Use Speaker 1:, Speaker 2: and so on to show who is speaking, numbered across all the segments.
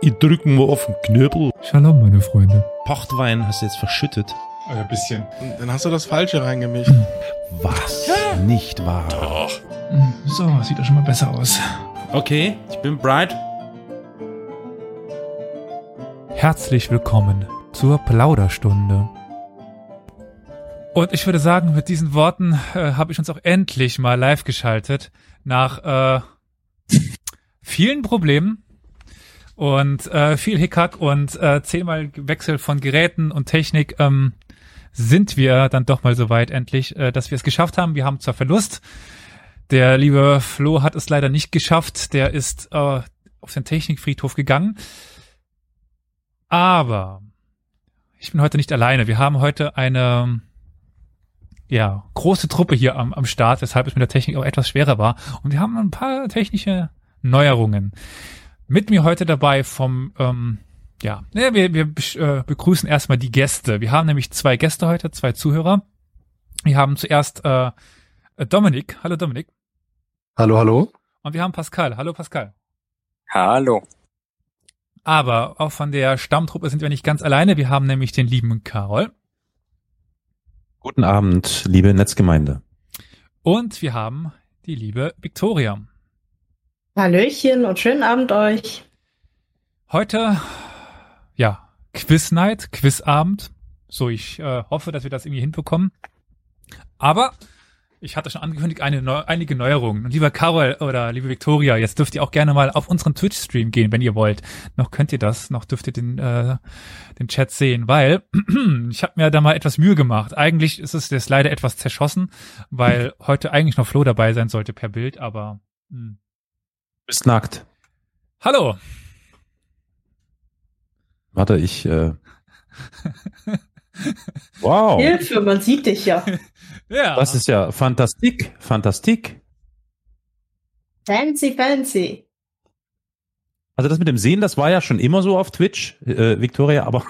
Speaker 1: Ich drück mal auf den Knöbel.
Speaker 2: Shalom, meine Freunde.
Speaker 1: Pachtwein hast du jetzt verschüttet.
Speaker 2: Ah, Ein bisschen.
Speaker 3: Dann hast du das Falsche reingemischt.
Speaker 1: Was? Nicht wahr.
Speaker 3: Doch.
Speaker 2: So, sieht doch schon mal besser aus.
Speaker 4: Okay, ich bin Bright.
Speaker 2: Herzlich willkommen zur Plauderstunde. Und ich würde sagen, mit diesen Worten äh, habe ich uns auch endlich mal live geschaltet nach äh, vielen Problemen und äh, viel Hickhack und äh, zehnmal Wechsel von Geräten und Technik ähm, sind wir dann doch mal so weit endlich, äh, dass wir es geschafft haben. Wir haben zwar Verlust, der liebe Flo hat es leider nicht geschafft, der ist äh, auf den Technikfriedhof gegangen. Aber ich bin heute nicht alleine. Wir haben heute eine ja, große Truppe hier am, am Start, weshalb es mit der Technik auch etwas schwerer war. Und wir haben ein paar technische Neuerungen. Mit mir heute dabei vom, ähm, ja, ne, wir, wir besch- äh, begrüßen erstmal die Gäste. Wir haben nämlich zwei Gäste heute, zwei Zuhörer. Wir haben zuerst äh, Dominik. Hallo Dominik.
Speaker 5: Hallo, hallo.
Speaker 2: Und wir haben Pascal. Hallo Pascal.
Speaker 4: Hallo.
Speaker 2: Aber auch von der Stammtruppe sind wir nicht ganz alleine. Wir haben nämlich den lieben Karol
Speaker 1: Guten Abend, liebe Netzgemeinde.
Speaker 2: und wir haben die liebe Victoria.
Speaker 6: Hallöchen und schönen Abend euch.
Speaker 2: Heute, ja, Quiz-Night, Quizabend. So, ich äh, hoffe, dass wir das irgendwie hinbekommen. Aber ich hatte schon angekündigt, eine Neu einige Neuerungen. Und lieber Karol oder liebe Victoria, jetzt dürft ihr auch gerne mal auf unseren Twitch-Stream gehen, wenn ihr wollt. Noch könnt ihr das, noch dürft ihr den, äh, den Chat sehen, weil ich habe mir da mal etwas Mühe gemacht. Eigentlich ist es jetzt leider etwas zerschossen, weil heute eigentlich noch Flo dabei sein sollte per Bild, aber mh.
Speaker 1: Bist nackt.
Speaker 2: Hallo!
Speaker 1: Warte, ich. Äh... Wow.
Speaker 6: Hilfe, man sieht dich ja.
Speaker 2: Ja.
Speaker 1: Das ist ja fantastik, fantastik.
Speaker 6: Fancy, fancy.
Speaker 1: Also das mit dem Sehen, das war ja schon immer so auf Twitch, äh, Victoria, aber,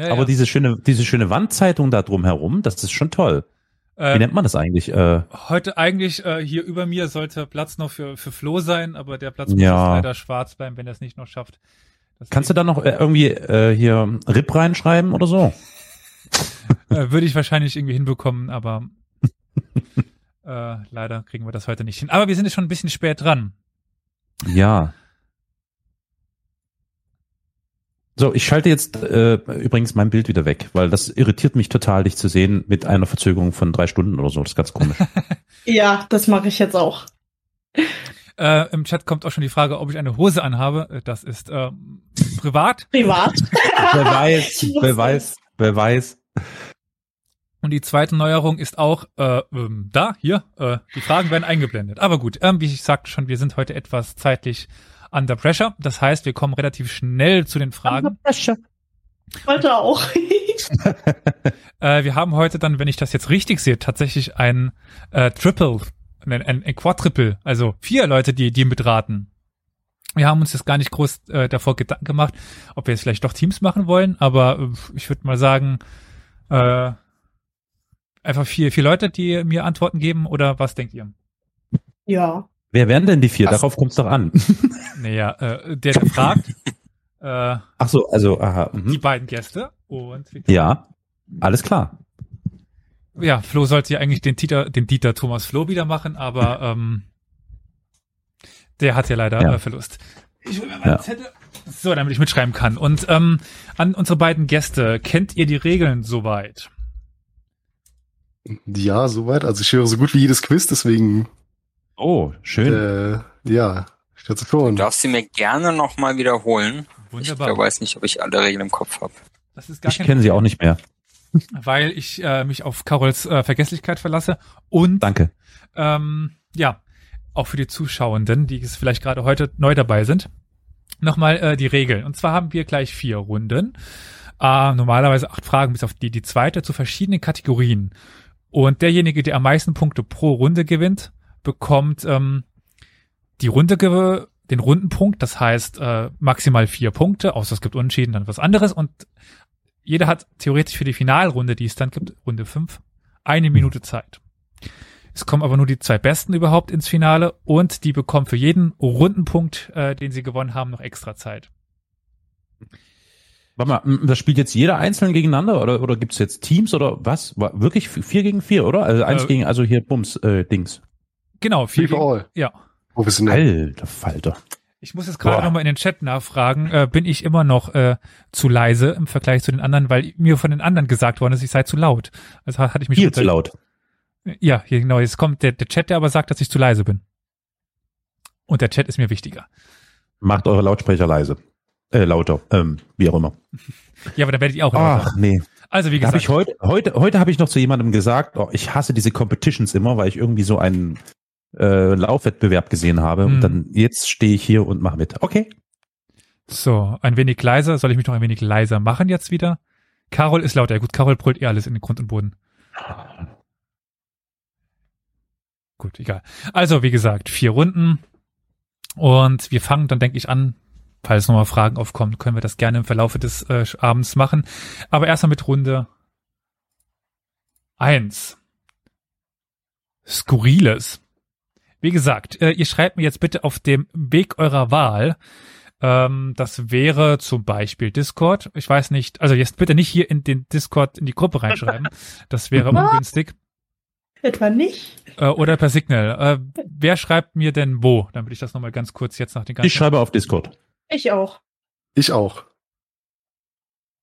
Speaker 2: ja,
Speaker 1: aber diese schöne, diese schöne Wandzeitung da drumherum, das ist schon toll. Wie
Speaker 2: Ähm,
Speaker 1: nennt man das eigentlich? Äh,
Speaker 2: Heute eigentlich äh, hier über mir sollte Platz noch für, für Flo sein, aber der Platz muss
Speaker 1: Ja.
Speaker 2: jetzt leider schwarz bleiben, wenn er es nicht noch schafft. Das
Speaker 1: kannst du da noch äh, irgendwie äh, hier RIP reinschreiben oder so?
Speaker 2: äh, würde ich wahrscheinlich irgendwie hinbekommen, aber äh, leider kriegen wir das heute nicht hin. Aber wir sind jetzt schon ein bisschen spät dran.
Speaker 1: Ja. So, ich schalte jetzt äh, übrigens mein Bild wieder weg, weil das irritiert mich total, dich zu sehen mit einer Verzögerung von drei Stunden oder so. Das ist ganz komisch.
Speaker 6: Ja, das mache ich jetzt auch.
Speaker 2: Äh, Im Chat kommt auch schon die Frage, ob ich eine Hose anhabe. Äh, Das ist äh, privat.
Speaker 6: Privat.
Speaker 1: Beweis,
Speaker 6: Ich wusste
Speaker 1: Beweis, Beweis.
Speaker 2: Und die zweite Neuerung ist auch äh, ähm, da, hier. Äh, die Fragen werden eingeblendet. Aber gut, ähm, wie ich sagte schon, wir sind heute etwas zeitlich under pressure. Das heißt, wir kommen relativ schnell zu den Fragen.
Speaker 6: Ich wollte auch.
Speaker 2: Äh, wir haben heute dann, wenn ich das jetzt richtig sehe, tatsächlich ein äh, Triple, ein, ein, ein Quadruple, also vier Leute, die, die mitraten. Wir haben uns jetzt gar nicht groß äh, davor Gedanken gemacht, ob wir jetzt vielleicht doch Teams machen wollen, aber äh, ich würde mal sagen, äh, einfach vier, vier Leute, die mir Antworten geben oder was denkt ihr?
Speaker 6: ja.
Speaker 1: Wer wären denn die vier?
Speaker 4: Was?
Speaker 1: Darauf kommt es doch an.
Speaker 2: Naja, äh, der, der fragt, äh,
Speaker 1: Ach so, also, aha.
Speaker 2: die
Speaker 1: Mhm.
Speaker 2: beiden Gäste und
Speaker 1: Ja, alles klar.
Speaker 2: Ja, Flo sollte ja eigentlich den Dieter, den Dieter Thomas Flo wieder machen, aber ähm, der hat ja leider
Speaker 1: Ja.
Speaker 2: Äh, Verlust. Ich hol mir mal
Speaker 1: Ja.
Speaker 2: einen Zettel. So, damit ich mitschreiben kann. Und ähm, an unsere beiden Gäste, kennt ihr die Regeln soweit?
Speaker 5: Ja, soweit. Also ich höre so gut wie jedes Quiz, deswegen
Speaker 1: Oh, schön.
Speaker 5: äh, ja, ich dachte schon.
Speaker 4: Du darfst sie mir gerne nochmal wiederholen.
Speaker 2: Wunderbar.
Speaker 4: Ich weiß nicht, ob ich alle Regeln im Kopf habe.
Speaker 2: das ist gar
Speaker 1: Ich
Speaker 2: kein,
Speaker 1: kenne sie auch nicht mehr.
Speaker 2: weil ich äh, mich auf Carols äh, Vergesslichkeit verlasse und
Speaker 1: Danke.
Speaker 2: ähm, ja, auch für die Zuschauenden, die es vielleicht gerade heute neu dabei sind, nochmal äh, die Regeln. Und zwar haben wir gleich vier Runden. Äh, normalerweise acht Fragen bis auf die, die zweite zu verschiedenen Kategorien. Und derjenige, der am meisten Punkte pro Runde gewinnt, bekommt ähm, die Runde gew- den Rundenpunkt, das heißt äh, maximal vier Punkte, außer es gibt Unentschieden, dann was anderes. Und jeder hat theoretisch für die Finalrunde, die es dann gibt, Runde fünf, eine Minute Zeit. Es kommen aber nur die zwei Besten überhaupt ins Finale und die bekommen für jeden Rundenpunkt, äh, den sie gewonnen haben, noch extra Zeit.
Speaker 1: Warte mal, m- das spielt jetzt jeder einzeln gegeneinander oder, oder gibt's jetzt Teams oder was? War wirklich vier gegen vier, oder? Also eins
Speaker 2: Äh,
Speaker 1: gegen, also hier Bums, äh, Dings.
Speaker 2: Genau, vier.
Speaker 5: Free for
Speaker 2: Gegen,
Speaker 5: all.
Speaker 2: ja.
Speaker 5: Professionell.
Speaker 1: Alter Falter.
Speaker 2: Ich muss jetzt gerade
Speaker 1: Boah.
Speaker 2: nochmal in den Chat nachfragen, äh, bin ich immer noch äh, zu leise im Vergleich zu den anderen, weil mir von den anderen gesagt worden ist, ich sei zu laut. Also hat- hatte ich mich
Speaker 1: Viel
Speaker 2: unter-
Speaker 1: zu laut.
Speaker 2: Ja, hier, genau. Jetzt kommt der, der Chat, der aber sagt, dass ich zu leise bin. Und der Chat ist mir wichtiger.
Speaker 1: Macht eure Lautsprecher leise. Äh, lauter, ähm, wie auch immer.
Speaker 2: Ja, aber dann werdet ihr auch lauter.
Speaker 1: Ach, nee.
Speaker 2: Also wie
Speaker 1: Ah. Da hab
Speaker 2: gesagt,
Speaker 1: ich heute, heute, heute habe ich noch zu jemandem gesagt, oh, ich hasse diese Competitions immer, weil ich irgendwie so einen äh, Laufwettbewerb gesehen habe.
Speaker 2: Hm.
Speaker 1: Und dann jetzt stehe ich hier und mache mit. Okay.
Speaker 2: so, ein wenig leiser. Soll ich mich noch ein wenig leiser machen jetzt wieder? Carol ist lauter. Ja, Gut, Carol brüllt eh alles in den Grund und Boden. Gut, egal. Also, wie gesagt, vier Runden. Und wir fangen dann, denke ich, an. Falls nochmal Fragen aufkommen, können wir das gerne im Verlaufe des äh, Abends machen. Aber erstmal mit Runde eins. Skurriles. Wie gesagt, äh, ihr schreibt mir jetzt bitte auf dem Weg eurer Wahl. Ähm, das wäre zum Beispiel Discord. Ich weiß nicht, also jetzt bitte nicht hier in den Discord in die Gruppe reinschreiben. Das wäre ungünstig.
Speaker 6: Etwa nicht?
Speaker 2: Äh, oder per Signal. Äh, wer schreibt mir denn wo? Dann will ich das nochmal ganz kurz jetzt nach den ganzen.
Speaker 1: Ich schreibe auf Discord.
Speaker 6: Ich auch.
Speaker 5: Ich auch.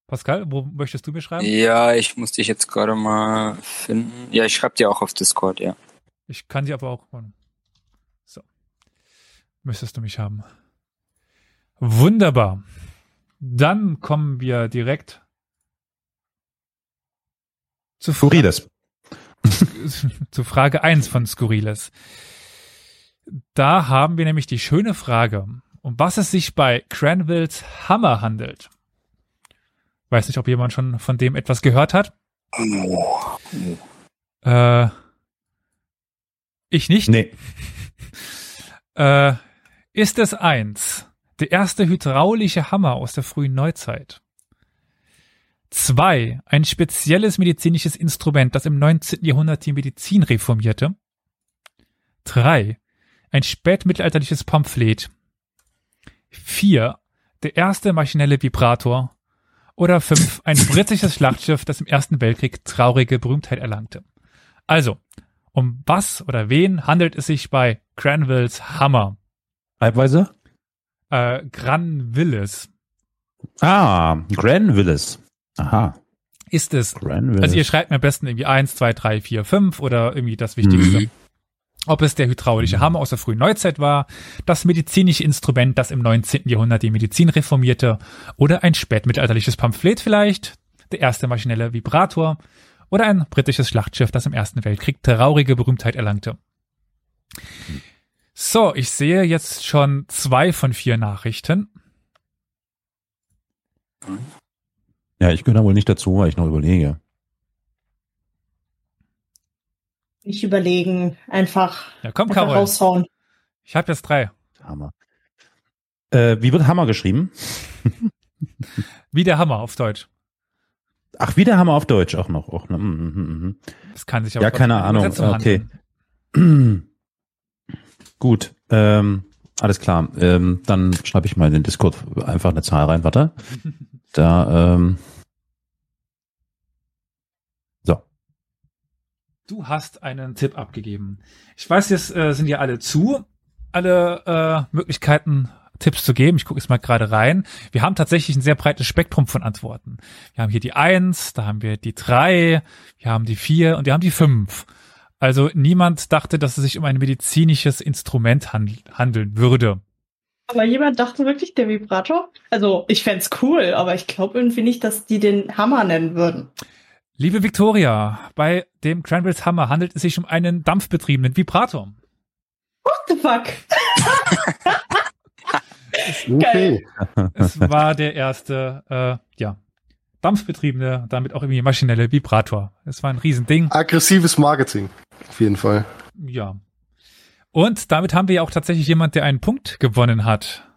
Speaker 2: Pascal, wo möchtest du mir schreiben?
Speaker 4: Ja, ich muss dich jetzt gerade mal finden. Ja, ich schreibe dir auch auf Discord, ja.
Speaker 2: Ich kann sie aber auch. So. Müsstest du mich haben. Wunderbar. Dann kommen wir direkt zu Fra-
Speaker 1: Kuriles.
Speaker 2: zu Frage 1 von Skurriles. Da haben wir nämlich die schöne Frage, um was es sich bei Cranvilles Hammer handelt. Weiß nicht, ob jemand schon von dem etwas gehört hat. Äh, ich nicht.
Speaker 1: Nee.
Speaker 2: Äh, ist es eins, der erste hydraulische Hammer aus der frühen Neuzeit? Zwei, ein spezielles medizinisches Instrument, das im 19. Jahrhundert die Medizin reformierte? Drei, ein spätmittelalterliches Pamphlet? Vier, der erste maschinelle Vibrator? Oder fünf, ein britisches Schlachtschiff, das im Ersten Weltkrieg traurige Berühmtheit erlangte? Also, um was oder wen handelt es sich bei Granvilles Hammer?
Speaker 1: Halbweise?
Speaker 2: Äh, Granvilles
Speaker 1: Ah, Granvilles. Aha,
Speaker 2: ist es.
Speaker 1: Granvilles.
Speaker 2: Also ihr schreibt mir am besten irgendwie eins, zwei, drei, vier, fünf oder irgendwie das Wichtigste.
Speaker 1: Mhm.
Speaker 2: Ob es der hydraulische Hammer aus der frühen Neuzeit war, das medizinische Instrument, das im 19. Jahrhundert die Medizin reformierte, oder ein spätmittelalterliches Pamphlet vielleicht, der erste maschinelle Vibrator, oder ein britisches Schlachtschiff, das im Ersten Weltkrieg traurige Berühmtheit erlangte.
Speaker 1: Mhm.
Speaker 2: So, ich sehe jetzt schon zwei von vier Nachrichten.
Speaker 1: ja, ich gehöre da wohl nicht dazu, weil ich noch überlege.
Speaker 6: Nicht überlegen. Einfach,
Speaker 2: Ja, komm,
Speaker 6: einfach
Speaker 2: Carol.
Speaker 6: raushauen.
Speaker 2: Ich habe jetzt drei.
Speaker 1: Hammer. Äh, wie wird Hammer geschrieben?
Speaker 2: Wie der Hammer auf Deutsch.
Speaker 1: Ach, wieder Hammer auf Deutsch auch noch. Auch, ne? mhm,
Speaker 2: Das kann sich
Speaker 1: Ja, keine
Speaker 2: trotzdem in
Speaker 1: Ahnung.
Speaker 2: Übersetzung
Speaker 1: Okay.
Speaker 2: handeln.
Speaker 1: mhm, mhm. Gut, ähm, alles klar. Ähm, dann schreibe ich mal in den Discord einfach eine Zahl rein. Warte. Da, ähm,
Speaker 2: Du hast einen Tipp abgegeben. Ich weiß, jetzt äh, sind ja alle zu, alle äh, Möglichkeiten, Tipps zu geben. Ich gucke jetzt mal gerade rein. Wir haben tatsächlich ein sehr breites Spektrum von Antworten. Wir haben hier die Eins, da haben wir die drei, wir haben die vier und wir haben die fünf. Also niemand dachte, dass es sich um ein medizinisches Instrument handel handeln würde.
Speaker 6: Aber jemand dachte wirklich, der Vibrator? Also, ich fänd's cool, aber ich glaube irgendwie nicht, dass die den Hammer nennen würden.
Speaker 2: Liebe Victoria, bei dem Cranwells Hammer handelt es sich um einen dampfbetriebenen Vibrator.
Speaker 6: What the fuck?
Speaker 5: Okay.
Speaker 2: Es war der erste, äh, ja, dampfbetriebene, damit auch irgendwie maschinelle Vibrator. Es war ein Riesending,
Speaker 5: Aggressives Marketing. Auf jeden Fall.
Speaker 2: ja. Und damit haben wir ja auch tatsächlich jemand, der einen Punkt gewonnen hat.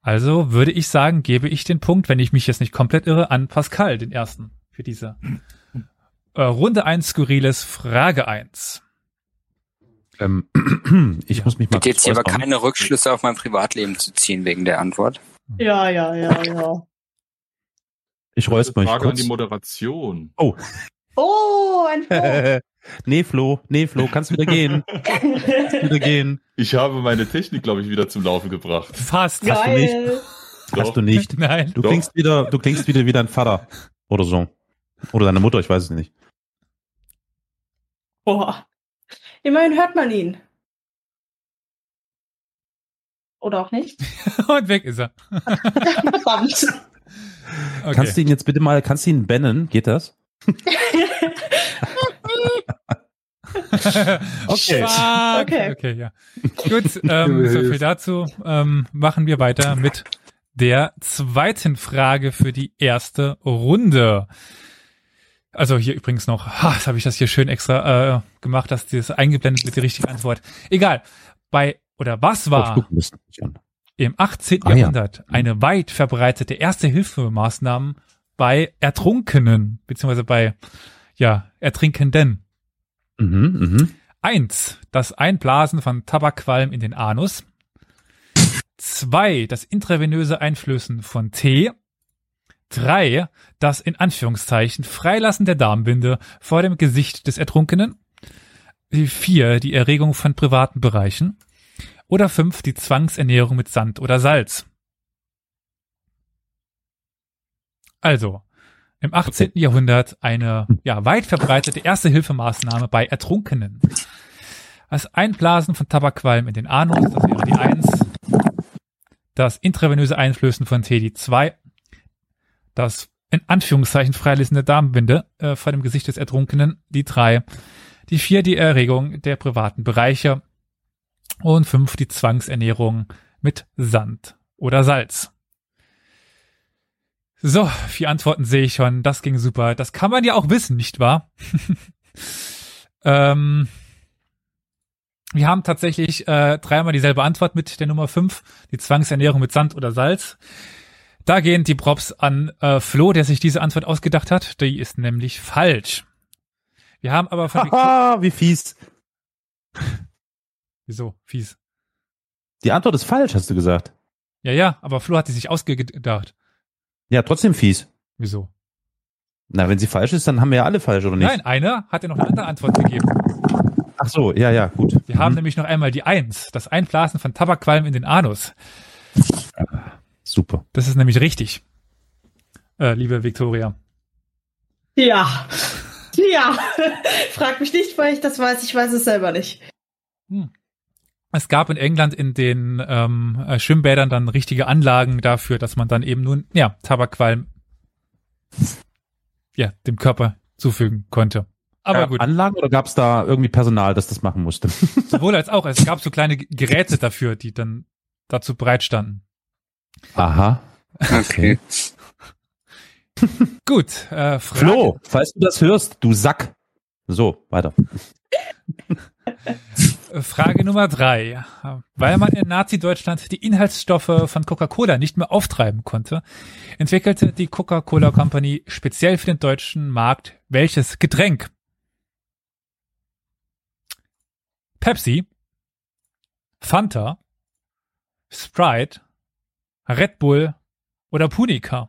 Speaker 2: Also würde ich sagen, gebe ich den Punkt, wenn ich mich jetzt nicht komplett irre, an Pascal, den ersten, für diese äh, Runde 1 Skurriles Frage 1.
Speaker 1: ähm, ich muss mich mal
Speaker 4: Bitte
Speaker 1: kurz
Speaker 4: jetzt hier aber
Speaker 1: äußern.
Speaker 4: keine Rückschlüsse auf mein Privatleben zu ziehen wegen der Antwort.
Speaker 6: Ja, ja, ja, ja.
Speaker 1: Ich räusper mich
Speaker 7: Also Frage an die
Speaker 1: kurz.
Speaker 7: Moderation.
Speaker 6: Oh, ein Flo.
Speaker 1: nee, Flo, nee, Flo, kannst wieder gehen. Wieder gehen.
Speaker 7: Ich habe meine Technik, glaube ich, wieder zum Laufen gebracht.
Speaker 2: Fast.
Speaker 1: Ja.
Speaker 6: Geil.
Speaker 1: Hast du nicht.
Speaker 2: Nein.
Speaker 1: Du
Speaker 7: Doch.
Speaker 1: klingst wieder, du klingst wieder wie dein Vater. Oder so. Oder deine Mutter, ich weiß es nicht.
Speaker 6: Boah. Immerhin hört man ihn. Oder auch nicht.
Speaker 2: Und weg ist er.
Speaker 6: Verdammt.
Speaker 2: Okay.
Speaker 1: Kannst du ihn jetzt bitte mal, kannst du ihn bannen? Geht das? Okay.
Speaker 2: Fuck.
Speaker 6: Okay.
Speaker 2: Okay, ja. Gut, ähm, so viel dazu. Ähm, machen wir weiter mit der zweiten Frage für die erste Runde. Also hier übrigens noch, ha, jetzt habe ich das hier schön extra äh, gemacht, dass das eingeblendet wird, die richtige Antwort. Egal. Bei oder was
Speaker 1: Oh,
Speaker 2: war
Speaker 1: gucken müssen. Schon.
Speaker 2: im 18.
Speaker 1: Ah, ja.
Speaker 2: Jahrhundert eine weit verbreitete Erste-Hilfe-Maßnahmen bei Ertrunkenen, beziehungsweise bei ja, Ertrinkenden.
Speaker 1: Mhm, mhm.
Speaker 2: 1. Das Einblasen von Tabakqualm in den Anus. 2. Das intravenöse Einflößen von Tee. 3. Das in Anführungszeichen Freilassen der Darmbinde vor dem Gesicht des Ertrunkenen. 4. Die Erregung von privaten Bereichen. Oder 5. Die Zwangsernährung mit Sand oder Salz. Also, im 18. Jahrhundert eine ja, weit verbreitete Erste-Hilfemaßnahme bei Ertrunkenen. Das Einblasen von Tabakqualm in den Anus, das wäre die 1. Das intravenöse Einflößen von Tee, die 2. Das in Anführungszeichen freilissende Darmbinde äh, vor dem Gesicht des Ertrunkenen, die 3. Die 4, die Erregung der privaten Bereiche. Und 5, die Zwangsernährung mit Sand oder Salz. So, vier Antworten sehe ich schon. Das ging super. Das kann man ja auch wissen, nicht wahr? ähm, wir haben tatsächlich äh, dreimal dieselbe Antwort mit der Nummer fünf: die Zwangsernährung mit Sand oder Salz. Da gehen die Props an äh, Flo, der sich diese Antwort ausgedacht hat. Die ist nämlich falsch. Wir haben aber von Victor-
Speaker 1: Haha, wie fies.
Speaker 2: Wieso? Fies.
Speaker 1: Die Antwort ist falsch, hast du gesagt.
Speaker 2: Ja, ja, aber Flo hat die sich ausgedacht.
Speaker 1: Ja, trotzdem fies.
Speaker 2: Wieso?
Speaker 1: Na, wenn sie falsch ist, dann haben wir ja alle falsch, oder nicht?
Speaker 2: Nein, einer hat ja noch eine andere Antwort gegeben.
Speaker 1: Ach so, ja, ja, gut.
Speaker 2: Wir haben
Speaker 1: Mhm.
Speaker 2: nämlich noch einmal die Eins, das Einblasen von Tabakqualm in den Anus.
Speaker 1: Super.
Speaker 2: Das ist nämlich richtig, äh, liebe Victoria.
Speaker 6: Ja. Ja. Frag mich nicht, weil ich das weiß. Ich weiß es selber nicht.
Speaker 2: Es gab in England in den ähm, äh, Schwimmbädern dann richtige Anlagen dafür, dass man dann eben nun ja Tabakqualm ja dem Körper zufügen konnte. Aber
Speaker 1: Äh,
Speaker 2: gut,
Speaker 1: Anlagen oder gab es da irgendwie Personal, das das machen musste?
Speaker 2: sowohl als auch. Es gab so kleine G- Geräte dafür, die dann dazu bereit standen.
Speaker 1: Aha.
Speaker 4: Okay.
Speaker 2: Gut, äh, Frage,
Speaker 1: Flo, falls du das hörst, du Sack. So, weiter.
Speaker 2: äh, Frage Nummer drei. Weil man in Nazi-Deutschland die Inhaltsstoffe von Coca-Cola nicht mehr auftreiben konnte, entwickelte die Coca-Cola Company speziell für den deutschen Markt welches Getränk? Pepsi, Fanta, Sprite, Red Bull oder Punica.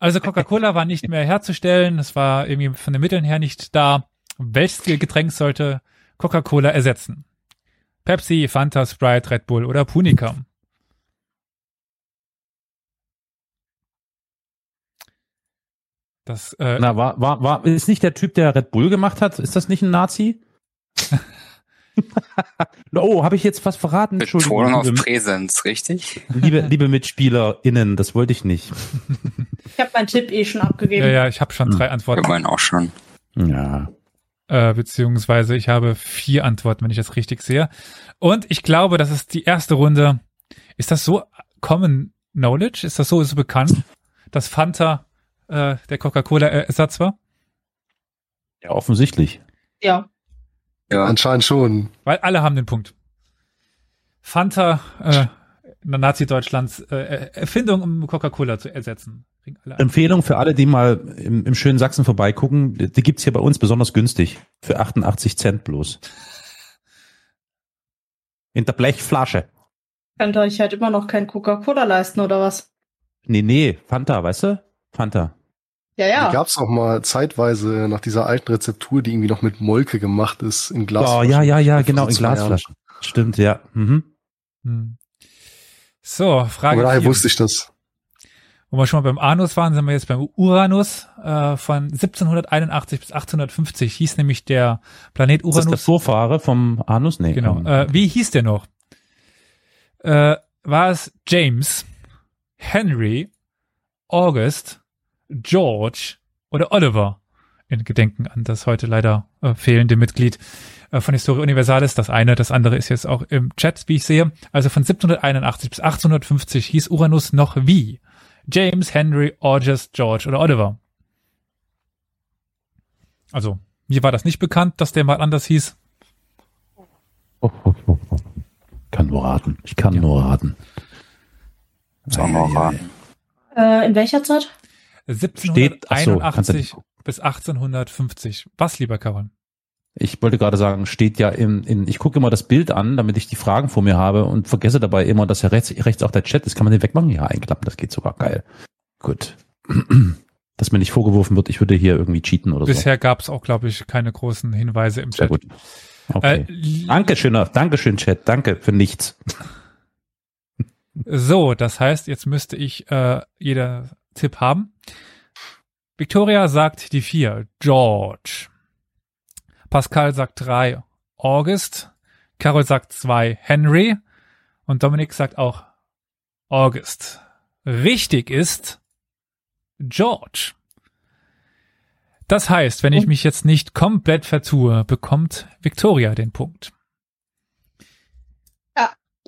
Speaker 2: Also Coca-Cola war nicht mehr herzustellen, es war irgendwie von den Mitteln her nicht da. Welches Getränk sollte Coca-Cola ersetzen? Pepsi, Fanta, Sprite, Red Bull oder Punica? Das äh,
Speaker 1: Na, war, war, war, ist nicht der Typ, der Red Bull gemacht hat? Ist das nicht ein Nazi? oh, habe ich jetzt fast verraten? Entschuldigung,
Speaker 4: Betonung auf
Speaker 1: liebe,
Speaker 4: Präsenz, richtig?
Speaker 1: liebe, liebe MitspielerInnen, das wollte ich nicht.
Speaker 6: Ich habe meinen Tipp eh schon abgegeben.
Speaker 2: Ja, ja, ich habe schon
Speaker 1: Hm.
Speaker 2: drei
Speaker 4: Wir
Speaker 2: Antworten.
Speaker 4: meinen auch schon.
Speaker 1: Ja.
Speaker 2: Äh, beziehungsweise ich habe vier Antworten, wenn ich das richtig sehe. Und ich glaube, das ist die erste Runde. Ist das so Common Knowledge? Ist das so, so bekannt, dass Fanta äh, der Coca-Cola-Ersatz war?
Speaker 1: Ja, offensichtlich.
Speaker 6: Ja.
Speaker 4: Ja.
Speaker 5: Anscheinend schon.
Speaker 2: Weil alle haben den Punkt. Fanta äh, Nazi-Deutschlands äh, Erfindung, um Coca-Cola zu ersetzen. Kriegen alle an.
Speaker 1: Empfehlung für alle, die mal im, im schönen Sachsen vorbeigucken, die gibt's hier bei uns besonders günstig. Für 88 Cent bloß. In der Blechflasche.
Speaker 6: Könnt ihr euch halt immer noch kein Coca-Cola leisten oder was?
Speaker 1: Nee, nee, Fanta, weißt du? Fanta.
Speaker 6: Ja,
Speaker 5: Ja.
Speaker 6: ja.
Speaker 5: Die gab es auch mal zeitweise nach dieser alten Rezeptur, die irgendwie noch mit Molke gemacht ist, in Glas.
Speaker 1: Oh, ja, ja, ja, genau,
Speaker 5: Vor
Speaker 1: in
Speaker 5: zwei Jahren.
Speaker 1: Glasflaschen. Stimmt, ja. Mhm.
Speaker 2: Hm. So, Frage
Speaker 5: Aber daher
Speaker 2: vier.
Speaker 5: wusste ich das.
Speaker 2: Wo wir schon mal beim Anus waren, sind wir jetzt beim Uranus äh, von 1781 bis 1850. Hieß nämlich der Planet
Speaker 1: Ist das der
Speaker 2: Uranus.
Speaker 1: Vorfahre vom Anus? Nee.
Speaker 2: genau.
Speaker 1: ähm,
Speaker 2: Äh, wie hieß der noch? Äh, war es James, Henry, August, George oder Oliver? In Gedenken an das heute leider äh, fehlende Mitglied äh, von Historia Universalis. Das eine, das andere ist jetzt auch im Chat, wie ich sehe. Also von 1781 bis 1850 hieß Uranus noch wie? James, Henry, August, George oder Oliver? Also, mir war das nicht bekannt, dass der mal anders hieß. äh,
Speaker 1: oh, oh, oh, oh. Kann nur raten. Ich kann nur raten.
Speaker 4: Sollen wir auch
Speaker 1: Ja, ja,
Speaker 4: raten.
Speaker 6: Äh, in welcher Zeit?
Speaker 1: Steht- ach so, kannst du
Speaker 2: 1781
Speaker 1: nicht-
Speaker 2: bis 1850. Was, lieber Karol?
Speaker 1: Ich wollte gerade sagen, steht ja in, in ich gucke immer das Bild an, damit ich die Fragen vor mir habe und vergesse dabei immer, dass ja rechts, rechts auch der Chat ist. Kann man den wegmachen? Ja, einklappen, das geht sogar geil. Gut. Dass mir nicht vorgeworfen wird, ich würde hier irgendwie cheaten oder so.
Speaker 2: Bisher gab es auch, glaube ich, keine großen Hinweise im
Speaker 1: Sehr
Speaker 2: Chat.
Speaker 1: gut. Okay.
Speaker 2: Äh, li-
Speaker 1: danke, schöner, danke schön, Chat. Danke für nichts.
Speaker 2: so, das heißt, jetzt müsste ich äh, jeder Tipp haben. Victoria sagt die vier, George. Pascal sagt drei, August. Carol sagt zwei, Henry. Und Dominik sagt auch August. Richtig ist George. Das heißt, wenn ich mich jetzt nicht komplett vertue, bekommt Victoria den Punkt.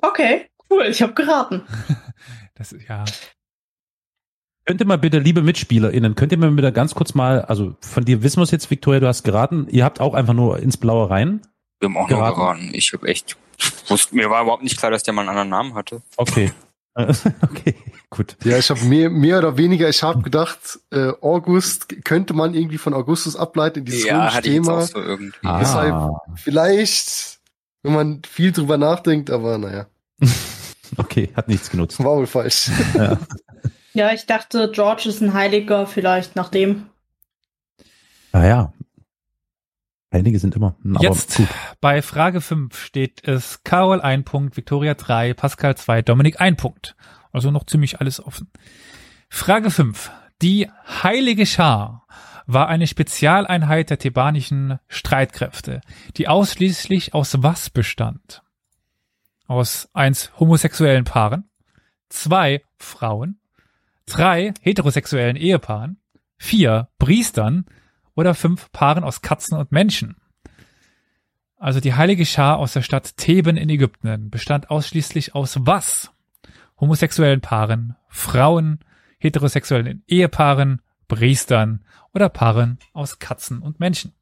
Speaker 6: Okay, cool, ich habe geraten.
Speaker 2: Das ist ja.
Speaker 1: Könnt ihr mal bitte, liebe MitspielerInnen, könnt ihr mir wieder ganz kurz mal, also von dir wissen wir es jetzt, Victoria, du hast geraten, ihr habt auch einfach nur ins Blaue rein.
Speaker 4: Wir haben auch
Speaker 1: Geraten.
Speaker 4: noch geraten. Ich habe echt. Wusste, mir war überhaupt nicht klar, dass der mal einen anderen Namen hatte.
Speaker 1: Okay. Äh, okay, gut.
Speaker 5: Ja, ich habe mehr, mehr oder weniger, ich habe gedacht, äh, August k- könnte man irgendwie von Augustus ableiten in dieses
Speaker 4: ja,
Speaker 5: römische
Speaker 4: hatte ich jetzt auch
Speaker 5: Thema.
Speaker 4: so irgendwie.
Speaker 5: Deshalb-
Speaker 1: Ah,
Speaker 5: Vielleicht, wenn man viel drüber nachdenkt, aber naja,
Speaker 1: okay, hat nichts genutzt.
Speaker 5: war wohl falsch.
Speaker 6: Ja, ich dachte, George ist ein Heiliger, vielleicht nach dem.
Speaker 1: Naja. Ah Einige sind immer. hm, Aber
Speaker 2: Jetzt
Speaker 1: gut.
Speaker 2: bei Frage 5 steht es Carol 1 Punkt, Victoria 3, Pascal 2, Dominik 1 Punkt. Also noch ziemlich alles offen. Frage 5. Die Heilige Schar war eine Spezialeinheit der thebanischen Streitkräfte, die ausschließlich aus was bestand? Aus eins homosexuellen Paaren, zwei Frauen, drei heterosexuellen Ehepaaren, vier Priestern oder fünf Paaren aus Katzen und Menschen. Also die heilige Schar aus der Stadt Theben in Ägypten bestand ausschließlich aus was? Homosexuellen Paaren, Frauen, heterosexuellen Ehepaaren, Priestern oder Paaren aus Katzen und Menschen.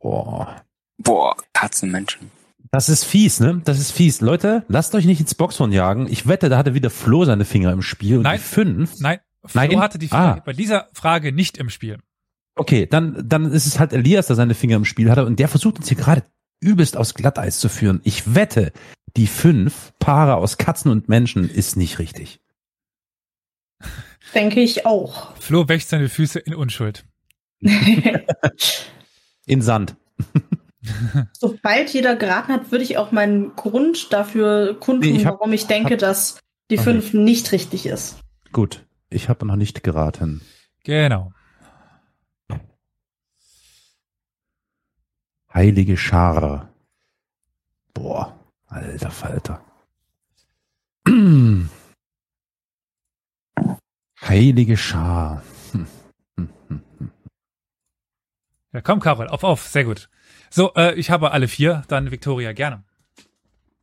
Speaker 1: Boah.
Speaker 4: Boah, Katzenmenschen.
Speaker 1: Das ist fies, ne? Das ist fies. Leute, lasst euch nicht ins Boxhorn jagen. Ich wette, da hatte wieder Flo seine Finger im Spiel. Und
Speaker 2: Nein.
Speaker 1: die fünf.
Speaker 2: Nein, Flo
Speaker 1: Nein?
Speaker 2: hatte die
Speaker 1: Ah.
Speaker 2: Frage bei dieser Frage nicht im Spiel.
Speaker 1: Okay, dann, dann ist es halt Elias, der seine Finger im Spiel hatte. Und der versucht uns hier gerade übelst aufs Glatteis zu führen. Ich wette, die fünf Paare aus Katzen und Menschen ist nicht richtig.
Speaker 6: Denke ich auch.
Speaker 2: Flo wächt seine Füße in Unschuld.
Speaker 1: In Sand.
Speaker 6: Sobald jeder geraten hat, würde ich auch meinen Grund dafür kundtun,
Speaker 1: Nee, ich hab-
Speaker 6: warum ich denke,
Speaker 1: hab-
Speaker 6: dass die
Speaker 1: Ach,
Speaker 6: fünf nicht richtig ist.
Speaker 1: Gut. Ich habe noch nicht geraten.
Speaker 2: Genau.
Speaker 1: Heilige Schar. Boah, alter Falter. Heilige Schar. Hm, hm, hm, hm.
Speaker 2: Ja, komm, Carol, auf, auf, sehr gut. So, äh, ich habe alle vier, dann Victoria gerne.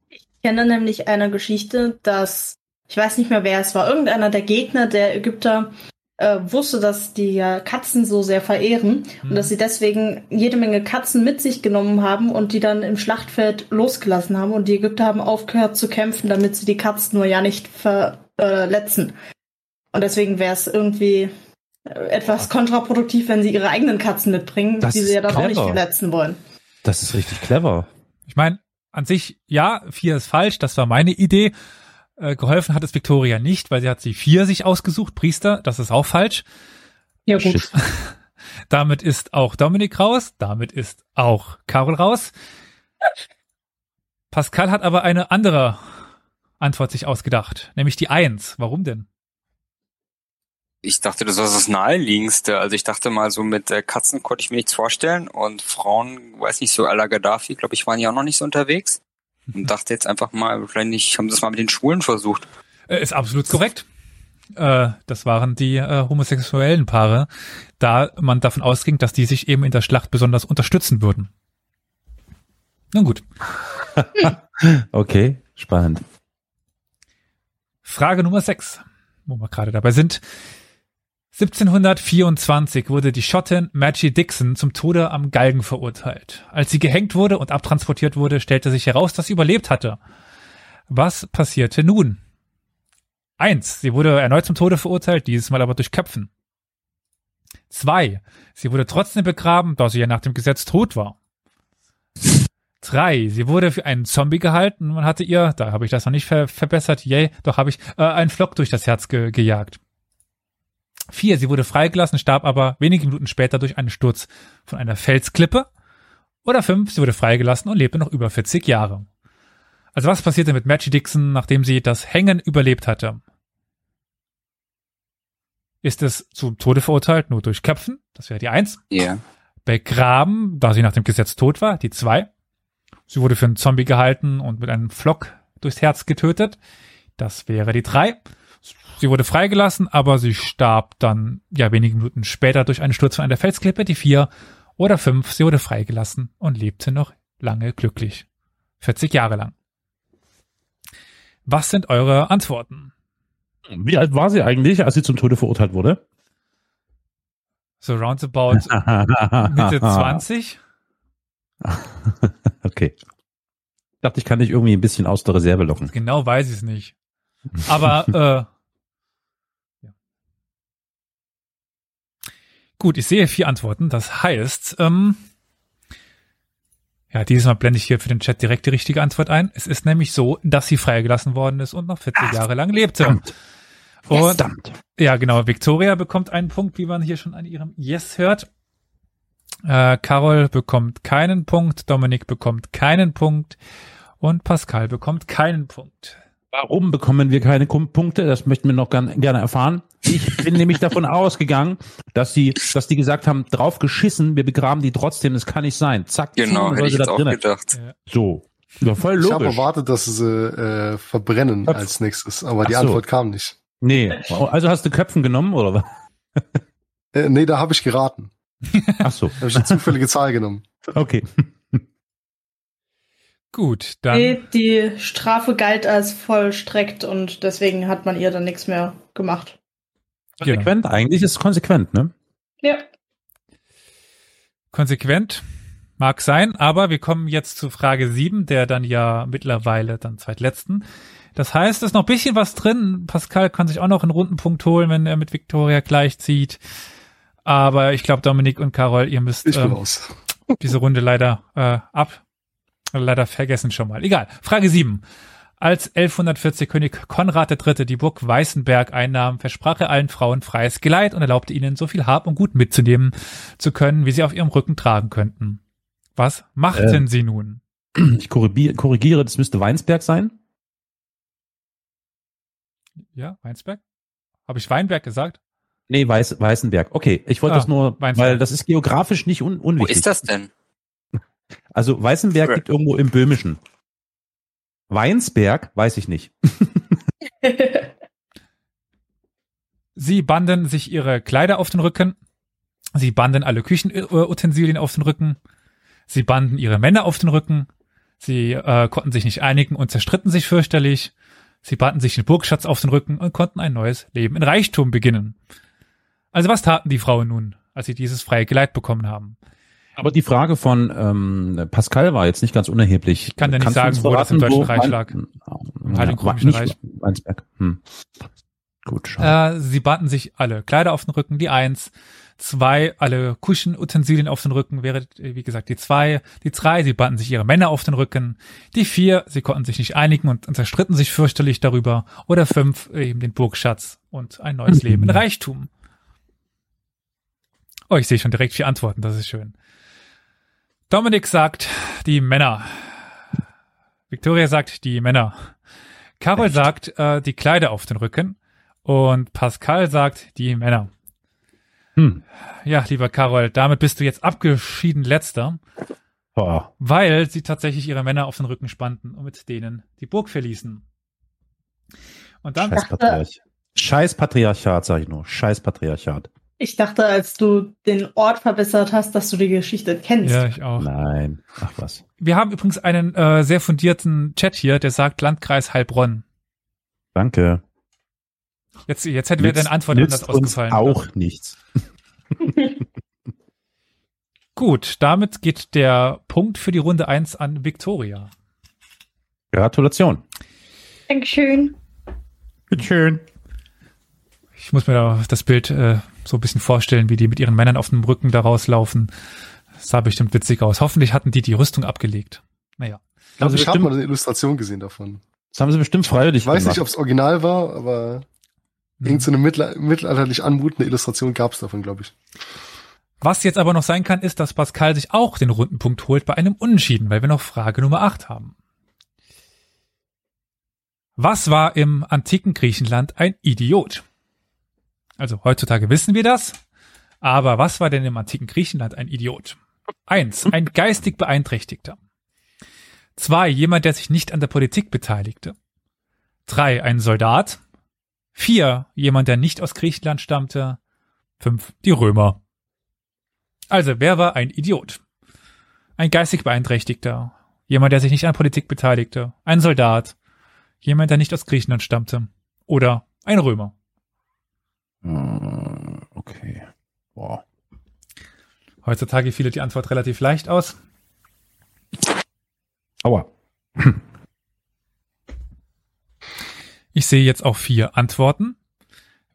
Speaker 6: Ich kenne nämlich eine Geschichte, dass, ich weiß nicht mehr wer es war, irgendeiner der Gegner der Ägypter äh, wusste, dass die ja Katzen so sehr verehren
Speaker 2: Mhm.
Speaker 6: und dass sie deswegen jede Menge Katzen mit sich genommen haben und die dann im Schlachtfeld losgelassen haben und die Ägypter haben aufgehört zu kämpfen, damit sie die Katzen nur ja nicht verletzen. Und deswegen wäre es irgendwie äh, etwas kontraproduktiv, wenn sie ihre eigenen Katzen mitbringen,
Speaker 1: Das
Speaker 6: die
Speaker 1: ist
Speaker 6: sie ja dann auch nicht
Speaker 1: clever.
Speaker 6: verletzen wollen.
Speaker 1: Das ist richtig clever.
Speaker 2: Ich meine, an sich, ja, vier ist falsch, das war meine Idee. Äh, geholfen hat es Victoria nicht, weil sie hat sie vier sich ausgesucht, Priester, das ist auch falsch.
Speaker 6: Ja, gut.
Speaker 1: Shit.
Speaker 2: Damit ist auch Dominik raus, damit ist auch Carol raus. Pascal hat aber eine andere Antwort sich ausgedacht, nämlich die Eins. Warum denn?
Speaker 4: Ich dachte, das war das Naheliegendste. Also ich dachte mal, so mit äh, Katzen konnte ich mir nichts vorstellen und Frauen, weiß nicht, so à la Gaddafi, glaube ich, waren ja auch noch nicht so unterwegs. Und dachte jetzt einfach mal, wahrscheinlich haben sie es mal mit den Schwulen versucht.
Speaker 2: Äh, Ist absolut korrekt. Äh, das waren die äh, homosexuellen Paare, da man davon ausging, dass die sich eben in der Schlacht besonders unterstützen würden. Nun gut.
Speaker 1: Okay, spannend.
Speaker 2: Frage Nummer 6, wo wir gerade dabei sind. 1724 wurde die Schottin Maggie Dixon zum Tode am Galgen verurteilt. Als sie gehängt wurde und abtransportiert wurde, stellte sich heraus, dass sie überlebt hatte. Was passierte nun? Eins, Sie wurde erneut zum Tode verurteilt, dieses Mal aber durch Köpfen. Zwei, Sie wurde trotzdem begraben, da sie ja nach dem Gesetz tot war. Drei, sie wurde für einen Zombie gehalten und man hatte ihr, da habe ich das noch nicht ver verbessert, yay, doch habe ich, äh, einen Flock durch das Herz ge gejagt. Vier, sie wurde freigelassen, starb aber wenige Minuten später durch einen Sturz von einer Felsklippe. Oder fünf, sie wurde freigelassen und lebte noch über 40 Jahre. Also was passierte mit Maggie Dixon, nachdem sie das Hängen überlebt hatte? Ist es zum Tode verurteilt, nur durch Köpfen? Das wäre die Eins
Speaker 4: Ja.
Speaker 2: begraben, da sie nach dem Gesetz tot war, die zwei. Sie wurde für einen Zombie gehalten und mit einem Flock durchs Herz getötet. Das wäre die drei. Sie wurde freigelassen, aber sie starb dann ja wenige Minuten später durch einen Sturz von einer Felsklippe, die vier. Oder fünf, sie wurde freigelassen und lebte noch lange glücklich. 40 Jahre lang. Was sind eure Antworten?
Speaker 1: Wie alt war sie eigentlich, als sie zum Tode verurteilt wurde?
Speaker 2: So roundabout Mitte 20?
Speaker 1: Okay. Ich dachte, ich kann dich irgendwie ein bisschen aus der Reserve locken.
Speaker 2: Genau weiß ich es nicht. Aber äh, ja. gut, ich sehe vier Antworten. Das heißt, ähm, ja, dieses Mal blende ich hier für den Chat direkt die richtige Antwort ein. Es ist nämlich so, dass sie freigelassen worden ist und noch 40 Jahre lang lebte.
Speaker 1: Verdammt.
Speaker 2: Und
Speaker 1: Verdammt.
Speaker 2: ja, genau, Victoria bekommt einen Punkt, wie man hier schon an ihrem Yes hört. Äh, Carol bekommt keinen Punkt, Dominik bekommt keinen Punkt und Pascal bekommt keinen Punkt.
Speaker 1: Warum bekommen wir keine Kum- Punkte? Das möchten wir noch gern, gerne erfahren. Ich bin nämlich davon ausgegangen, dass die, dass die gesagt haben, drauf geschissen, wir begraben die trotzdem, das kann nicht sein. Zack,
Speaker 4: Genau,
Speaker 1: zack,
Speaker 4: hätte
Speaker 1: soll
Speaker 4: ich
Speaker 1: sie
Speaker 4: jetzt
Speaker 1: da
Speaker 4: auch
Speaker 1: drinnen.
Speaker 4: gedacht.
Speaker 1: So. Ja, voll
Speaker 5: Ich habe
Speaker 1: logisch.
Speaker 5: erwartet, dass sie äh, verbrennen
Speaker 1: Köpfe.
Speaker 5: als nächstes, aber die
Speaker 1: Ach so.
Speaker 5: Antwort kam nicht.
Speaker 1: Nee, also hast du Köpfen genommen oder was?
Speaker 5: Äh, nee, da habe ich geraten.
Speaker 1: Ach so,
Speaker 5: Da habe ich eine zufällige Zahl genommen.
Speaker 1: okay.
Speaker 2: Gut, dann
Speaker 6: Nee, die Strafe galt als vollstreckt und deswegen hat man ihr dann nichts mehr gemacht.
Speaker 2: genau.
Speaker 1: Konsequent eigentlich ist es konsequent, ne?
Speaker 6: Ja.
Speaker 2: konsequent. Mag sein, aber wir kommen jetzt zu Frage 7, der dann ja mittlerweile dann zweitletzten. Das heißt, es ist noch ein bisschen was drin. Pascal kann sich auch noch einen runden Punkt holen, wenn er mit Victoria gleichzieht. Aber ich glaube, Dominik und Carol, ihr müsst
Speaker 5: Ich bin
Speaker 2: ähm,
Speaker 5: aus.
Speaker 2: diese Runde leider äh, ab. Leider vergessen schon mal. Egal. Frage 7. Als 1140 König Konrad III. die Burg Weißenberg einnahm, versprach er allen Frauen freies Geleit und erlaubte ihnen, so viel Hab und Gut mitzunehmen zu können, wie sie auf ihrem Rücken tragen könnten. Was machten
Speaker 1: Ähm.
Speaker 2: sie nun?
Speaker 1: Ich korrigiere, korrigiere, das müsste Weinsberg sein.
Speaker 2: Ja, Weinsberg? Habe ich Weinberg gesagt?
Speaker 1: Nee, Weiß, Weißenberg. Okay, ich wollte
Speaker 2: Ah,
Speaker 1: das nur,
Speaker 2: Weinsberg.
Speaker 1: weil das ist geografisch nicht un
Speaker 4: Wo
Speaker 1: unwichtig.
Speaker 4: ist das denn?
Speaker 1: Also Weißenberg
Speaker 4: Okay.
Speaker 1: liegt irgendwo im Böhmischen. Weinsberg weiß ich nicht.
Speaker 2: Sie banden sich ihre Kleider auf den Rücken. Sie banden alle Küchenutensilien auf den Rücken. Sie banden ihre Männer auf den Rücken. Sie äh, konnten sich nicht einigen und zerstritten sich fürchterlich. Sie banden sich den Burgschatz auf den Rücken und konnten ein neues Leben in Reichtum beginnen. Also was taten die Frauen nun, als sie dieses freie Geleit bekommen haben?
Speaker 1: Aber die Frage von ähm, Pascal war jetzt nicht ganz unerheblich. Ich
Speaker 2: kann dir nicht sagen, wo das im Deutschen Reich lag.
Speaker 1: Hm,
Speaker 2: Halt
Speaker 1: Im
Speaker 2: Heiligen Römischen
Speaker 1: Weinsberg. Hm. Gut, schade.
Speaker 2: Äh, sie banden sich alle Kleider auf den Rücken, die eins. zwei alle Kuschenutensilien auf den Rücken, wäre, äh, wie gesagt, die zwei, die drei, sie banden sich ihre Männer auf den Rücken, die vier, sie konnten sich nicht einigen und, und zerstritten sich fürchterlich darüber, oder fünf, äh, eben den Burgschatz und ein neues Leben in Reichtum. Oh, ich sehe schon direkt vier Antworten, das ist schön. Dominik sagt, die Männer. Victoria sagt, die Männer. Carol sagt, äh, die Kleider auf den Rücken. Und Pascal sagt, die Männer.
Speaker 1: Hm.
Speaker 2: Ja, lieber Carol, damit bist du jetzt abgeschieden letzter,
Speaker 1: Boah.
Speaker 2: weil sie tatsächlich ihre Männer auf den Rücken spannten und mit denen die Burg verließen. Und dann
Speaker 1: Scheiß Patriarch. Scheiß Patriarchat, sag ich nur. Scheiß Patriarchat.
Speaker 6: Ich dachte, als du den Ort verbessert hast, dass du die Geschichte kennst.
Speaker 2: ja, ich auch.
Speaker 1: Nein. Ach was.
Speaker 2: Wir haben übrigens einen äh, sehr fundierten Chat hier, der sagt Landkreis Heilbronn.
Speaker 1: Danke.
Speaker 2: Jetzt, jetzt hätte mir deine Antwort anders
Speaker 1: nützt uns
Speaker 2: ausgefallen.
Speaker 1: auch nichts.
Speaker 2: Gut, damit geht der Punkt für die Runde 1 an Victoria.
Speaker 1: Gratulation.
Speaker 6: Dankeschön.
Speaker 1: Bitteschön.
Speaker 2: Ich muss mir da das Bild äh, so ein bisschen vorstellen, wie die mit ihren Männern auf dem Rücken da rauslaufen. Das sah bestimmt witzig aus. Hoffentlich hatten die die Rüstung abgelegt. Naja.
Speaker 1: Das,
Speaker 5: Ich,
Speaker 1: haben sie
Speaker 5: Also ich habe mal
Speaker 1: bestimmt,
Speaker 5: eine Illustration gesehen davon.
Speaker 1: das haben sie bestimmt freiwillig
Speaker 5: Ich weiß
Speaker 1: gemacht.
Speaker 5: nicht, ob es original war, aber
Speaker 2: Mhm.
Speaker 5: irgendeine mittel mittelalterlich anmutende Illustration gab es davon, glaube ich.
Speaker 2: Was jetzt aber noch sein kann, ist, dass Pascal sich auch den Rundenpunkt holt bei einem Unentschieden, weil wir noch Frage Nummer 8 haben. Was war im antiken Griechenland ein Idiot? Also heutzutage wissen wir das, aber was war denn im antiken Griechenland ein Idiot? Eins, Ein geistig Beeinträchtigter. Zwei, Jemand, der sich nicht an der Politik beteiligte. Drei, Ein Soldat. Vier, Jemand, der nicht aus Griechenland stammte. Fünf, Die Römer. Also, wer war ein Idiot? Ein geistig Beeinträchtigter. Jemand, der sich nicht an Politik beteiligte. Ein Soldat. Jemand, der nicht aus Griechenland stammte. Oder ein Römer.
Speaker 1: Äh, Okay. Boah.
Speaker 2: Heutzutage fiel die Antwort relativ leicht aus.
Speaker 1: Aua.
Speaker 2: Ich sehe jetzt auch vier Antworten.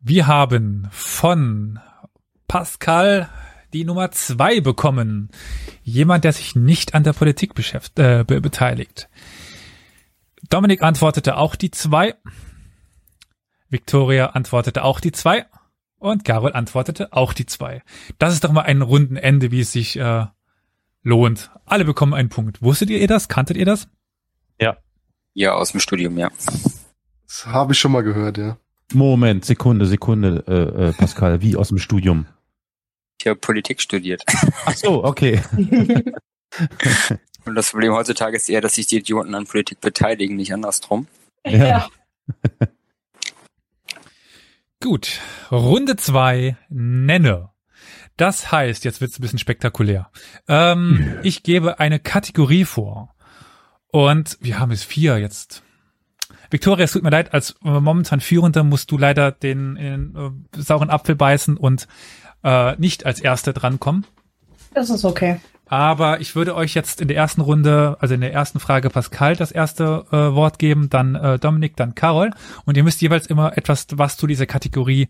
Speaker 2: Wir haben von Pascal die Nummer zwei bekommen. Jemand, der sich nicht an der Politik beschäft, äh, be beteiligt. Dominik antwortete auch die zwei. Victoria antwortete auch die zwei. Und Carol antwortete auch die zwei. Das ist doch mal ein runden Ende, wie es sich äh, lohnt. Alle bekommen einen Punkt. Wusstet ihr das? Kanntet ihr das?
Speaker 4: Ja, aus dem Studium, ja.
Speaker 5: Das habe ich schon mal gehört, ja.
Speaker 1: Moment, Sekunde, Sekunde, äh, äh, Pascal, wie aus dem Studium.
Speaker 4: Ich habe Politik studiert.
Speaker 1: Ach so, okay.
Speaker 4: Und das Problem heutzutage ist eher, dass sich die Idioten an Politik beteiligen, nicht andersrum.
Speaker 1: Ja.
Speaker 2: Gut, Runde zwei nenne. Das heißt, jetzt wird's ein bisschen spektakulär. Ähm, ich gebe eine Kategorie vor. Und wir haben es vier jetzt. Victoria, es tut mir leid, als äh, momentan Führender musst du leider den, in den äh, sauren Apfel beißen und äh, nicht als Erste drankommen.
Speaker 6: Das ist okay.
Speaker 2: Aber ich würde euch jetzt in der ersten Runde, also in der ersten Frage Pascal das erste äh, Wort geben, dann äh, Dominik, dann Carol. Und ihr müsst jeweils immer etwas, was zu dieser Kategorie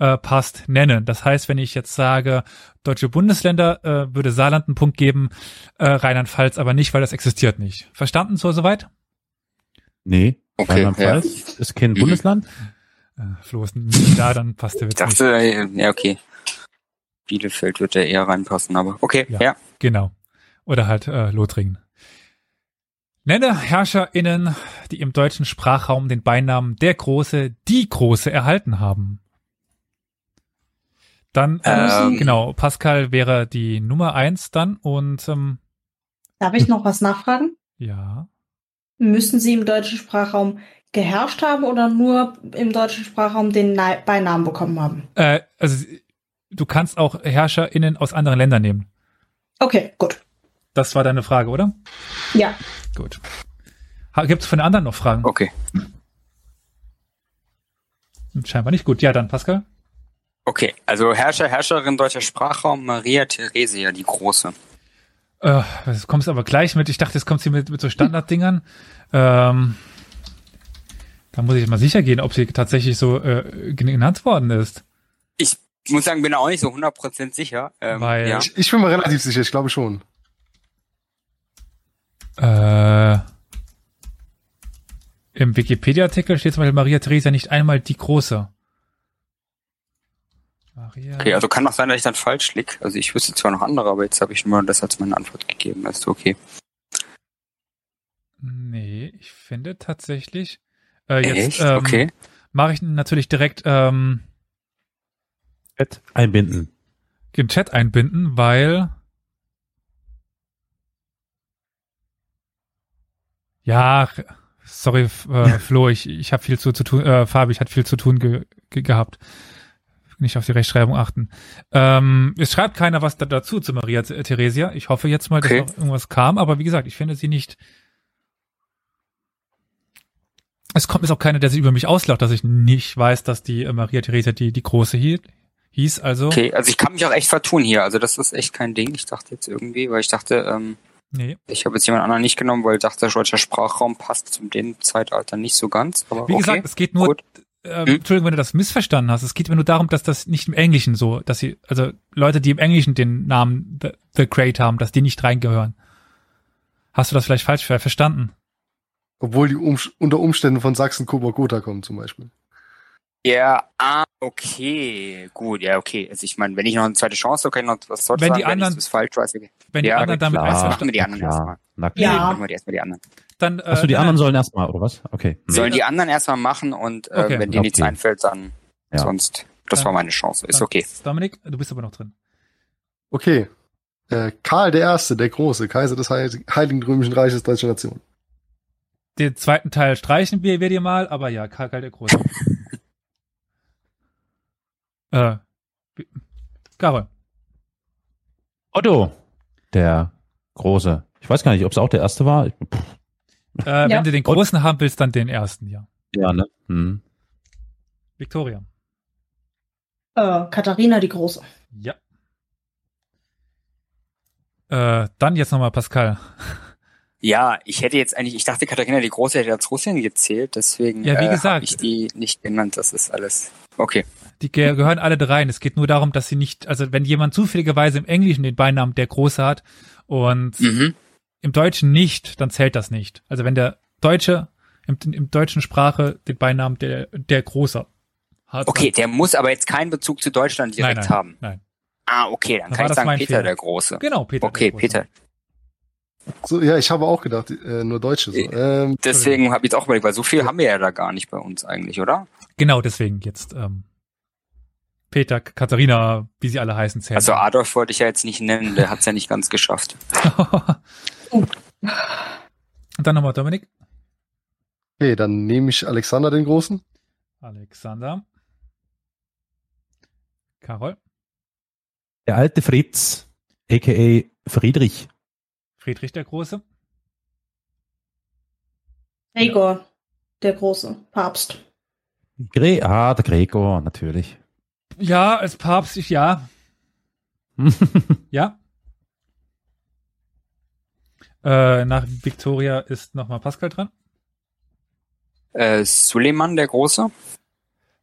Speaker 2: äh, passt, nennen. Das heißt, wenn ich jetzt sage, deutsche Bundesländer, äh, würde Saarland einen Punkt geben, äh, Rheinland-Pfalz aber nicht, weil das existiert nicht. Verstanden so soweit?
Speaker 1: Nee,
Speaker 4: Okay,
Speaker 1: Rheinland-Pfalz ist kein
Speaker 4: Mhm.
Speaker 1: Bundesland.
Speaker 2: Äh, Flo ist nicht da, dann passt der
Speaker 4: Ich
Speaker 2: Witz nicht.
Speaker 4: dachte, äh, ja, okay. Bielefeld wird da eher reinpassen, aber okay,
Speaker 2: Ja.
Speaker 4: ja.
Speaker 2: Genau. Oder halt äh, Lothringen. Nenne HerrscherInnen, die im deutschen Sprachraum den Beinamen der Große, die Große erhalten haben. Dann, äh,
Speaker 4: Ähm.
Speaker 2: genau, Pascal wäre die Nummer eins dann und ähm,
Speaker 6: Darf ich noch was nachfragen?
Speaker 2: ja.
Speaker 6: Müssen sie im deutschen Sprachraum geherrscht haben oder nur im deutschen Sprachraum den Na Beinamen bekommen haben?
Speaker 2: Äh, also du kannst auch HerrscherInnen aus anderen Ländern nehmen.
Speaker 6: Okay, gut.
Speaker 2: Das war deine Frage, oder?
Speaker 6: Ja.
Speaker 2: Gut. Gibt es von den anderen noch Fragen?
Speaker 4: Okay.
Speaker 2: Scheinbar nicht. Gut, ja, dann Pascal.
Speaker 4: Okay, also Herrscher, Herrscherin deutscher Sprachraum, Maria Theresia, die Große.
Speaker 2: Äh, das kommst aber gleich mit. Ich dachte, jetzt kommt sie mit, mit so Standarddingern. Ähm, da muss ich mal sicher gehen, ob sie tatsächlich so äh, gen- genannt worden ist.
Speaker 4: Ich muss sagen, bin da auch nicht so 100% sicher. Ähm,
Speaker 2: Weil-
Speaker 4: ja.
Speaker 5: Ich, ich bin mir relativ sicher, ich glaube schon.
Speaker 2: Äh, Im Wikipedia-Artikel steht zum Beispiel Maria Theresia nicht einmal die Große. Maria.
Speaker 4: Okay, also kann auch sein, dass ich dann falsch lieg. Also ich wüsste zwar noch andere, aber jetzt habe ich nur das als meine Antwort gegeben. Das ist okay.
Speaker 2: Nee, ich finde tatsächlich. Äh, jetzt
Speaker 4: Echt?
Speaker 2: ähm,
Speaker 4: okay.
Speaker 2: mache ich natürlich direkt ähm,
Speaker 1: Chat einbinden.
Speaker 2: den Chat einbinden, weil. Ja, r- sorry, F- äh, Flo, ich, ich habe viel zu, zu tun, äh, Fabi, ich hatte viel zu tun ge, ge, gehabt. Nicht auf die Rechtschreibung achten. Ähm, es schreibt keiner was da, dazu zu Maria Th- Theresia. Ich hoffe jetzt mal, dass
Speaker 4: Okay.
Speaker 2: noch irgendwas kam, aber wie gesagt, ich finde sie nicht. Es kommt jetzt auch keiner, der sich über mich auslacht, dass ich nicht weiß, dass die äh, Maria Theresia die, die große hielt, hieß. Also.
Speaker 4: Okay, also ich kann mich auch echt vertun hier. Also das ist echt kein Ding. Ich dachte jetzt irgendwie, weil ich dachte, ähm,
Speaker 2: Nee.
Speaker 4: ich habe jetzt jemand anderen nicht genommen, weil ich dachte, deutscher Sprachraum passt zu dem Zeitalter nicht so ganz. Aber
Speaker 2: Wie
Speaker 4: okay.
Speaker 2: gesagt, es geht nur,
Speaker 4: gut.
Speaker 2: äh,
Speaker 4: Hm?
Speaker 2: Entschuldigung, wenn du das missverstanden hast, es geht mir nur darum, dass das nicht im Englischen so, dass sie, also Leute, die im Englischen den Namen The, The Great haben, dass die nicht reingehören. Hast du das vielleicht falsch ver- verstanden?
Speaker 5: Obwohl die um, unter Umständen von Sachsen Coburg Gotha kommen zum Beispiel.
Speaker 4: Ja, ah, okay. Gut, ja, okay. Also ich meine, wenn ich noch eine zweite Chance habe, kann ich noch was dort
Speaker 2: Wenn
Speaker 4: sagen,
Speaker 2: die anderen-
Speaker 4: wenn ich das falsch weiß. Okay.
Speaker 2: Wenn die
Speaker 4: Ja,
Speaker 2: anderen damit
Speaker 1: klar.
Speaker 4: Machen
Speaker 2: einverstanden
Speaker 4: wir die anderen
Speaker 1: Ja.
Speaker 4: erstmal.
Speaker 1: Na
Speaker 6: Ja.
Speaker 4: Nee, machen wir die erstmal die anderen.
Speaker 2: dann äh,
Speaker 1: Achso, die anderen sollen erstmal, oder was? Okay. Hm.
Speaker 4: Sollen die anderen erstmal machen und äh,
Speaker 2: Okay.
Speaker 4: wenn dir nichts
Speaker 1: Okay.
Speaker 4: einfällt, dann
Speaker 1: Ja.
Speaker 4: sonst. Das
Speaker 2: Dann-
Speaker 4: war meine Chance. Ist
Speaker 2: dann-
Speaker 4: okay.
Speaker 2: Dominik, du bist aber noch drin.
Speaker 5: Okay. Äh, Karl der Erste, der Große, Kaiser des Heil- Heiligen Römischen Reiches Deutscher Nation.
Speaker 2: Den zweiten Teil streichen wir, wir dir mal, aber ja, Karl Karl der Große. äh, wie- Karol.
Speaker 1: Otto, der Große. Ich weiß gar nicht, ob es auch der erste war. Ich- Pff,
Speaker 2: Äh,
Speaker 6: Ja.
Speaker 2: Wenn du den Großen haben willst, dann den ersten, ja.
Speaker 1: Ja, ne? Hm.
Speaker 2: Victoria.
Speaker 6: Äh, Katharina die Große.
Speaker 2: Ja. Äh, dann jetzt nochmal Pascal.
Speaker 4: Ja, ich hätte jetzt eigentlich, ich dachte Katharina die Große hätte als Russin gezählt, deswegen
Speaker 2: Ja, wie
Speaker 4: äh,
Speaker 2: gesagt.
Speaker 4: habe ich die nicht genannt. Das ist alles. Okay.
Speaker 2: Die ge
Speaker 4: Hm.
Speaker 2: gehören alle drei rein. Es geht nur darum, dass sie nicht, also wenn jemand zufälligerweise im Englischen den Beinamen der Große hat und
Speaker 4: Mhm.
Speaker 2: im Deutschen nicht, dann zählt das nicht. Also wenn der Deutsche im, im deutschen Sprache den Beinamen der, der Große hat.
Speaker 4: Okay, der muss aber jetzt keinen Bezug zu Deutschland
Speaker 2: Nein,
Speaker 4: direkt
Speaker 2: nein,
Speaker 4: haben.
Speaker 2: Nein.
Speaker 4: Ah, okay,
Speaker 2: Dann
Speaker 4: dann
Speaker 2: war
Speaker 4: kann ich
Speaker 2: das
Speaker 4: sagen
Speaker 2: mein
Speaker 4: Peter
Speaker 2: Fehler.
Speaker 4: der Große.
Speaker 2: Genau, Peter. der
Speaker 4: Okay,
Speaker 2: Große.
Speaker 4: Peter.
Speaker 5: So, ja, ich habe auch gedacht, äh, nur Deutsche. So. Ähm,
Speaker 4: Deswegen habe ich jetzt auch überlegt, weil so viel haben wir ja da gar nicht bei uns eigentlich, oder?
Speaker 2: Genau, deswegen jetzt ähm, Peter, Katharina, wie sie alle heißen, zählen.
Speaker 4: Also Adolf wollte ich ja jetzt nicht nennen, der hat es ja nicht ganz geschafft. ah.
Speaker 2: Und dann nochmal Dominik.
Speaker 5: okay, dann nehme ich Alexander den Großen.
Speaker 2: Alexander. Karol.
Speaker 1: Der alte Fritz, a.k.a. Friedrich.
Speaker 2: Friedrich der Große.
Speaker 6: Gregor der Große. Papst.
Speaker 1: Gre ah, der Gregor, natürlich.
Speaker 2: Ja, als Papst, ich, ja. Ja. Äh, nach Victoria ist nochmal Pascal dran.
Speaker 4: Äh, Suleiman der Große?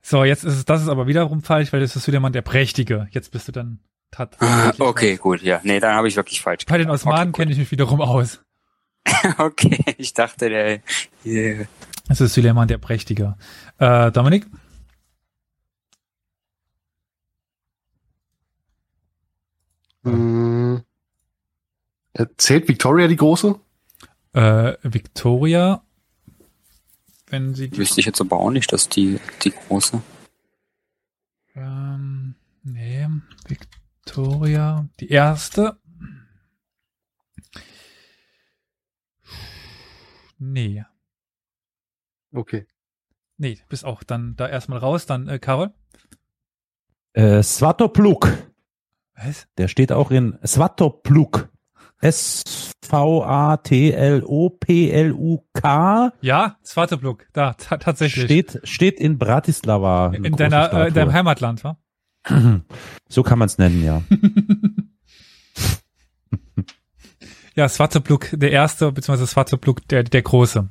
Speaker 2: So, jetzt ist es, das ist aber wiederum falsch, weil das ist wieder mal der Prächtige. Jetzt bist du dann tat.
Speaker 4: Ah, Okay, gut, ja. Nee, dann habe ich wirklich falsch.
Speaker 2: Bei den Osmanen
Speaker 4: okay,
Speaker 2: kenne ich mich wiederum aus.
Speaker 4: ich. Okay, ich dachte, der. Yeah.
Speaker 2: Es ist Suleiman der Prächtige. Äh, Dominik,
Speaker 5: Hm. Äh, Zählt Victoria die Große?
Speaker 2: äh, Victoria, wenn sie die
Speaker 4: Wüsste ich jetzt aber auch nicht, dass die, die Große.
Speaker 2: Ähm, nee, Victoria, die erste. Nee,
Speaker 5: Okay.
Speaker 2: nee, bist auch dann da erstmal raus, dann äh, Karol.
Speaker 1: Äh, Svatopluk,
Speaker 2: Was?
Speaker 1: der steht auch in Svatopluk. S-V-A-T-L-O-P-L-U-K
Speaker 2: Ja, zweiter Block, da, ta tatsächlich.
Speaker 1: steht, steht in Bratislava. eine
Speaker 2: in
Speaker 1: große
Speaker 2: deiner, äh, in deinem
Speaker 1: Statue.
Speaker 2: Heimatland, wa?
Speaker 1: So kann man es nennen, ja.
Speaker 2: ja, Swateplug der Erste, beziehungsweise Swateplug der, der Große.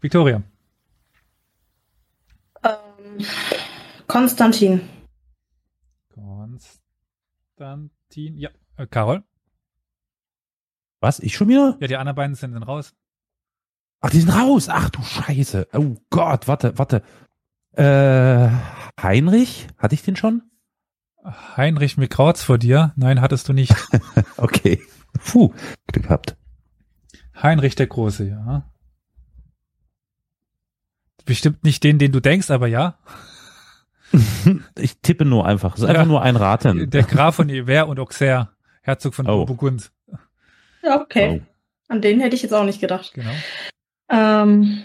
Speaker 2: Victoria,
Speaker 6: Ähm, Konstantin.
Speaker 2: Konstantin. Ja, äh, Carol.
Speaker 1: Was? Ich schon wieder?
Speaker 2: Ja, die anderen beiden sind dann raus.
Speaker 1: Ach, die sind raus. Ach du Scheiße. Oh Gott, warte, warte. Äh, Heinrich? Hatte ich den schon?
Speaker 2: Heinrich mit Krautz vor dir. Nein, hattest du nicht.
Speaker 1: Okay. Puh, Glück gehabt.
Speaker 2: Heinrich der Große, ja. Bestimmt nicht den, den du denkst, aber ja.
Speaker 1: Ich tippe nur einfach. Es ist einfach
Speaker 2: Ja.
Speaker 1: nur ein Raten.
Speaker 2: Der Graf von Evere und Auxerre, Herzog von
Speaker 1: Hm. Oh.
Speaker 2: Burgund.
Speaker 6: Ja, okay.
Speaker 2: Oh.
Speaker 6: An den hätte ich jetzt auch nicht gedacht.
Speaker 2: Genau.
Speaker 6: Ähm,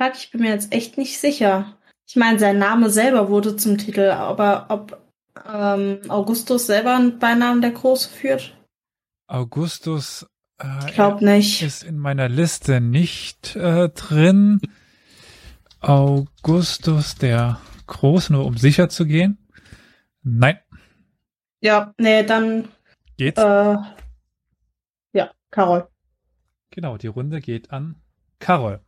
Speaker 6: fuck, ich bin mir jetzt echt nicht sicher. Ich meine, sein Name selber wurde zum Titel, aber ob ähm, Augustus selber einen Beinamen der Große führt?
Speaker 2: Augustus äh,
Speaker 6: Ich glaube nicht.
Speaker 2: ist in meiner Liste nicht äh, drin. Augustus der Große, nur um sicher zu gehen. Nein,
Speaker 6: Ja, nee, dann
Speaker 2: geht's.
Speaker 6: äh, ja, Carol.
Speaker 2: Genau, die Runde geht an Karol.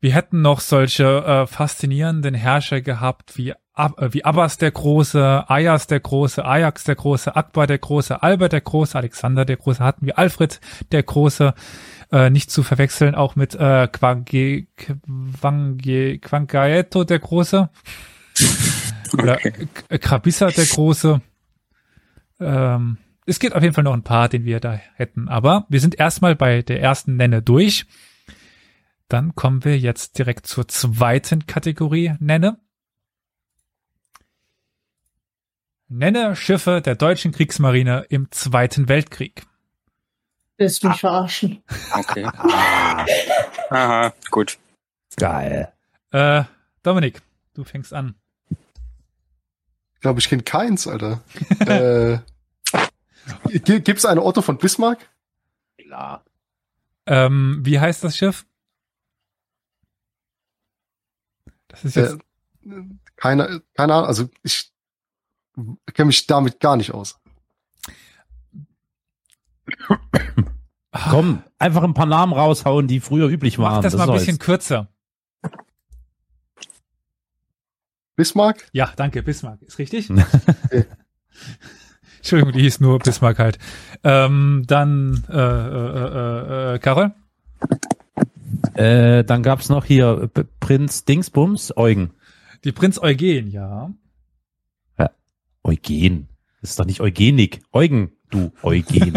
Speaker 2: Wir hätten noch solche äh, faszinierenden Herrscher gehabt wie, Ab äh, wie Abbas der Große, Ayas der Große, Ajax der Große, Akbar der Große, Albert der Große, Alexander der Große, hatten wir Alfred der Große, äh, nicht zu verwechseln auch mit äh, Quange, Quange, Quangaeto der Große oder
Speaker 4: Okay.
Speaker 2: K- äh, Krabissa der Große. Ähm, es gibt auf jeden Fall noch ein paar, den wir da hätten. Aber wir sind erstmal bei der ersten Nenne durch. Dann kommen wir jetzt direkt zur zweiten Kategorie Nenne. Nenne Schiffe der deutschen Kriegsmarine im Zweiten Weltkrieg.
Speaker 6: Willst du mich verarschen?
Speaker 4: Okay.
Speaker 1: Ah.
Speaker 4: Aha, gut.
Speaker 1: Geil.
Speaker 2: Äh, Dominik, du fängst an.
Speaker 5: Ich glaube, ich kenne keins, Alter. äh, gi- gibt's eine Otto von Bismarck?
Speaker 1: Klar.
Speaker 2: Ähm, wie heißt das Schiff? Das ist jetzt.
Speaker 5: Keine, Äh, keine Ahnung. Also ich kenne mich damit gar nicht aus.
Speaker 2: Ah,
Speaker 1: Komm, einfach ein paar Namen raushauen, die früher üblich waren.
Speaker 2: mach das, mal ein
Speaker 1: soll's.
Speaker 2: bisschen kürzer.
Speaker 5: Bismarck?
Speaker 2: Ja, danke, Bismarck. Ist richtig?
Speaker 5: Okay.
Speaker 2: Entschuldigung, die hieß nur Bismarck halt. Ähm, dann, äh, äh, äh, äh, Karol?
Speaker 1: Äh, dann gab's noch hier äh, P- Prinz Dingsbums, Eugen.
Speaker 2: Die Prinz Eugen, ja.
Speaker 1: Eugen. Das ist doch nicht Eugenik. Eugen, du Eugen.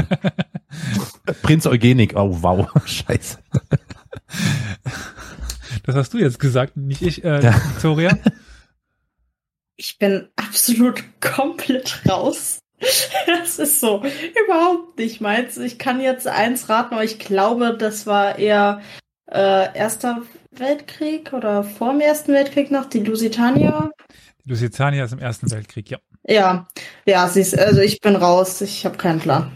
Speaker 1: Prinz Eugenik. Oh, wow. Scheiße.
Speaker 2: Das hast du jetzt gesagt, nicht ich, äh,
Speaker 1: Ja.
Speaker 2: Victoria.
Speaker 6: Ich bin absolut komplett raus. Das ist so überhaupt nicht meins. Ich kann jetzt eins raten, aber ich glaube, das war eher äh, Erster Weltkrieg oder vor dem Ersten Weltkrieg noch, die Lusitania.
Speaker 2: Die Lusitania ist im Ersten Weltkrieg, ja.
Speaker 6: Ja, ja, sie ist, also ich bin raus. Ich habe keinen Plan.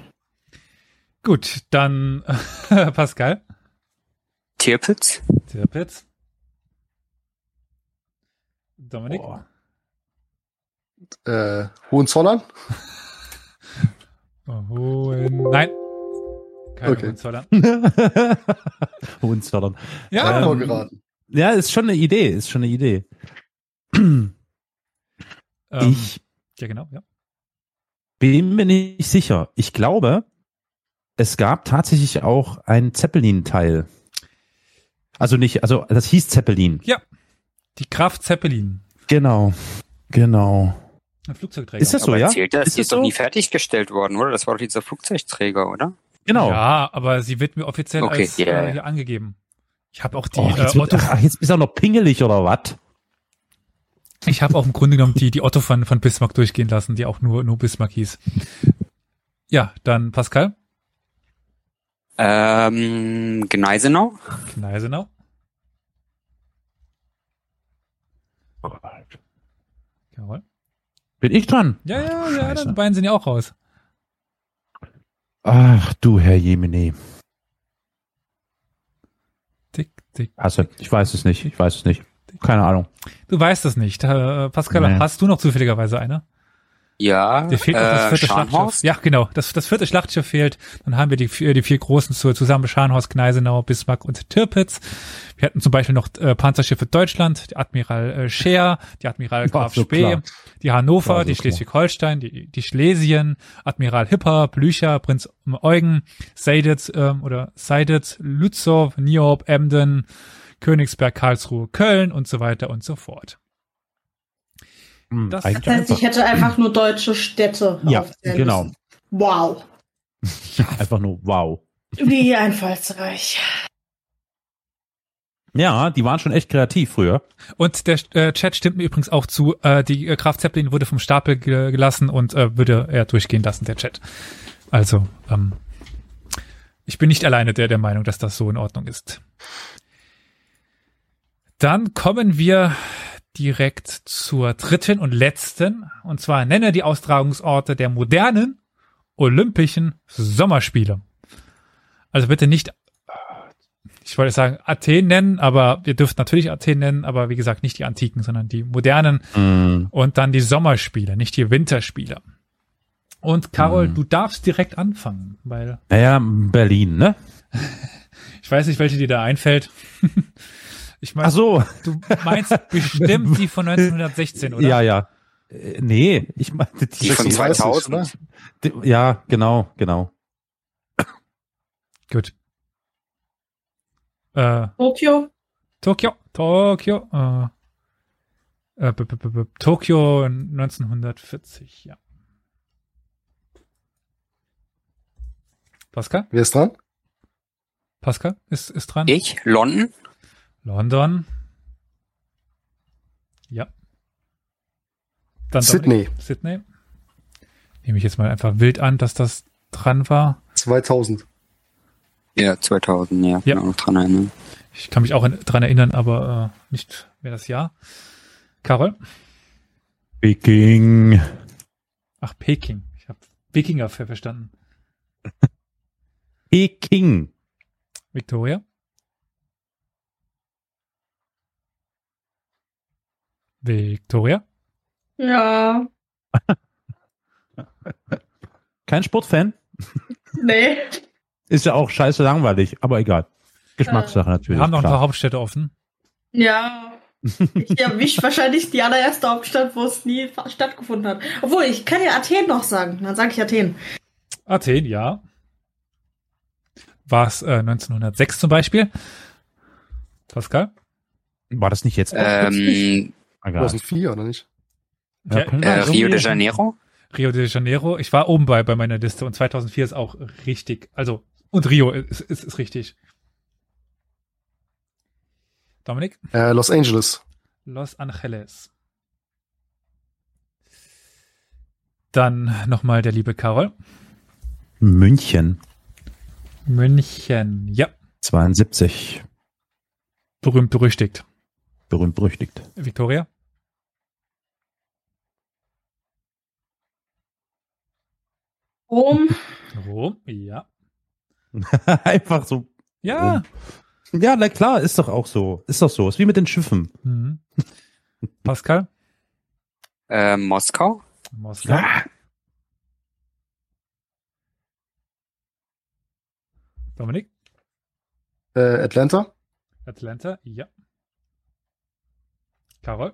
Speaker 2: Gut, dann äh, Pascal.
Speaker 4: Tierpitz?
Speaker 2: Der Pitz. Dominik.
Speaker 1: Boah.
Speaker 5: Äh, Hohenzollern?
Speaker 2: Hohen. Nein. Keine
Speaker 5: Okay.
Speaker 2: Hohenzollern.
Speaker 1: Uns fördern.
Speaker 5: Hab
Speaker 2: Ja,
Speaker 5: ich mal
Speaker 1: Ähm,
Speaker 5: geraten.
Speaker 1: Ja, ist schon eine Idee. Ist schon eine Idee.
Speaker 2: ähm,
Speaker 1: Ich
Speaker 2: Ja, genau, ja.
Speaker 1: Bin mir nicht sicher. Ich glaube, es gab tatsächlich auch einen Zeppelin-Teil. Also nicht, also das hieß Zeppelin.
Speaker 2: Die Kraft Zeppelin.
Speaker 1: Genau. Genau.
Speaker 2: Ein Flugzeugträger.
Speaker 1: Ist das so,
Speaker 4: Aber
Speaker 1: ja?
Speaker 4: zählt das?
Speaker 1: Ist
Speaker 4: Die
Speaker 1: das
Speaker 4: ist doch
Speaker 1: so?
Speaker 4: nie fertiggestellt worden, oder? Das war doch dieser Flugzeugträger, oder?
Speaker 1: Genau.
Speaker 2: Ja, aber sie wird mir offiziell
Speaker 4: Okay,
Speaker 2: als
Speaker 4: ja,
Speaker 2: äh,
Speaker 4: ja.
Speaker 2: hier angegeben. Ich habe auch die
Speaker 1: Oh, jetzt,
Speaker 2: äh,
Speaker 1: wird,
Speaker 2: Otto,
Speaker 1: ach, jetzt bist du auch noch pingelig oder was?
Speaker 2: ich habe auch im Grunde genommen die die Otto von von Bismarck durchgehen lassen, die auch nur nur Bismarck hieß. Ja, dann Pascal
Speaker 4: Ähm, Gneisenau?
Speaker 2: Kneisenau. Jawohl.
Speaker 1: Bin ich dran?
Speaker 2: Ja, ja,
Speaker 1: Ach,
Speaker 2: ja,
Speaker 1: Scheiße.
Speaker 2: dann beiden sind ja auch raus.
Speaker 1: Ach du Herr Jemine.
Speaker 2: Tick, tick.
Speaker 1: Also, ich weiß es nicht. Ich weiß es nicht. Keine Ahnung.
Speaker 2: Du weißt es nicht. Äh, Pascal,
Speaker 1: Nee.
Speaker 2: hast du noch zufälligerweise eine?
Speaker 4: Ja,
Speaker 2: Dir fehlt noch das
Speaker 4: äh,
Speaker 2: vierte Schlachtschiff.
Speaker 4: Scharnhorst.
Speaker 2: Ja, genau. Das, das vierte Schlachtschiff fehlt. Dann haben wir die, vier- die vier großen zu, zusammen Scharnhorst, Gneisenau, Bismarck und Tirpitz. Wir hatten zum Beispiel noch äh, Panzerschiffe Deutschland, die Admiral äh, Scheer, die Admiral
Speaker 1: War
Speaker 2: Graf
Speaker 1: so
Speaker 2: Spee,
Speaker 1: klar.
Speaker 2: die Hannover,
Speaker 1: War so
Speaker 2: die
Speaker 1: klar.
Speaker 2: Schleswig-Holstein, die, die Schlesien, Admiral Hipper, Blücher, Prinz Eugen, Seyditz ähm, oder Seyditz, Lützow, Niob, Emden, Königsberg, Karlsruhe, Köln und so weiter und so fort.
Speaker 1: Hm,
Speaker 2: Das-
Speaker 1: eigentlich
Speaker 6: Das heißt, ich
Speaker 1: einfach.
Speaker 6: hätte einfach nur deutsche Städte
Speaker 1: Ja,
Speaker 6: aufzählen
Speaker 1: genau.
Speaker 6: müssen. Wow.
Speaker 1: Einfach nur wow.
Speaker 6: Wie einfallsreich.
Speaker 1: Ja, die waren schon echt kreativ früher.
Speaker 2: Und der äh, Chat stimmt mir übrigens auch zu. Äh, die äh, Kraft Zeppelin wurde vom Stapel ge gelassen und äh, würde er durchgehen lassen, der Chat. Also, ähm, ich bin nicht alleine der, der Meinung, dass das so in Ordnung ist. Dann kommen wir direkt zur dritten und letzten. Und zwar nenne die Austragungsorte der modernen Olympischen Sommerspiele. Also bitte nicht ich wollte sagen Athen nennen, aber ihr dürft natürlich Athen nennen, aber wie gesagt nicht die antiken, sondern die modernen
Speaker 1: Hm.
Speaker 2: und dann die Sommerspiele, nicht die Winterspiele. Und Carol,
Speaker 1: Mhm.
Speaker 2: du darfst direkt anfangen, weil
Speaker 1: Naja, Berlin, ne?
Speaker 2: ich weiß nicht, welche dir da einfällt. ich meine,
Speaker 1: Ach so.
Speaker 2: du meinst bestimmt die von 1916, oder?
Speaker 1: Ja, ja. Äh, Nee, ich meinte die,
Speaker 4: Die von
Speaker 5: 36,
Speaker 4: 2000.
Speaker 5: ne?
Speaker 1: die Ja, genau, genau.
Speaker 2: Gut. Äh,
Speaker 6: Tokio?
Speaker 2: Tokio, Tokio, äh, äh, b- b- b- b- Tokio 1940, ja. Pascal?
Speaker 5: Wer ist dran?
Speaker 2: Pascal ist, ist dran.
Speaker 4: Ich, London,
Speaker 2: London. Ja. Dann
Speaker 5: Sydney.
Speaker 2: Dominik. Sydney. Nehme ich jetzt mal einfach wild an, dass das dran war.
Speaker 5: 2000.
Speaker 4: ja, 2000, ja,
Speaker 2: Ja.
Speaker 4: ja. Noch dran erinnern.
Speaker 2: Ich kann mich auch in, dran erinnern, aber äh, nicht mehr das Jahr. Carol?
Speaker 1: Peking.
Speaker 2: Ach, Peking. Ich habe Wikinger ver- verstanden.
Speaker 1: Peking.
Speaker 2: Victoria? Victoria?
Speaker 6: Ja.
Speaker 1: Kein Sportfan?
Speaker 6: Nee.
Speaker 1: Ist ja auch scheiße langweilig, aber egal. Geschmackssache natürlich.
Speaker 2: Äh, Wir haben noch ein paar
Speaker 1: klar.
Speaker 2: Hauptstädte offen.
Speaker 6: Ja. Ich erwische wahrscheinlich die allererste Hauptstadt, wo es nie fa- stattgefunden hat. Obwohl, ich kann ja Athen noch sagen. Dann sage ich Athen.
Speaker 2: Athen, ja. War es äh, 1906 zum Beispiel? Pascal?
Speaker 1: War das nicht jetzt? Ah,
Speaker 4: Ähm,
Speaker 1: Egal.
Speaker 5: 2004, oder nicht?
Speaker 1: Ja,
Speaker 2: Okay.
Speaker 4: äh,
Speaker 2: Ja, so
Speaker 4: Rio
Speaker 2: wie-
Speaker 4: de Janeiro?
Speaker 2: Rio de Janeiro. Ich war oben bei, bei meiner Liste und 2004 ist auch richtig. Also, und Rio ist, ist, ist richtig. Dominik?
Speaker 5: Äh, Los Angeles.
Speaker 2: Los Angeles. Dann nochmal der liebe Carol.
Speaker 1: München.
Speaker 2: München. Ja,
Speaker 1: 72.
Speaker 2: berühmt berüchtigt.
Speaker 1: Berühmt berüchtigt.
Speaker 2: Victoria?
Speaker 6: Rom?
Speaker 2: Rom? Ja.
Speaker 1: Einfach so.
Speaker 2: Ja.
Speaker 1: Ja, na klar, ist doch auch so. Ist doch so. Ist wie mit den Schiffen.
Speaker 2: Mhm. Pascal?
Speaker 4: Äh, Moskau?
Speaker 2: Moskau? Dominik?
Speaker 5: Äh, Atlanta.
Speaker 2: Atlanta? Ja. Carol?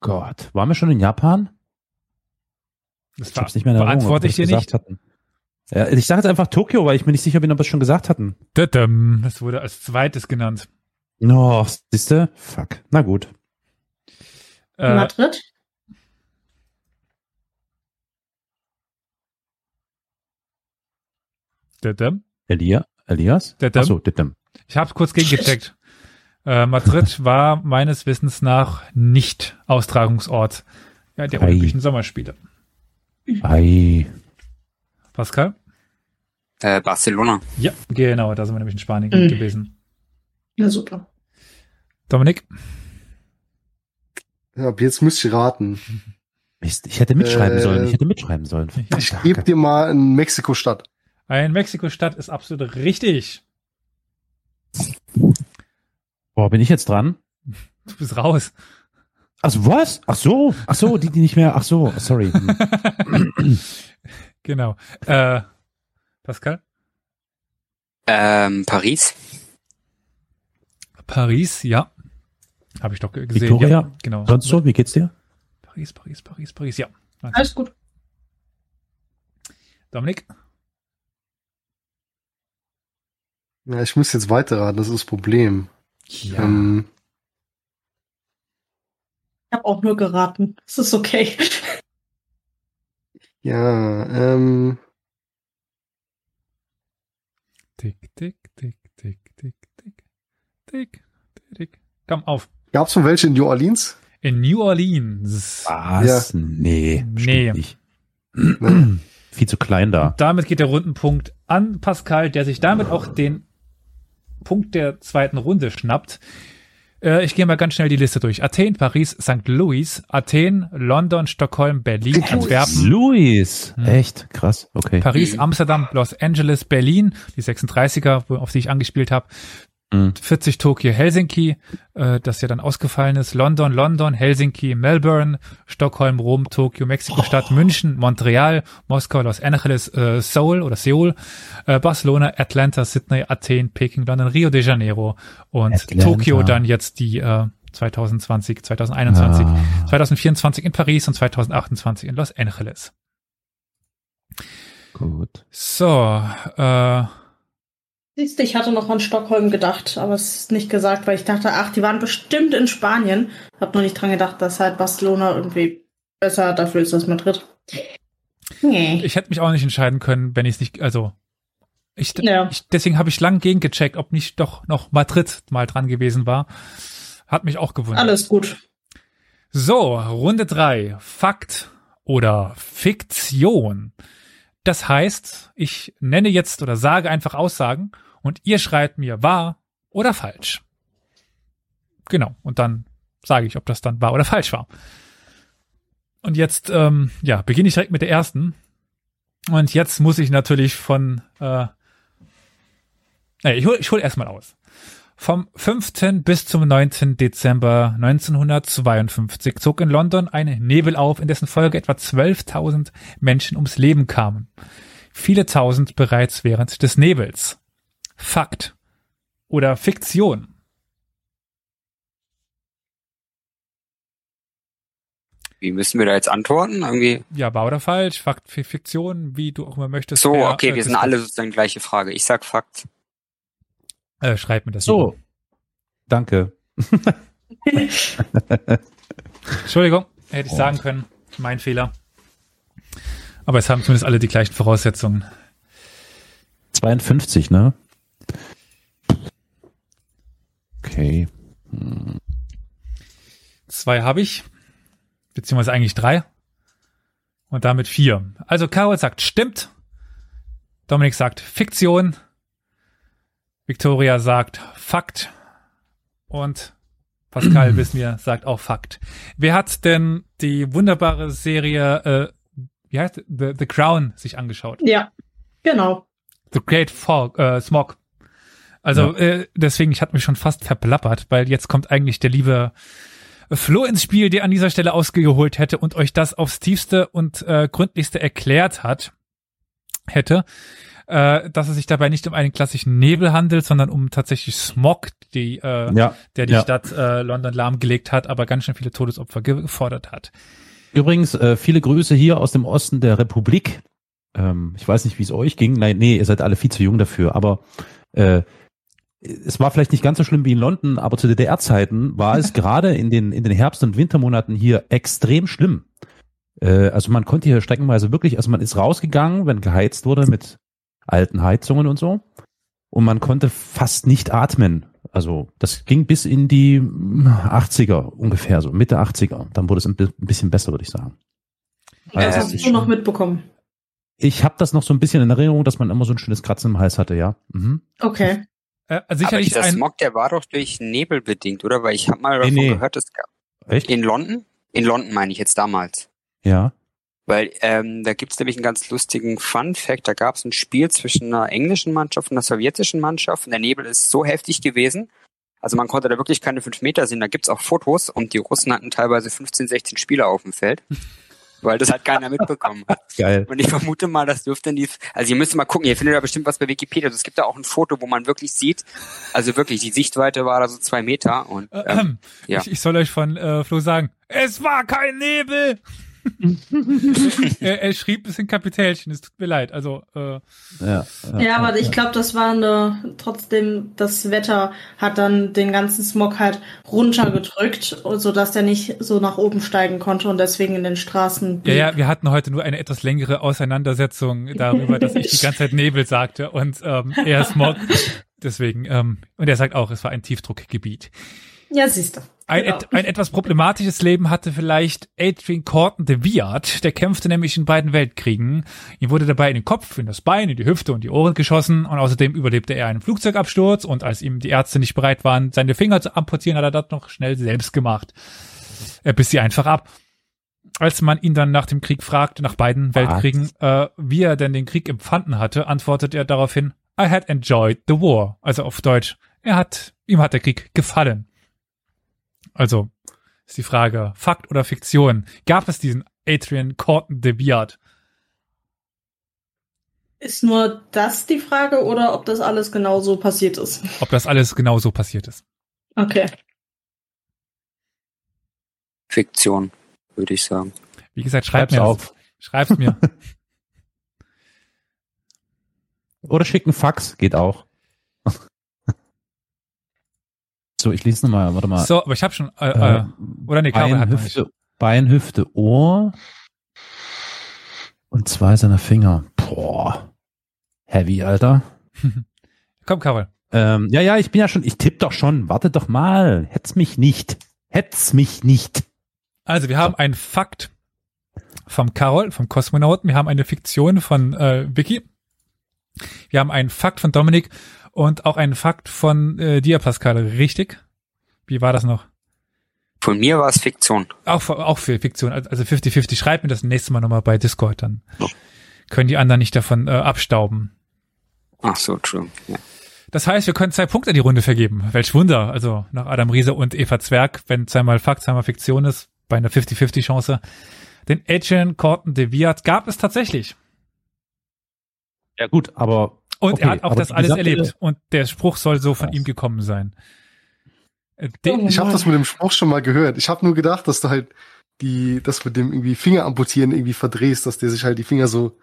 Speaker 1: Gott. Waren wir schon in Japan?
Speaker 2: Das
Speaker 1: Ich hab's nicht mehr in Erinnerung, ob
Speaker 2: beantworte
Speaker 1: wir
Speaker 2: ich dir
Speaker 1: das
Speaker 2: nicht.
Speaker 1: gesagt Hatten. Ja, ich sage jetzt einfach Tokio, weil ich mir nicht sicher bin, ob wir es schon gesagt hatten.
Speaker 2: Dadam. Das wurde als zweites genannt.
Speaker 1: No, siehste? Fuck. Na gut.
Speaker 2: Äh,
Speaker 6: Madrid?
Speaker 2: dadam.
Speaker 1: Elia, Elias?
Speaker 2: Dittem.
Speaker 1: Achso, Dittem.
Speaker 2: Ich habe kurz gegengecheckt. Äh, Madrid war meines Wissens nach nicht Austragungsort ja, der
Speaker 1: Ei.
Speaker 2: Olympischen Sommerspiele.
Speaker 1: Ei.
Speaker 2: Pascal?
Speaker 4: Äh, Barcelona.
Speaker 2: Ja, genau, da sind wir nämlich in Spanien
Speaker 6: Mhm.
Speaker 2: gewesen.
Speaker 6: Ja, super.
Speaker 2: Dominik?
Speaker 5: Ja, Ab jetzt müsst ihr raten.
Speaker 1: Mist, ich hätte mitschreiben
Speaker 5: Äh,
Speaker 1: sollen. Ich hätte mitschreiben sollen.
Speaker 5: Ich gebe dir mal in Mexiko-Stadt.
Speaker 2: Ein Mexiko-Stadt ist absolut richtig.
Speaker 1: Boah, bin ich jetzt dran?
Speaker 2: Du bist raus.
Speaker 1: Also was? Ach so, ach so, die, die nicht mehr, ach so, sorry. Hm.
Speaker 2: genau. Äh, Pascal?
Speaker 4: Ähm, Paris?
Speaker 2: Paris, ja. Habe ich doch ge- gesehen.
Speaker 1: Victoria?
Speaker 2: Ja, genau.
Speaker 1: Sonst so, wie geht's dir?
Speaker 2: Paris, Paris, Paris, Paris, ja.
Speaker 6: Alles gut.
Speaker 2: Dominik?
Speaker 5: Ja, ich muss jetzt weiterraten, das ist das Problem.
Speaker 2: Ja.
Speaker 5: Ähm,
Speaker 6: Ich habe auch nur geraten. Es ist okay.
Speaker 5: ja, ähm,
Speaker 2: Tick, tick, tick, tick, tick, tick. Tick, tick, tick. Komm auf.
Speaker 5: gab's von welche in New Orleans?
Speaker 2: In New Orleans.
Speaker 1: Ah. Was? Nee,
Speaker 2: Nee.
Speaker 1: stimmt nicht.
Speaker 5: Ne?
Speaker 1: Viel zu klein da.
Speaker 2: Und damit geht der Rundenpunkt an Pascal, der sich damit auch den Punkt der zweiten Runde schnappt. Äh, ich gehe mal ganz schnell die Liste durch. Athen, Paris, St. Louis, Athen, London, Stockholm, Berlin,
Speaker 5: St. Louis.
Speaker 2: Antwerpen,
Speaker 1: Louis,
Speaker 2: Hm.
Speaker 1: echt krass, okay.
Speaker 2: Paris,
Speaker 4: Mhm.
Speaker 2: Amsterdam, Los Angeles, Berlin, die 36er, wo- auf die ich angespielt habe, Hm.
Speaker 1: Mhm.
Speaker 2: 40 Tokio, Helsinki, äh, das ja dann ausgefallen ist, London, London, Helsinki, Melbourne, Stockholm, Rom, Tokio,
Speaker 1: Oh.
Speaker 2: Mexiko-Stadt, München, Montreal, Moskau, Los Angeles, äh, Seoul oder Seoul, äh, Barcelona, Atlanta, Sydney, Athen, Peking, London, Rio de Janeiro und
Speaker 1: Atlanta.
Speaker 2: Tokio dann jetzt die äh, 2020, 2021.
Speaker 1: Ah.
Speaker 2: 2024 in Paris und 2028 in Los Angeles.
Speaker 1: Gut.
Speaker 2: So, äh,
Speaker 6: Siehst du, ich hatte noch an Stockholm gedacht, aber es ist nicht gesagt, weil ich dachte, ach, die waren bestimmt in Spanien. Hab noch nicht dran gedacht, dass halt Barcelona irgendwie besser dafür ist als Madrid. Nee.
Speaker 2: ich hätte mich auch nicht entscheiden können, wenn ich es nicht, also ich,
Speaker 6: Ja.
Speaker 2: ich deswegen habe ich lang gegengecheckt, ob nicht doch noch Madrid mal dran gewesen war. Hat mich auch gewundert.
Speaker 6: Alles gut.
Speaker 2: So, Runde drei Fakt oder Fiktion. Das heißt, ich nenne jetzt oder sage einfach Aussagen und ihr schreibt mir wahr oder falsch. Genau, und dann sage ich, ob das dann wahr oder falsch war. Und jetzt, ähm, ja, beginne ich direkt mit der ersten. Und jetzt muss ich natürlich von, äh, nee, ich hole ich hol erstmal aus. Vom 5. bis zum 9. Dezember 1952 zog in London ein Nebel auf, in dessen Folge etwa 12.000 Menschen ums Leben kamen. Viele tausend bereits während des Nebels. Fakt oder Fiktion.
Speaker 4: Wie müssen wir da jetzt antworten? Irgendwie.
Speaker 2: Ja, wahr oder falsch? Fakt, Fi- Fiktion, wie du auch immer möchtest.
Speaker 4: So,
Speaker 2: Wer,
Speaker 4: okay,
Speaker 2: äh,
Speaker 4: wir sind
Speaker 2: das-
Speaker 4: alle sozusagen gleiche Frage. Ich sag Fakt.
Speaker 2: Äh, schreib mir das. lieber.
Speaker 1: So. Danke.
Speaker 2: Entschuldigung, hätte ich sagen können. Mein Fehler. Aber es haben zumindest alle die gleichen Voraussetzungen.
Speaker 1: 52, ne? Okay. Hm.
Speaker 2: Zwei habe ich. Beziehungsweise eigentlich drei. Und damit vier. Also Carol sagt, stimmt. Dominik sagt, Fiktion. Victoria sagt, Fakt. Und Pascal, wissen wir, sagt auch Fakt. Wer hat denn die wunderbare Serie, äh, wie heißt The, The Crown sich angeschaut?
Speaker 6: Ja, genau.
Speaker 2: The Great Fog, äh, Smog. Also äh, deswegen, ich hatte mich schon fast verplappert, weil jetzt kommt eigentlich der liebe Flo ins Spiel, der an dieser Stelle ausgeholt hätte und euch das aufs tiefste und äh, gründlichste erklärt hat, hätte, äh, dass es sich dabei nicht um einen klassischen Nebel handelt, sondern um tatsächlich Smog, die, äh,
Speaker 1: Ja.
Speaker 2: der die
Speaker 1: ja.
Speaker 2: Stadt äh, London lahmgelegt hat, aber ganz schön viele Todesopfer ge- gefordert hat.
Speaker 1: Übrigens, äh, viele Grüße hier aus dem Osten der Republik. Ähm, ich weiß nicht, wie es euch ging. Nein, nee, ihr seid alle viel zu jung dafür. Aber äh, es war vielleicht nicht ganz so schlimm wie in London, aber zu DDR-Zeiten war es gerade in den, in den Herbst- und Wintermonaten hier extrem schlimm. Äh, also man konnte hier streckenweise wirklich, also man ist rausgegangen, wenn geheizt wurde mit alten Heizungen und so. Und man konnte fast nicht atmen. Also das ging bis in die mm, 80er ungefähr, so Mitte 80er. Dann wurde es ein bi- ein bisschen besser, würde ich sagen.
Speaker 6: Das
Speaker 1: Also,
Speaker 6: hast du noch mitbekommen.
Speaker 1: Ich habe das noch so ein bisschen in Erinnerung, dass man immer so ein schönes Kratzen im Hals hatte, ja. Mhm.
Speaker 6: Okay.
Speaker 2: Äh,
Speaker 4: Aber
Speaker 2: sicherlich
Speaker 4: dieser
Speaker 2: ein,
Speaker 4: Smog, der war doch durch Nebel bedingt, oder? Weil ich habe mal davon
Speaker 1: nee.
Speaker 4: gehört, es gab.
Speaker 1: Echt?
Speaker 4: In London? In London meine ich jetzt damals.
Speaker 1: Ja.
Speaker 4: Weil ähm, da gibt's nämlich einen ganz lustigen Fun Fact. Da gab's ein Spiel zwischen einer englischen Mannschaft und einer sowjetischen Mannschaft und der Nebel ist so heftig gewesen. Also man konnte da wirklich keine fünf Meter sehen. Da gibt's auch Fotos und die Russen hatten teilweise 15, 16 Spieler auf dem Feld, weil das halt keiner mitbekommen hat.
Speaker 1: Geil.
Speaker 4: Und ich vermute mal, das dürfte die, also ihr müsst mal gucken, ihr findet da bestimmt was bei Wikipedia. Also es gibt da auch ein Foto, wo man wirklich sieht, also wirklich, die Sichtweite war da so zwei Meter und
Speaker 1: Äh,
Speaker 4: ähm,
Speaker 2: Ähm,
Speaker 4: ja.
Speaker 2: ich, ich soll euch von äh, Flo sagen, es war kein Nebel. er, er schrieb es in Kapitelchen, es tut mir leid. Also, äh,
Speaker 1: Ja,
Speaker 6: Ja, aber ich glaube, das war eine, trotzdem, das Wetter hat dann den ganzen Smog halt runtergedrückt, sodass der nicht so nach oben steigen konnte und deswegen in den Straßen
Speaker 2: ja,
Speaker 6: blieb.
Speaker 2: ja, wir hatten heute nur eine etwas längere Auseinandersetzung darüber, dass ich die ganze Zeit Nebel sagte und ähm, er Smog. Deswegen, ähm, und er sagt auch, es war ein Tiefdruckgebiet.
Speaker 6: ja siehst du.
Speaker 2: Ein,
Speaker 6: Genau.
Speaker 2: et, ein etwas problematisches Leben hatte vielleicht Adrian Corton de Wiart. Der kämpfte nämlich in beiden Weltkriegen. Ihm wurde dabei in den Kopf, in das Bein, in die Hüfte und die Ohren geschossen. Und außerdem überlebte er einen Flugzeugabsturz. Und als ihm die Ärzte nicht bereit waren, seine Finger zu amputieren, hat er das noch schnell selbst gemacht. Er biss sie einfach ab. Als man ihn dann nach dem Krieg fragte, nach beiden Weltkriegen, äh, wie er denn den Krieg empfanden hatte, antwortet er daraufhin, I had enjoyed the war. Also auf Deutsch, er hat, ihm hat der Krieg gefallen. Also ist die Frage, Fakt oder Fiktion? Gab es diesen Adrian Corton de Biard?
Speaker 6: Ist nur das die Frage oder ob das alles genau so passiert ist?
Speaker 2: Ob das alles genau so passiert ist?
Speaker 6: Okay.
Speaker 4: Fiktion, würde ich sagen.
Speaker 2: Wie gesagt,
Speaker 1: Schreib's
Speaker 2: schreibt mir
Speaker 1: auf.
Speaker 2: Das. Schreib's mir.
Speaker 1: Oder schicken Fax, geht auch. so, ich lese nochmal, warte mal.
Speaker 2: so, aber ich habe schon. Äh,
Speaker 1: Äh,
Speaker 2: äh, oder nee, Kabel
Speaker 1: Bein,
Speaker 2: hat man nicht.
Speaker 1: Hüfte, Bein, Hüfte, Ohr. Und zwei seiner Finger. Boah. Heavy, Alter.
Speaker 2: Komm, Kabel.
Speaker 1: Ähm, ja, ja, ich bin ja schon, ich tippe doch schon. Warte doch mal. Hetz mich nicht. Hetz mich nicht.
Speaker 2: Also wir haben einen Fakt vom Carol, vom Kosmonauten. Wir haben eine Fiktion von äh, Vicky. Wir haben einen Fakt von Dominik und auch einen Fakt von äh, dir, Pascal. Richtig? Wie war das noch?
Speaker 4: Von mir war es Fiktion.
Speaker 2: Auch, für- auch für Fiktion, also also 50-50. Schreibt mir das nächste Mal nochmal bei Discord, dann können die anderen nicht davon äh, abstauben.
Speaker 4: Ach so, true. Ja.
Speaker 2: Das heißt, wir können zwei Punkte die Runde vergeben. Welch Wunder. Also nach Adam Riese und Eva Zwerg, wenn zweimal Fakt, zweimal Fiktion ist, bei einer 50-50-Chance. Den Adrian Corton de Viat gab es tatsächlich.
Speaker 1: Ja, gut, aber
Speaker 2: Und
Speaker 1: Okay,
Speaker 2: er hat auch
Speaker 1: aber
Speaker 2: das
Speaker 1: die
Speaker 2: alles
Speaker 1: gesamte-
Speaker 2: erlebt. Und der Spruch soll so von
Speaker 1: Krass.
Speaker 2: ihm gekommen sein. Äh, Den,
Speaker 5: Ich habe das mit dem Spruch schon mal gehört. Ich habe nur gedacht, dass du halt die, dass mit dem irgendwie Finger amputieren irgendwie verdrehst, dass der sich halt die Finger so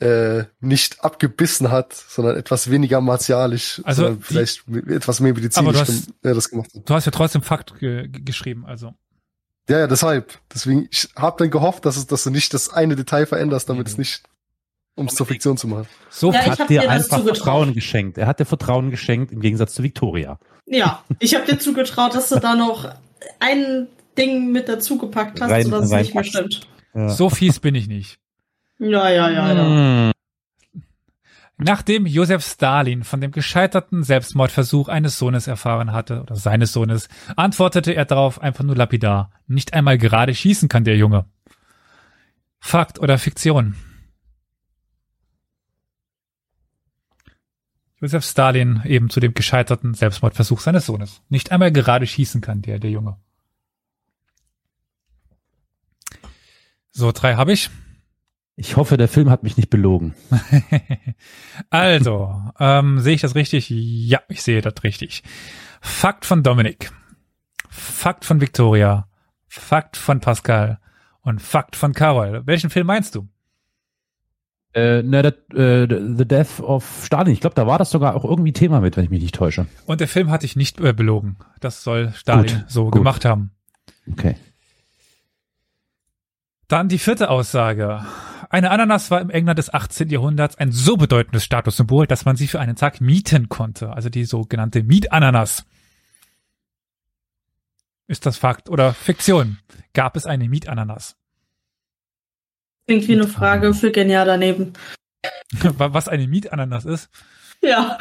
Speaker 5: äh, nicht abgebissen hat, sondern etwas weniger martialisch,
Speaker 2: Also
Speaker 5: sondern
Speaker 2: die-
Speaker 5: vielleicht mit- etwas mehr medizinisch
Speaker 2: Aber du hast-
Speaker 5: gem- ja, das gemacht hat.
Speaker 2: du hast ja trotzdem Fakt ge ge- geschrieben, also.
Speaker 5: Ja, ja, deshalb. Deswegen, ich habe dann gehofft, dass, es, dass du nicht das eine Detail veränderst, damit
Speaker 1: Mhm.
Speaker 5: es nicht, um es zur Fiktion zu machen.
Speaker 2: So
Speaker 6: Ja, ich hab
Speaker 1: hat dir
Speaker 6: dir das
Speaker 1: einfach
Speaker 6: zugetraut.
Speaker 1: Vertrauen geschenkt. Er hat dir Vertrauen geschenkt im Gegensatz zu Victoria.
Speaker 6: Ja, ich habe dir zugetraut, dass du da noch ein Ding mit dazu gepackt hast,
Speaker 1: Rein-
Speaker 6: sodass es nicht mehr
Speaker 1: reinpackst.
Speaker 6: stimmt.
Speaker 2: So fies bin ich nicht.
Speaker 6: Ja, ja, ja,
Speaker 2: Hm.
Speaker 6: ja.
Speaker 1: Hm.
Speaker 2: Nachdem Josef Stalin von dem gescheiterten Selbstmordversuch eines Sohnes erfahren hatte, oder seines Sohnes, antwortete er darauf einfach nur lapidar. Nicht einmal gerade schießen kann der Junge. Fakt oder Fiktion? Josef Stalin eben zu dem gescheiterten Selbstmordversuch seines Sohnes. Nicht einmal gerade schießen kann der, der Junge. So, drei habe ich.
Speaker 1: Ich hoffe, der Film hat mich nicht belogen.
Speaker 2: also, ähm, sehe ich das richtig? Ja, ich sehe das richtig. Fakt von Dominik. Fakt von Victoria. Fakt von Pascal. Und Fakt von Carol. Welchen Film meinst du?
Speaker 1: Äh, na, das, äh, The Death of Stalin. Ich glaube, da war das sogar auch irgendwie Thema mit, wenn ich mich nicht täusche.
Speaker 2: Und der Film hat dich nicht äh, belogen. Das soll Stalin
Speaker 1: Gut,
Speaker 2: so
Speaker 1: gut.
Speaker 2: gemacht haben.
Speaker 1: Okay.
Speaker 2: Dann die vierte Aussage. Eine Ananas war im England des 18. Jahrhunderts ein so bedeutendes Statussymbol, dass man sie für einen Tag mieten konnte. Also die sogenannte Mietananas. Ist das Fakt oder Fiktion? Gab es eine Mietananas?
Speaker 6: Klingt wie eine Frage für genial daneben.
Speaker 2: Wa- Was eine Mietananas ist?
Speaker 6: Ja.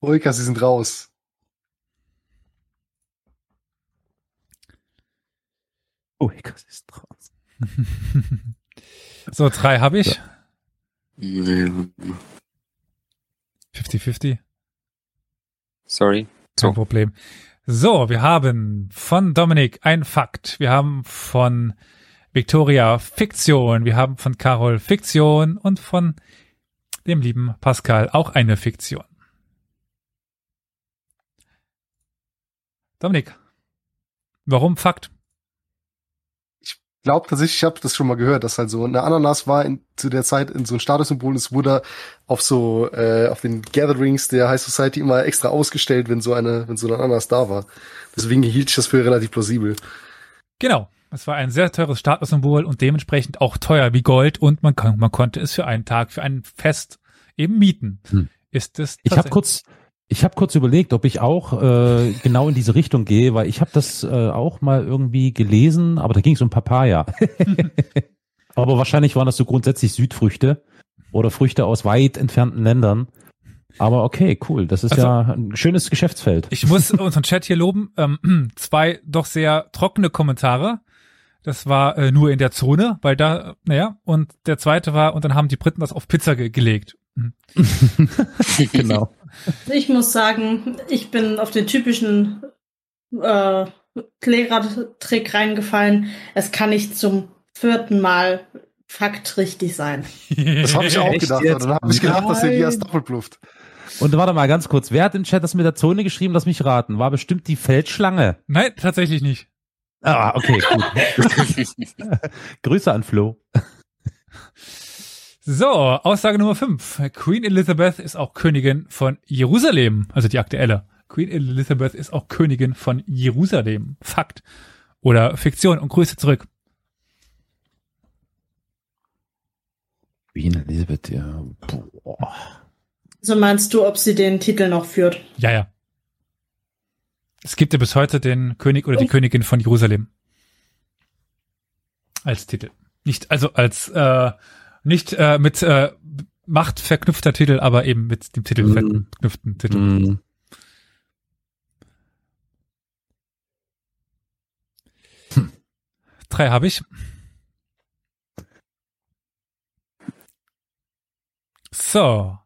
Speaker 5: Ulka, sie sind raus.
Speaker 1: Oh, Gott, ist draußen.
Speaker 2: so, drei habe ich.
Speaker 4: Mhm.
Speaker 2: 50-50.
Speaker 4: Sorry.
Speaker 2: Kein
Speaker 4: So.
Speaker 2: Problem. So, wir haben von Dominik ein Fakt. Wir haben von Victoria Fiktion. Wir haben von Carol Fiktion und von dem lieben Pascal auch eine Fiktion. Dominik, warum Fakt?
Speaker 5: glaube tatsächlich, ich habe das schon mal gehört, dass halt so eine Ananas war in, zu der Zeit in so ein Statussymbol. Es wurde auf so äh, auf den Gatherings der High Society immer extra ausgestellt, wenn so eine wenn so eine Ananas da war. Deswegen hielt ich das für relativ plausibel.
Speaker 2: Genau. Es war ein sehr teures Statussymbol und dementsprechend auch teuer wie Gold und man, kann, man konnte es für einen Tag, für ein Fest eben mieten.
Speaker 1: Hm.
Speaker 2: Ist es
Speaker 1: Ich habe
Speaker 2: tatsächlich-
Speaker 1: kurz, ich habe kurz überlegt, ob ich auch äh, genau in diese Richtung gehe, weil ich habe das äh, auch mal irgendwie gelesen, aber da ging es um Papaya. aber wahrscheinlich waren das so grundsätzlich Südfrüchte oder Früchte aus weit entfernten Ländern. Aber okay, cool. Das ist
Speaker 2: Also-
Speaker 1: ja ein schönes Geschäftsfeld.
Speaker 2: Ich muss unseren Chat hier loben. Ähm, zwei doch sehr trockene Kommentare. Das war äh, nur in der Zone, weil da, äh, naja, und der zweite war, und dann haben die Briten das auf Pizza ge gelegt. Mhm.
Speaker 1: genau.
Speaker 6: Ich muss sagen, ich bin auf den typischen äh, Lehrertrick reingefallen. Es kann nicht zum vierten Mal Fakt richtig sein.
Speaker 5: Das habe ich auch
Speaker 1: Echt
Speaker 5: gedacht.
Speaker 1: jetzt?
Speaker 5: Und dann habe ich gedacht, dass
Speaker 1: Nein.
Speaker 5: Elias doppelt blufft.
Speaker 1: Und warte mal ganz kurz. Wer hat im Chat das mit der Zone geschrieben? Lass mich raten. War bestimmt die Feldschlange.
Speaker 2: Nein, tatsächlich nicht.
Speaker 1: Ah, okay, gut. Grüße an Flo.
Speaker 2: So, Aussage Nummer fünf: Queen Elizabeth ist auch Königin von Jerusalem. Also die aktuelle. Queen Elizabeth ist auch Königin von Jerusalem. Fakt. Oder Fiktion. Und Grüße zurück.
Speaker 1: Queen Elizabeth, ja. Boah.
Speaker 6: So meinst du, ob sie den Titel noch führt?
Speaker 2: Ja, ja. Es gibt ja bis heute den König oder die
Speaker 6: Oh.
Speaker 2: Königin von Jerusalem. Als Titel. Nicht, also als, äh, nicht äh, mit äh, Macht verknüpfter Titel, aber eben mit dem Titel
Speaker 1: Mhm.
Speaker 2: verknüpften Titel.
Speaker 1: Mm.
Speaker 2: Hm. Drei habe ich. So.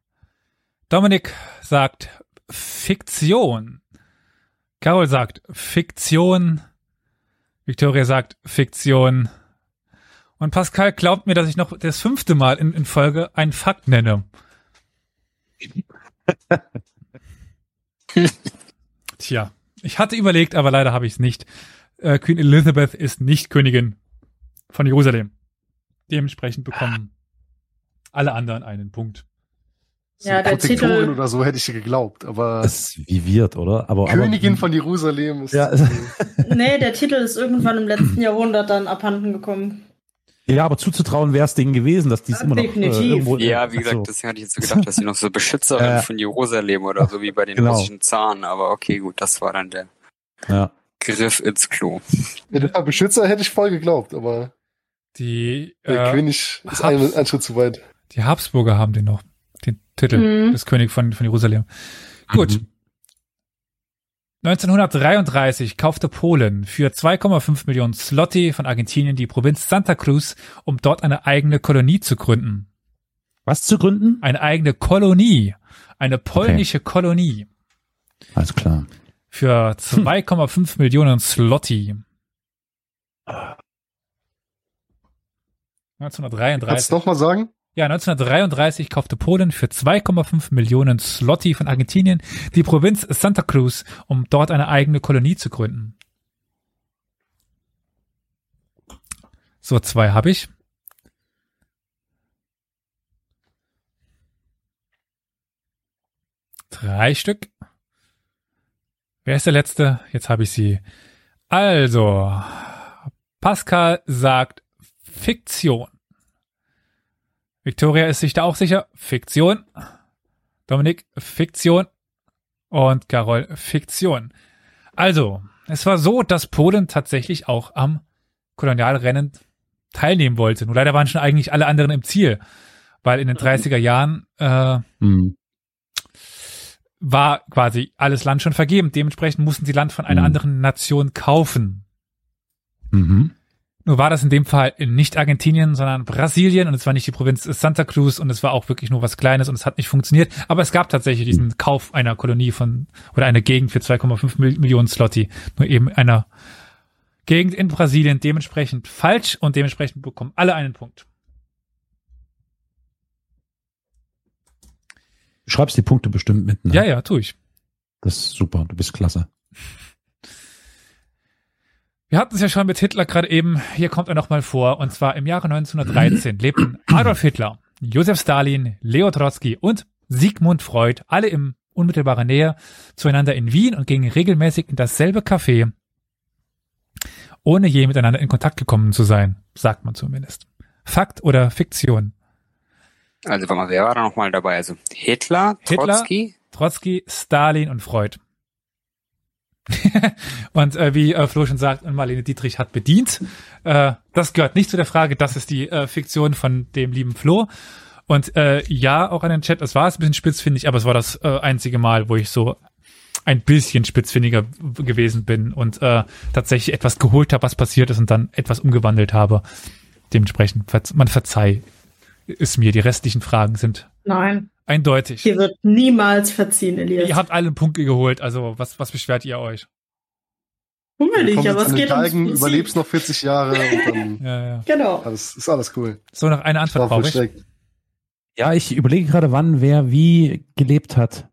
Speaker 2: Dominik sagt Fiktion. Carol sagt Fiktion. Victoria sagt Fiktion. Und Pascal glaubt mir, dass ich noch das fünfte Mal in, in Folge einen Fakt nenne. Tja, ich hatte überlegt, aber leider habe ich es nicht äh, Queen Elizabeth ist nicht Königin von Jerusalem. Dementsprechend bekommen alle anderen einen Punkt.
Speaker 6: Ja, der
Speaker 5: Protektorin
Speaker 6: Titel.
Speaker 5: oder so hätte ich geglaubt, aber
Speaker 1: Das ist wie wird, oder? Aber,
Speaker 5: Königin
Speaker 1: aber,
Speaker 5: von Jerusalem ist.
Speaker 1: Ja.
Speaker 6: Nee, der Titel ist irgendwann im letzten Jahrhundert dann abhanden gekommen.
Speaker 1: Ja, aber zuzutrauen wäre es denen gewesen, dass die es
Speaker 6: Ja,
Speaker 1: immer noch
Speaker 6: definitiv.
Speaker 1: Äh, irgendwo,
Speaker 4: Ja, wie gesagt,
Speaker 1: Ach so.
Speaker 4: deswegen hatte ich jetzt so gedacht, dass sie noch so Beschützerin
Speaker 1: Äh,
Speaker 4: von Jerusalem oder so wie bei den
Speaker 1: genau.
Speaker 4: russischen Zaren. Aber okay, gut, das war dann der
Speaker 1: ja.
Speaker 4: Griff ins Klo.
Speaker 5: der Beschützer hätte ich voll geglaubt, aber
Speaker 2: Die,
Speaker 5: der
Speaker 2: äh,
Speaker 5: König ist einen,
Speaker 2: Habs-
Speaker 5: einen Schritt zu weit.
Speaker 2: die Habsburger haben den noch, den Titel
Speaker 6: Mhm.
Speaker 2: des König von, von Jerusalem. Gut. 1933 kaufte Polen für 2,5 Millionen Slotti von Argentinien die Provinz Santa Cruz, um dort eine eigene Kolonie zu gründen.
Speaker 1: Was zu gründen?
Speaker 2: Eine eigene Kolonie. Eine polnische Kolonie.
Speaker 1: Alles klar.
Speaker 2: Für 2,5 Millionen Slotti. 1933.
Speaker 5: Kannst du noch mal sagen?
Speaker 2: Ja, 1933 kaufte Polen für 2,5 Millionen Slotti von Argentinien die Provinz Santa Cruz, um dort eine eigene Kolonie zu gründen. So, zwei habe ich. Drei Stück. Wer ist der Letzte? Jetzt habe ich sie. Also, Pascal sagt Fiktion. Victoria ist sich da auch sicher. Fiktion. Dominik, Fiktion. Und Carol, Fiktion. Also, es war so, dass Polen tatsächlich auch am Kolonialrennen teilnehmen wollte. Nur leider waren schon eigentlich alle anderen im Ziel, weil in den 30er Jahren äh,
Speaker 1: Hm.
Speaker 2: war quasi alles Land schon vergeben. Dementsprechend mussten sie Land von einer
Speaker 1: Mhm.
Speaker 2: anderen Nation kaufen.
Speaker 1: Mhm.
Speaker 2: Nur war das in dem Fall nicht Argentinien, sondern Brasilien und es war nicht die Provinz Santa Cruz und es war auch wirklich nur was Kleines und es hat nicht funktioniert. Aber es gab tatsächlich diesen Kauf einer Kolonie von oder einer Gegend für 2,5 Mil- Millionen Slotti, nur eben einer Gegend in Brasilien dementsprechend falsch und dementsprechend bekommen alle einen Punkt.
Speaker 1: Du schreibst die Punkte bestimmt mit. Ne?
Speaker 2: Ja, ja, tue ich.
Speaker 1: Das ist super. Du bist klasse.
Speaker 2: Wir hatten es ja schon mit Hitler gerade eben. Hier kommt er nochmal vor. Und zwar im Jahre 1913 lebten Adolf Hitler, Josef Stalin, Leo Trotsky und Sigmund Freud alle in unmittelbarer Nähe zueinander in Wien und gingen regelmäßig in dasselbe Café, ohne je miteinander in Kontakt gekommen zu sein, sagt man zumindest. Fakt oder Fiktion?
Speaker 4: Also, warte mal, wer war da nochmal dabei? Also, Hitler,
Speaker 2: Hitler?
Speaker 4: Trotzki,
Speaker 2: Trotsky, Stalin und Freud. und äh, wie äh, Flo schon sagt, und Marlene Dietrich hat bedient. Äh, das gehört nicht zu der Frage. Das ist die äh, Fiktion von dem lieben Flo. Und äh, ja, auch an den Chat. Es war es ein bisschen spitzfindig, aber es war das äh, einzige Mal, wo ich so ein bisschen spitzfindiger w- gewesen bin und äh, tatsächlich etwas geholt habe, was passiert ist und dann etwas umgewandelt habe. Dementsprechend, verz- man verzeih es mir. Die restlichen Fragen sind
Speaker 6: Nein,
Speaker 2: eindeutig.
Speaker 6: hier wird niemals verziehen, Elias.
Speaker 2: Ihr habt alle einen Punkt geholt, also was, was beschwert ihr euch?
Speaker 6: Hummelig,
Speaker 5: Kommst
Speaker 6: aber
Speaker 5: jetzt an
Speaker 6: es
Speaker 5: den
Speaker 6: geht
Speaker 5: Galgen,
Speaker 6: ums
Speaker 5: überlebst noch 40 Jahre und dann
Speaker 2: Ja, ja.
Speaker 6: Genau.
Speaker 5: alles, ist alles cool.
Speaker 2: So, noch eine Antwort brauche ich.
Speaker 5: vollstreckt.
Speaker 1: Ja, ich überlege gerade, wann wer wie gelebt hat.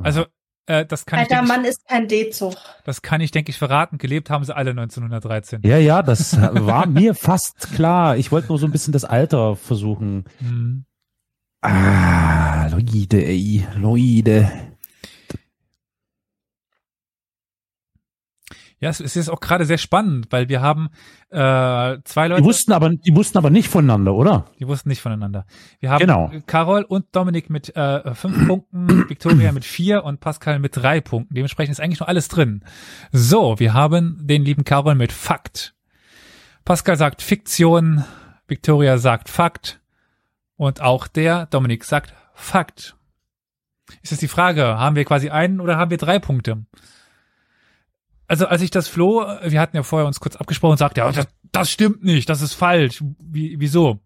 Speaker 2: Also, äh, das, kann ich,
Speaker 6: Alter
Speaker 2: denke
Speaker 6: Mann ist kein D-Zug.
Speaker 2: ich, das kann ich, denke ich, verraten. Gelebt haben sie alle 1913.
Speaker 1: Ja, ja, das äh, war mir fast klar. Ich wollte nur so ein bisschen das Alter versuchen.
Speaker 2: Mhm.
Speaker 1: Ah, Leute, ey, Leute.
Speaker 2: Ja, es ist jetzt auch gerade sehr spannend, weil wir haben äh, zwei Leute,
Speaker 1: Die wussten aber, die wussten aber nicht voneinander, oder?
Speaker 2: die wussten nicht voneinander. Wir haben
Speaker 1: Genau.
Speaker 2: Carol und Dominik mit äh, fünf Punkten, Victoria mit vier und Pascal mit drei Punkten. Dementsprechend ist eigentlich nur alles drin. So, wir haben den lieben Carol mit Fakt. Pascal sagt Fiktion, Victoria sagt Fakt und auch der Dominik sagt Fakt. Ist jetzt die Frage, haben wir quasi einen oder haben wir drei Punkte? Also als ich das floh, wir hatten ja vorher uns kurz abgesprochen und sagt, ja, das, das stimmt nicht, das ist falsch. Wie, wieso?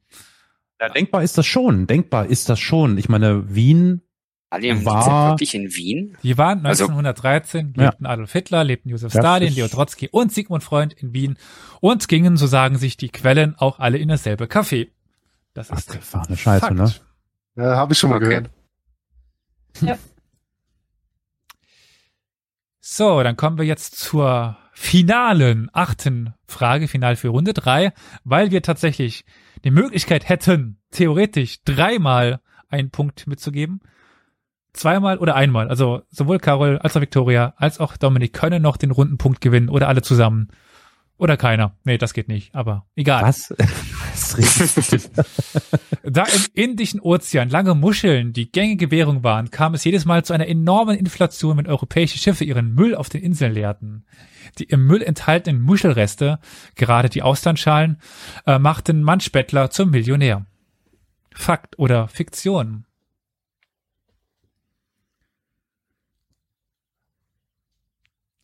Speaker 1: Ja, denkbar ist das schon. Denkbar ist das schon. Ich meine, Wien,
Speaker 4: Alien,
Speaker 1: War-
Speaker 4: sind wirklich in Wien?
Speaker 2: Die waren
Speaker 4: Also-
Speaker 2: 1913,
Speaker 1: Ja.
Speaker 2: lebten Adolf Hitler, lebten Josef
Speaker 1: Das
Speaker 2: Stalin,
Speaker 1: ist-
Speaker 2: Leo Trotsky und Sigmund Freund in Wien und gingen, so sagen sich die Quellen, auch alle in dasselbe Café. Das ist
Speaker 1: abgefahrene Scheiße,
Speaker 2: Fakt.
Speaker 1: ne?
Speaker 5: Ja, habe ich schon mal
Speaker 4: Okay.
Speaker 5: gehört.
Speaker 2: So, dann kommen wir jetzt zur finalen, achten Frage, final für Runde drei, weil wir tatsächlich die Möglichkeit hätten, theoretisch dreimal einen Punkt mitzugeben. Zweimal oder einmal. Also sowohl Carol als auch Victoria als auch Dominik können noch den Rundenpunkt gewinnen oder alle zusammen. Oder keiner. Nee, das geht nicht, aber egal.
Speaker 1: Was? Das ist richtig.
Speaker 2: Da im Indischen Ozean lange Muscheln die gängige Währung waren, kam es jedes Mal zu einer enormen Inflation, wenn europäische Schiffe ihren Müll auf den Inseln leerten. Die im Müll enthaltenen Muschelreste, gerade die Austernschalen, äh, machten manch Bettler zum Millionär. Fakt oder Fiktion?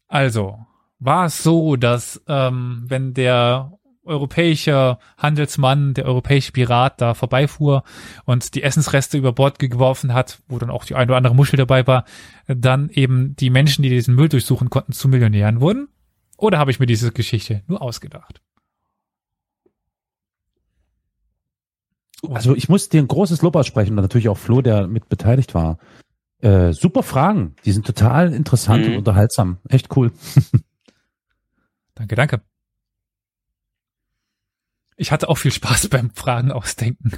Speaker 2: Also, war es so, dass ähm, wenn der europäische Handelsmann, der europäische Pirat da vorbeifuhr und die Essensreste über Bord geworfen hat, wo dann auch die ein oder andere Muschel dabei war, dann eben die Menschen, die diesen Müll durchsuchen konnten, zu Millionären wurden? Oder habe ich mir diese Geschichte nur ausgedacht?
Speaker 1: Also ich muss dir ein großes Lob aussprechen und natürlich auch Flo, der mit beteiligt war. Äh, super Fragen. Die sind total interessant
Speaker 4: Mhm.
Speaker 1: und unterhaltsam. Echt cool.
Speaker 2: Danke, danke. Ich hatte auch viel Spaß beim Fragen ausdenken.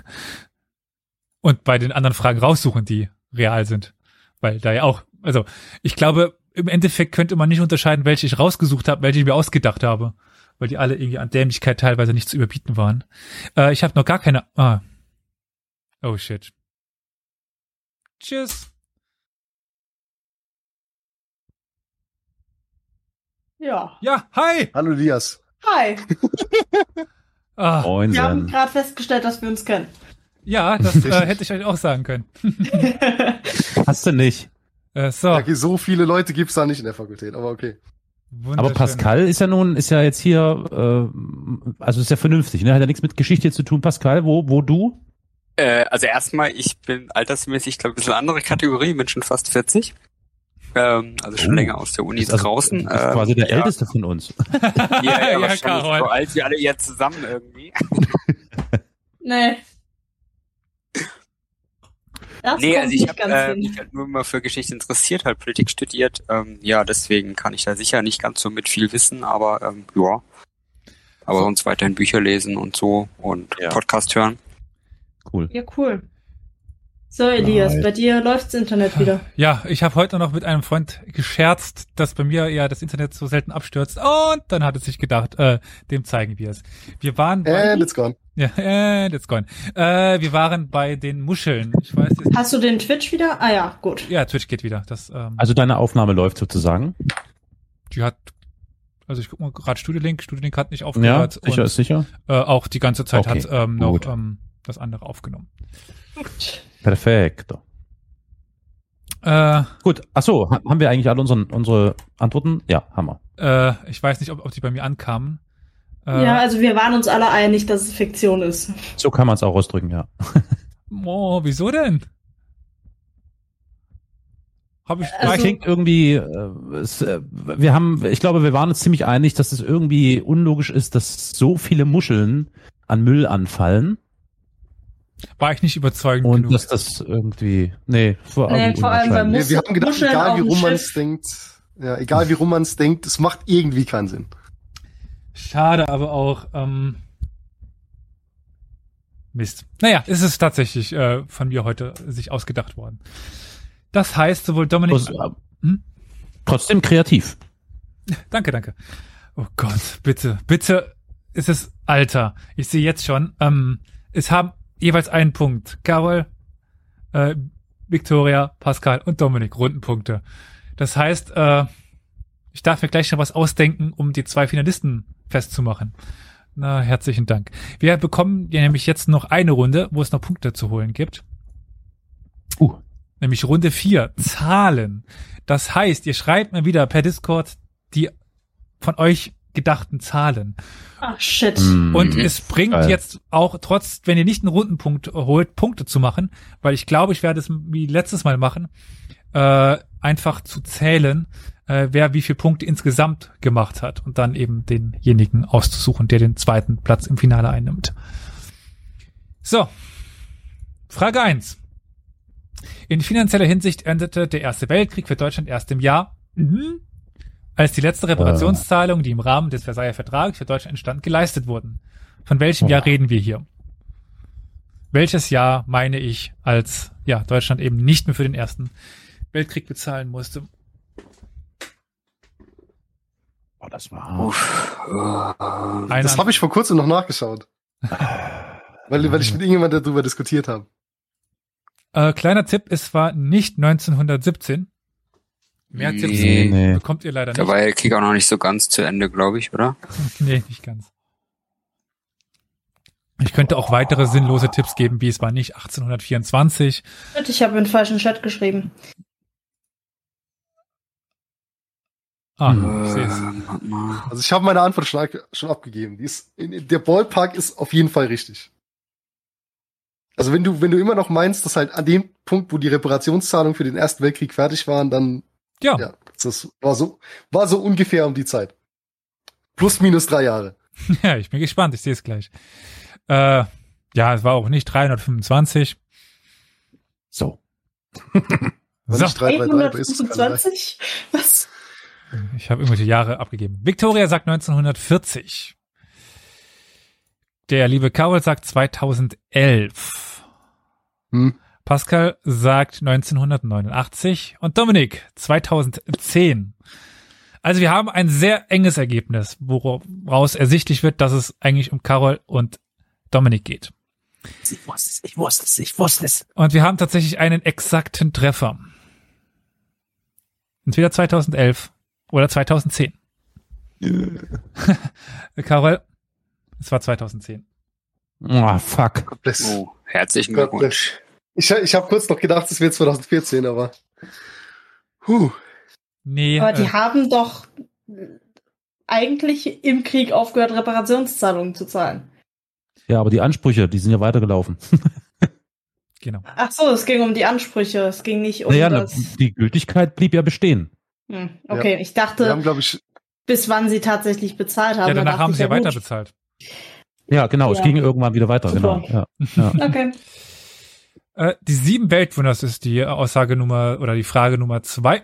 Speaker 2: Und bei den anderen Fragen raussuchen, die real sind. Weil da ja auch, also ich glaube, im Endeffekt könnte man nicht unterscheiden, welche ich rausgesucht habe, welche ich mir ausgedacht habe. Weil die alle irgendwie an Dämlichkeit teilweise nicht zu überbieten waren. Äh, ich habe noch gar keine. Ah. Oh shit. Tschüss.
Speaker 6: Ja.
Speaker 2: Ja, hi!
Speaker 5: Hallo Elias.
Speaker 6: Hi.
Speaker 2: Ah.
Speaker 1: Moin,
Speaker 6: Wir haben
Speaker 1: Sen.
Speaker 6: gerade festgestellt, dass wir uns kennen.
Speaker 2: Ja, das äh, hätte ich euch auch sagen können.
Speaker 1: Hast du nicht.
Speaker 2: Äh, so.
Speaker 5: Okay, so viele Leute gibt's da nicht in der Fakultät, aber okay.
Speaker 1: Aber Pascal ist ja nun, ist ja jetzt hier, äh, also ist ja vernünftig, ne? Hat ja nichts mit Geschichte zu tun. Pascal, wo, wo du?
Speaker 4: Äh, also erstmal, ich bin altersmäßig, glaube ich, ein bisschen andere Kategorie, bin schon fast 40. Ähm, also schon
Speaker 1: Oh.
Speaker 4: länger aus der Uni
Speaker 1: Ist also-
Speaker 4: draußen.
Speaker 1: Ist
Speaker 4: ähm,
Speaker 1: quasi der
Speaker 4: ja.
Speaker 1: Älteste von uns.
Speaker 4: Ja, ja,
Speaker 2: Ja,
Speaker 4: wahrscheinlich
Speaker 2: Karol.
Speaker 4: so alt wie alle jetzt zusammen irgendwie.
Speaker 6: Nee. Das
Speaker 4: nee,
Speaker 6: kommt
Speaker 4: also ich
Speaker 6: nicht
Speaker 4: habe
Speaker 6: ganz
Speaker 4: äh,
Speaker 6: hin.
Speaker 4: mich halt nur immer für Geschichte interessiert, halt Politik studiert. Ähm, ja, deswegen kann ich da sicher nicht ganz so mit viel wissen, aber ähm, ja. Aber sonst weiterhin Bücher lesen und so und
Speaker 8: Ja.
Speaker 4: Podcast hören.
Speaker 1: Cool.
Speaker 6: Ja, cool. So, Elias,
Speaker 1: Nein.
Speaker 6: bei dir läuft's Internet wieder.
Speaker 2: Ja, ich habe heute noch mit einem Freund gescherzt, dass bei mir ja das Internet so selten abstürzt. Und dann hat es sich gedacht, äh, dem zeigen wir es. Wir waren bei,
Speaker 5: And it's gone.
Speaker 2: ja, and it's gone. Äh, wir waren bei den Muscheln. Ich weiß jetzt,
Speaker 6: Hast du den Twitch wieder? Ah ja, gut.
Speaker 2: ja, Twitch geht wieder. Das, ähm,
Speaker 1: Also deine Aufnahme läuft sozusagen.
Speaker 2: die hat, also ich guck mal gerade Studiolink. Studiolink hat nicht
Speaker 1: Ja,
Speaker 2: aufgehört
Speaker 1: sicher ist sicher.
Speaker 2: äh, auch die ganze Zeit
Speaker 1: Okay,
Speaker 2: hat ähm, noch
Speaker 1: gut.
Speaker 2: ähm, das andere aufgenommen.
Speaker 1: Perfekt.
Speaker 2: Äh,
Speaker 1: Gut, ach so, ha- haben wir eigentlich alle unseren, unsere Antworten? Ja, Hammer.
Speaker 2: äh, ich weiß nicht, ob, ob die bei mir ankamen. Äh,
Speaker 6: Ja, also wir waren uns alle einig, dass es Fiktion ist.
Speaker 1: So kann man es auch ausdrücken, ja.
Speaker 2: Oh, wieso denn? Hab ich
Speaker 1: Das
Speaker 6: Also-
Speaker 1: klingt irgendwie, äh, es, äh, wir haben, ich glaube, wir waren uns ziemlich einig, dass es irgendwie unlogisch ist, dass so viele Muscheln an Müll anfallen
Speaker 2: war ich nicht überzeugend
Speaker 1: und
Speaker 2: genug.
Speaker 1: dass das irgendwie, nee, vor,
Speaker 6: Nee,
Speaker 1: irgendwie
Speaker 6: vor allem bei
Speaker 1: unwahrscheinlich.
Speaker 5: Nee, wir haben gedacht,
Speaker 6: Muscheln
Speaker 5: egal
Speaker 6: auf
Speaker 5: wie
Speaker 6: dem
Speaker 5: rum man
Speaker 6: Schiff.
Speaker 5: es denkt, ja, egal wie rum man es denkt, es macht irgendwie keinen Sinn.
Speaker 2: Schade, aber auch ähm, Mist. Naja, es ist tatsächlich äh, von mir heute sich ausgedacht worden. Das heißt, sowohl Dominik.
Speaker 1: Bloß, äh,
Speaker 2: Hm?
Speaker 1: Trotzdem kreativ.
Speaker 2: Danke, danke. Oh Gott, bitte, bitte. Es ist Alter. Ich sehe jetzt schon. Ähm, es haben jeweils einen Punkt. Carol, äh, Victoria, Pascal und Dominik Rundenpunkte. Das heißt, äh, ich darf mir gleich noch was ausdenken, um die zwei Finalisten festzumachen. Na, herzlichen Dank. Wir bekommen ja nämlich jetzt noch eine Runde, wo es noch Punkte zu holen gibt.
Speaker 1: Uh.
Speaker 2: Nämlich Runde vier Zahlen. Das heißt, ihr schreibt mir wieder per Discord die von euch gedachten Zahlen.
Speaker 6: Ach, Ah, shit.
Speaker 1: Hm.
Speaker 2: Und es bringt
Speaker 1: Mhm. Geil.
Speaker 2: jetzt auch, trotz, wenn ihr nicht einen Rundenpunkt holt, Punkte zu machen, weil ich glaube, ich werde es wie letztes Mal machen, äh, einfach zu zählen, äh, wer wie viele Punkte insgesamt gemacht hat und dann eben denjenigen auszusuchen, der den zweiten Platz im Finale einnimmt. So, Frage eins. In finanzieller Hinsicht endete der Erste Weltkrieg für Deutschland erst im Jahr, mhm, als die letzten Reparationszahlungen, die im Rahmen des Versailler Vertrags für Deutschland entstand, geleistet wurden. Von welchem Jahr reden wir hier? Welches Jahr meine ich, als ja, Deutschland eben nicht mehr für den Ersten Weltkrieg bezahlen musste?
Speaker 1: Oh, das war.
Speaker 4: Uff. Äh,
Speaker 2: Eine
Speaker 5: Das habe ich vor kurzem noch nachgeschaut. Weil, weil ich mit irgendjemandem darüber diskutiert habe.
Speaker 2: äh, kleiner Tipp, es war nicht 1917. Mehr Tipps
Speaker 4: Nee,
Speaker 1: nee.
Speaker 2: bekommt ihr leider nicht.
Speaker 4: da war der Krieg auch noch nicht so ganz zu Ende, glaube ich, oder?
Speaker 2: Nee, nicht ganz. Ich könnte auch weitere sinnlose Tipps geben, wie es war nicht 1824.
Speaker 6: Shit, Ich habe den falschen Chat geschrieben.
Speaker 2: Ah,
Speaker 1: Hm.
Speaker 2: ich
Speaker 4: Äh,
Speaker 2: sehe es.
Speaker 4: warte mal.
Speaker 5: Also ich habe meine Antwort schon, ab- schon abgegeben. Die ist, in- in- der Ballpark ist auf jeden Fall richtig. Also wenn du, wenn du immer noch meinst, dass halt an dem Punkt, wo die Reparationszahlungen für den Ersten Weltkrieg fertig waren, dann
Speaker 2: Ja,
Speaker 5: ja, das war so, war so ungefähr um die Zeit. Plus minus drei Jahre.
Speaker 2: ja, ich bin gespannt, ich sehe es gleich. Äh, ja, es war auch nicht 325.
Speaker 1: So.
Speaker 5: Wenn
Speaker 2: So,
Speaker 5: nicht drei, drei, drei, aber ist es kein drei.
Speaker 6: 125? Was?
Speaker 2: ich habe irgendwelche Jahre abgegeben. Victoria sagt 1940. Der liebe Carol sagt 2011.
Speaker 5: Hm.
Speaker 2: Pascal sagt 1989 und Dominik 2010. Also wir haben ein sehr enges Ergebnis, woraus ersichtlich wird, dass es eigentlich um Carol und Dominik geht.
Speaker 1: Ich wusste es, ich wusste es, ich wusste es.
Speaker 2: Und wir haben tatsächlich einen exakten Treffer. Entweder 2011 oder 2010. Karol, es war 2010.
Speaker 1: Ah, fuck.
Speaker 5: Gott bless.
Speaker 4: Oh, herzlichen
Speaker 5: Gott
Speaker 4: Glückwunsch.
Speaker 5: bless. Ich, ich habe kurz noch gedacht, es wäre 2014, aber. Huh.
Speaker 2: Nee,
Speaker 6: Aber
Speaker 2: äh,
Speaker 6: die haben doch eigentlich im Krieg aufgehört, Reparationszahlungen zu zahlen.
Speaker 1: Ja, aber die Ansprüche, die sind ja weitergelaufen.
Speaker 2: Genau.
Speaker 6: Ach so, es ging um die Ansprüche, es ging nicht um
Speaker 1: naja, ne na,
Speaker 6: das.
Speaker 1: die Gültigkeit blieb ja bestehen.
Speaker 6: Hm, okay, ich dachte,
Speaker 5: Wir haben, glaube ich,
Speaker 6: bis wann sie tatsächlich bezahlt haben.
Speaker 2: Ja,
Speaker 6: Dann
Speaker 2: danach
Speaker 6: dachte
Speaker 2: haben
Speaker 6: ich,
Speaker 2: sie ja
Speaker 6: gut.
Speaker 2: weiter bezahlt.
Speaker 1: Ja, genau, es
Speaker 6: Ja.
Speaker 1: ging irgendwann wieder weiter,
Speaker 6: Super.
Speaker 1: genau. Ja, ja.
Speaker 6: Okay.
Speaker 2: Äh, die sieben Weltwunder, das ist die Aussage Nummer oder die Frage Nummer zwei.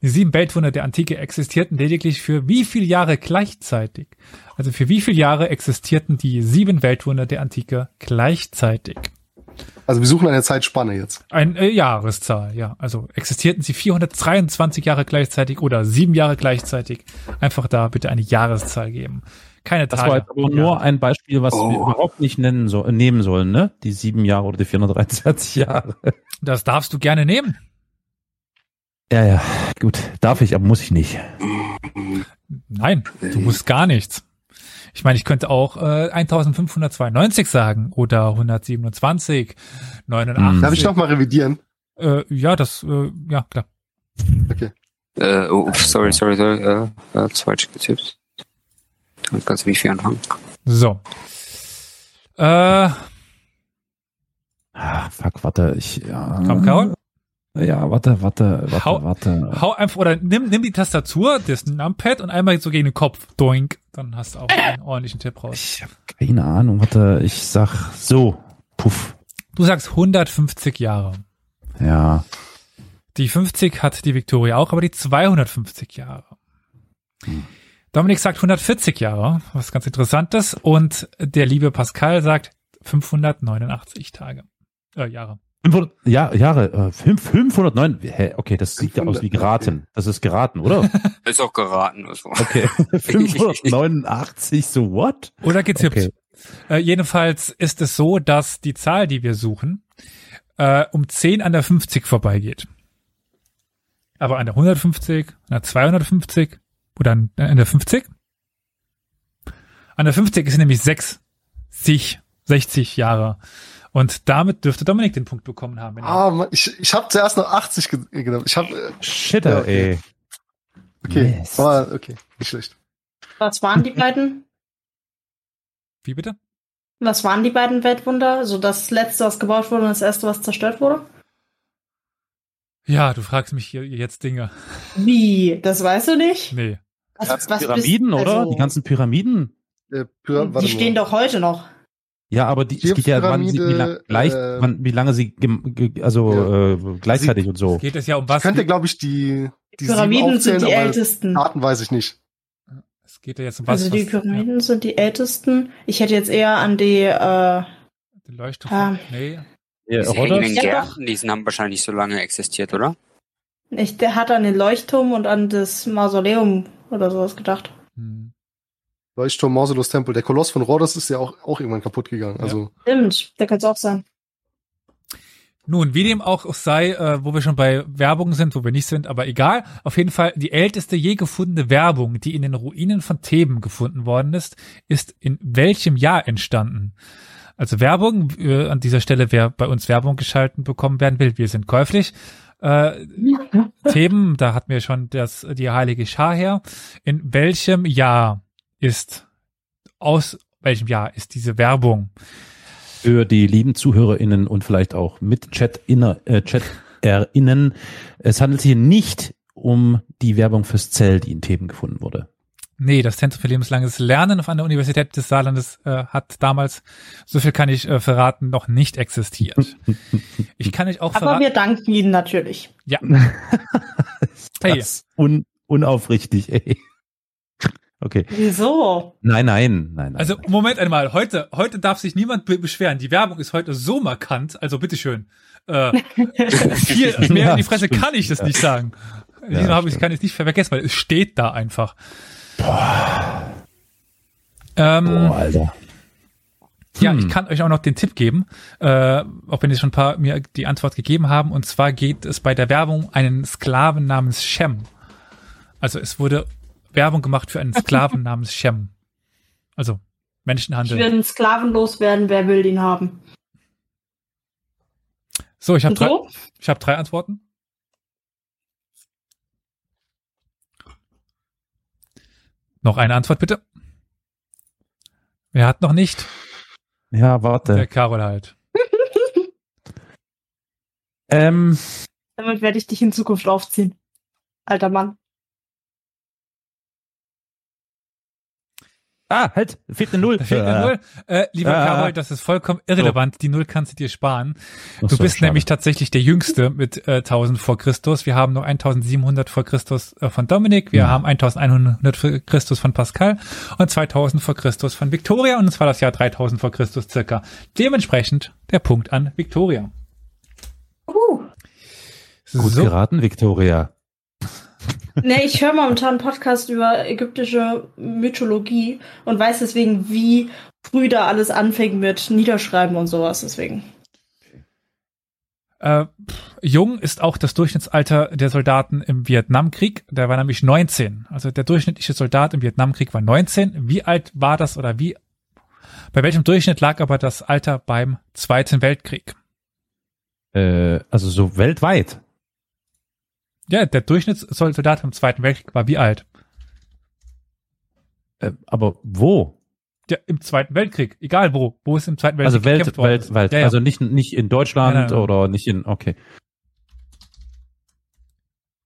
Speaker 2: Die sieben Weltwunder der Antike existierten lediglich für wie viele Jahre gleichzeitig? Also für wie viele Jahre existierten die sieben Weltwunder der Antike gleichzeitig?
Speaker 5: also wir suchen eine Zeitspanne jetzt.
Speaker 2: Ein äh, Jahreszahl, ja. Also existierten sie 423 Jahre gleichzeitig oder sieben Jahre gleichzeitig. Einfach da bitte eine Jahreszahl geben. Keine
Speaker 1: Das
Speaker 2: Tage.
Speaker 1: war jetzt aber nur ein Beispiel, was wir
Speaker 4: Oh.
Speaker 1: überhaupt nicht nennen so, nehmen sollen, ne? Die sieben Jahre oder die 423 Jahre.
Speaker 2: das darfst du gerne nehmen.
Speaker 1: Ja, ja, gut. Darf ich, aber muss ich nicht.
Speaker 2: Nein, du musst gar nichts. Ich meine, ich könnte auch äh, 1592 sagen oder 127, 89.
Speaker 1: Hm.
Speaker 5: Darf ich nochmal revidieren?
Speaker 1: Mhm.
Speaker 2: Äh, ja, das, äh, ja, klar.
Speaker 4: Äh, oh, ups, sorry, sorry, sorry. Äh, äh, das falsch getippt. Damit kannst du nicht viel anfangen.
Speaker 2: So. Äh,
Speaker 1: Ah, fuck, warte, ich. Ja,
Speaker 2: komm, Karol.
Speaker 1: Ja, warte, warte, warte,
Speaker 2: Hau-
Speaker 1: warte.
Speaker 2: Hau einfach, oder nimm, nimm die Tastatur, das Numpad und einmal so gegen den Kopf. Doink. Dann hast du auch einen ordentlichen Tipp raus.
Speaker 1: Ich habe keine Ahnung, warte, ich sag so. Puff.
Speaker 2: Du sagst 150 Jahre.
Speaker 1: Ja.
Speaker 2: Die 50 hat die Victoria auch, aber die 250 Jahre. Dominik sagt 140 Jahre, was ganz interessant ist. Und der liebe Pascal sagt 589 Tage. Äh, Jahre.
Speaker 1: 500, ja, Jahre, äh, fünf- 509. Hä, okay, das sieht ja aus wie
Speaker 5: 500,
Speaker 1: geraten. Das ist geraten, oder?
Speaker 4: Ist auch geraten. Also.
Speaker 1: Okay. 589, so what?
Speaker 2: Oder getippt.
Speaker 1: Okay.
Speaker 2: Äh, jedenfalls ist es so, dass die Zahl, die wir suchen, äh, um 10 an der 50 vorbeigeht. Aber an der 150, an der 250 oder an, äh, an der 50? An der 50 ist nämlich 60, 60 Jahre. Und damit dürfte Dominik den Punkt bekommen haben. wenn er-
Speaker 5: Ah, Mann, ich, ich habe zuerst noch 80 ge äh, genommen. Ich habe,
Speaker 1: Shit,
Speaker 5: Ja, okay.
Speaker 1: ey.
Speaker 5: okay,
Speaker 1: Mist.
Speaker 5: aber okay, nicht schlecht.
Speaker 6: Was waren die beiden?
Speaker 2: Wie bitte?
Speaker 6: Was waren die beiden Weltwunder? Also das letzte, was gebaut wurde und das erste, was zerstört wurde?
Speaker 2: Ja, du fragst mich hier jetzt Dinge.
Speaker 6: Wie? Das weißt du nicht?
Speaker 2: Nee.
Speaker 6: Was,
Speaker 1: Die ganzen
Speaker 6: was
Speaker 1: Pyramiden,
Speaker 6: bist-
Speaker 1: oder?
Speaker 6: also,
Speaker 1: Die ganzen Pyramiden.
Speaker 5: Äh, Pyra- warte
Speaker 6: die stehen
Speaker 5: mal.
Speaker 6: doch heute noch.
Speaker 1: Ja, aber die, es geht ja, wann sie, wie, lang,
Speaker 5: Pyramide,
Speaker 1: leicht,
Speaker 5: äh,
Speaker 1: wann, wie lange sie, gem- ge- also äh, gleichzeitig und so.
Speaker 2: Geht es ja um
Speaker 5: Ich
Speaker 2: was?
Speaker 5: könnte, glaube ich, die, die
Speaker 6: Die
Speaker 5: sieben
Speaker 6: Pyramiden sind die
Speaker 5: aufzählen, aber
Speaker 6: ältesten.
Speaker 5: Daten weiß ich nicht.
Speaker 2: es geht ja jetzt um was?
Speaker 6: also die
Speaker 2: was,
Speaker 6: Pyramiden sind die ältesten. Ich hätte jetzt eher an die, äh,
Speaker 2: Ja, die Leuchtturm.
Speaker 6: Ah.
Speaker 2: Nee.
Speaker 1: Ja,
Speaker 4: Diese
Speaker 1: oder?
Speaker 4: hängenden
Speaker 6: Ja, doch.
Speaker 4: Gärten, die haben wahrscheinlich nicht so lange existiert, oder?
Speaker 6: ich, der hat an den Leuchtturm und an das Mausoleum oder sowas gedacht.
Speaker 2: Hm.
Speaker 5: Leuchtturm Mausolus Tempel. Der Koloss von Rhodos ist ja auch, auch irgendwann kaputt gegangen. Also,
Speaker 6: Stimmt, der kann es auch sein.
Speaker 2: Nun, wie dem auch sei, äh, wo wir schon bei Werbung sind, wo wir nicht sind, aber egal. Auf jeden Fall die älteste je gefundene Werbung, die in den Ruinen von Theben gefunden worden ist, ist in welchem Jahr entstanden? Also Werbung, äh, an dieser Stelle, wer bei uns Werbung geschalten bekommen werden will, wir sind käuflich. Äh, Theben, da hatten wir schon das, die heilige Schar her. In welchem Jahr ist, aus welchem Jahr ist diese Werbung?
Speaker 1: Für die lieben ZuhörerInnen und vielleicht auch mit Chat-Inner, äh, Chat-Erinnen. Es handelt sich hier nicht um die Werbung fürs Zelt, die in Theben gefunden wurde.
Speaker 2: Nee, das Zentrum für lebenslanges Lernen auf einer Universität des Saarlandes äh, hat damals, so viel kann ich äh, verraten, noch nicht existiert. Ich kann euch auch
Speaker 6: Aber
Speaker 2: verraten.
Speaker 6: wir danken ihnen natürlich.
Speaker 2: Ja.
Speaker 1: Das
Speaker 2: hey,
Speaker 1: ist un, unaufrichtig, ey. Okay.
Speaker 6: Wieso?
Speaker 1: Nein, nein, nein, nein.
Speaker 2: also
Speaker 1: nein.
Speaker 2: Moment einmal, heute, heute darf sich niemand be beschweren. Die Werbung ist heute so markant, also bitteschön. Äh, viel mehr in die Fresse
Speaker 1: stimmt.
Speaker 2: kann ich das
Speaker 1: Ja.
Speaker 2: nicht sagen.
Speaker 1: Ja,
Speaker 2: Diesmal habe ich
Speaker 1: stimmt.
Speaker 2: kann ich es nicht vergessen, weil es steht da einfach. Ähm,
Speaker 1: Boah, Alter.
Speaker 2: Ja,
Speaker 1: Hm.
Speaker 2: ich kann euch auch noch den Tipp geben, äh, auch wenn jetzt schon ein paar mir die Antwort gegeben haben. Und zwar geht es bei der Werbung um einen Sklaven namens Shem. Also es wurde Werbung gemacht für einen Sklaven namens Shem. Also
Speaker 6: Ich
Speaker 2: Menschenhandel.
Speaker 6: will einen Sklaven loswerden, wer will ihn haben?
Speaker 2: so, ich habe
Speaker 6: Und
Speaker 2: drei,
Speaker 6: so?
Speaker 2: ich hab drei Antworten. Noch eine Antwort bitte. Wer hat noch nicht?
Speaker 1: Ja,
Speaker 2: Der
Speaker 1: warte.
Speaker 2: Carol halt.
Speaker 1: Ähm,
Speaker 6: Damit werde ich dich in Zukunft aufziehen. Alter Mann.
Speaker 1: ah, halt, fehlt eine Null.
Speaker 2: Da fehlt eine Null. Äh, lieber
Speaker 1: Ah.
Speaker 2: Carol, das ist vollkommen irrelevant. Die Null kannst du dir sparen.
Speaker 1: Ach
Speaker 2: Du
Speaker 1: so,
Speaker 2: bist
Speaker 1: schade.
Speaker 2: nämlich tatsächlich der Jüngste mit äh, 1000 vor Christus. Wir haben noch 1700 vor Christus äh, von Dominik. Wir
Speaker 1: Ja.
Speaker 2: haben 1100 vor Christus von Pascal und 2000 vor Christus von Victoria. Und es war das Jahr 3000 vor Christus circa. Dementsprechend der Punkt an Victoria.
Speaker 6: Uh.
Speaker 1: Gut
Speaker 2: so,
Speaker 1: geraten, Victoria.
Speaker 6: Nee, ich höre momentan einen Podcast über ägyptische Mythologie und weiß deswegen, wie früh da alles anfängt mit Niederschreiben und sowas. Deswegen.
Speaker 2: äh, pff, jung ist auch das Durchschnittsalter der Soldaten im Vietnamkrieg. Der war nämlich 19. Also der durchschnittliche Soldat im Vietnamkrieg war 19. Wie alt war das oder wie? Bei welchem Durchschnitt lag aber das Alter beim Zweiten Weltkrieg?
Speaker 1: Äh, also so weltweit.
Speaker 2: Ja, der Durchschnittssoldat im Zweiten Weltkrieg war wie alt?
Speaker 1: Äh, aber wo?
Speaker 2: Ja, im Zweiten Weltkrieg, egal wo, wo es im Zweiten Weltkrieg
Speaker 1: Also Welt,
Speaker 2: gekämpft worden
Speaker 1: Welt,
Speaker 2: ist.
Speaker 1: Welt.
Speaker 2: Ja, ja.
Speaker 1: Also nicht, nicht in Deutschland
Speaker 2: Nein, nein, nein.
Speaker 1: oder nicht in, okay.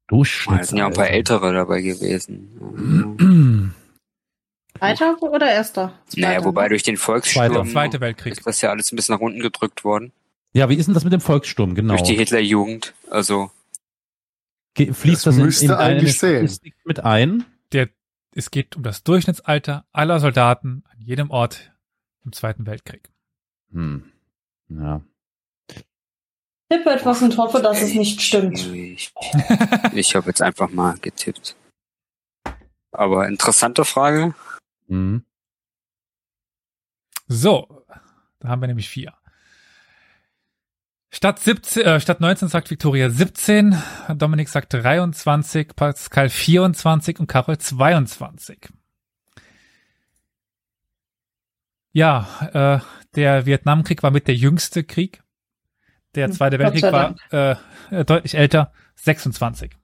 Speaker 4: Da sind ja ein paar
Speaker 1: Durchschnittsalter.
Speaker 4: Ältere dabei gewesen.
Speaker 1: Mhm.
Speaker 6: Zweiter oder erster?
Speaker 4: Naja,
Speaker 6: Zweiter,
Speaker 4: wobei
Speaker 6: ne?
Speaker 4: durch den
Speaker 2: der
Speaker 4: Volkssturm
Speaker 2: Zweite Weltkrieg.
Speaker 4: ist das ja alles ein bisschen nach unten gedrückt worden.
Speaker 1: Ja, wie ist denn das mit dem Volkssturm? Genau.
Speaker 4: Durch die Hitlerjugend. Also,
Speaker 1: Ge fließt
Speaker 5: Das
Speaker 1: das,
Speaker 5: müsste
Speaker 1: in, in
Speaker 5: eigentlich
Speaker 1: eine
Speaker 5: zählen.
Speaker 1: Statistik mit ein?
Speaker 2: Es geht um das Durchschnittsalter aller Soldaten an jedem Ort im Zweiten Weltkrieg.
Speaker 1: Hm. Ja.
Speaker 6: Tippe etwas und hoffe, dass es nicht stimmt.
Speaker 4: ich, ich habe jetzt einfach mal getippt. Aber interessante Frage.
Speaker 1: Hm.
Speaker 2: So, da haben wir nämlich vier. Statt, 17, äh, statt 19 sagt Victoria 17, Dominik sagt 23, Pascal 24 und Carol 22. Ja, äh, der Vietnamkrieg war mit der jüngste Krieg. Der
Speaker 6: Hm,
Speaker 2: Zweite
Speaker 6: Gott sei
Speaker 2: Weltkrieg war äh, äh, deutlich älter, 26.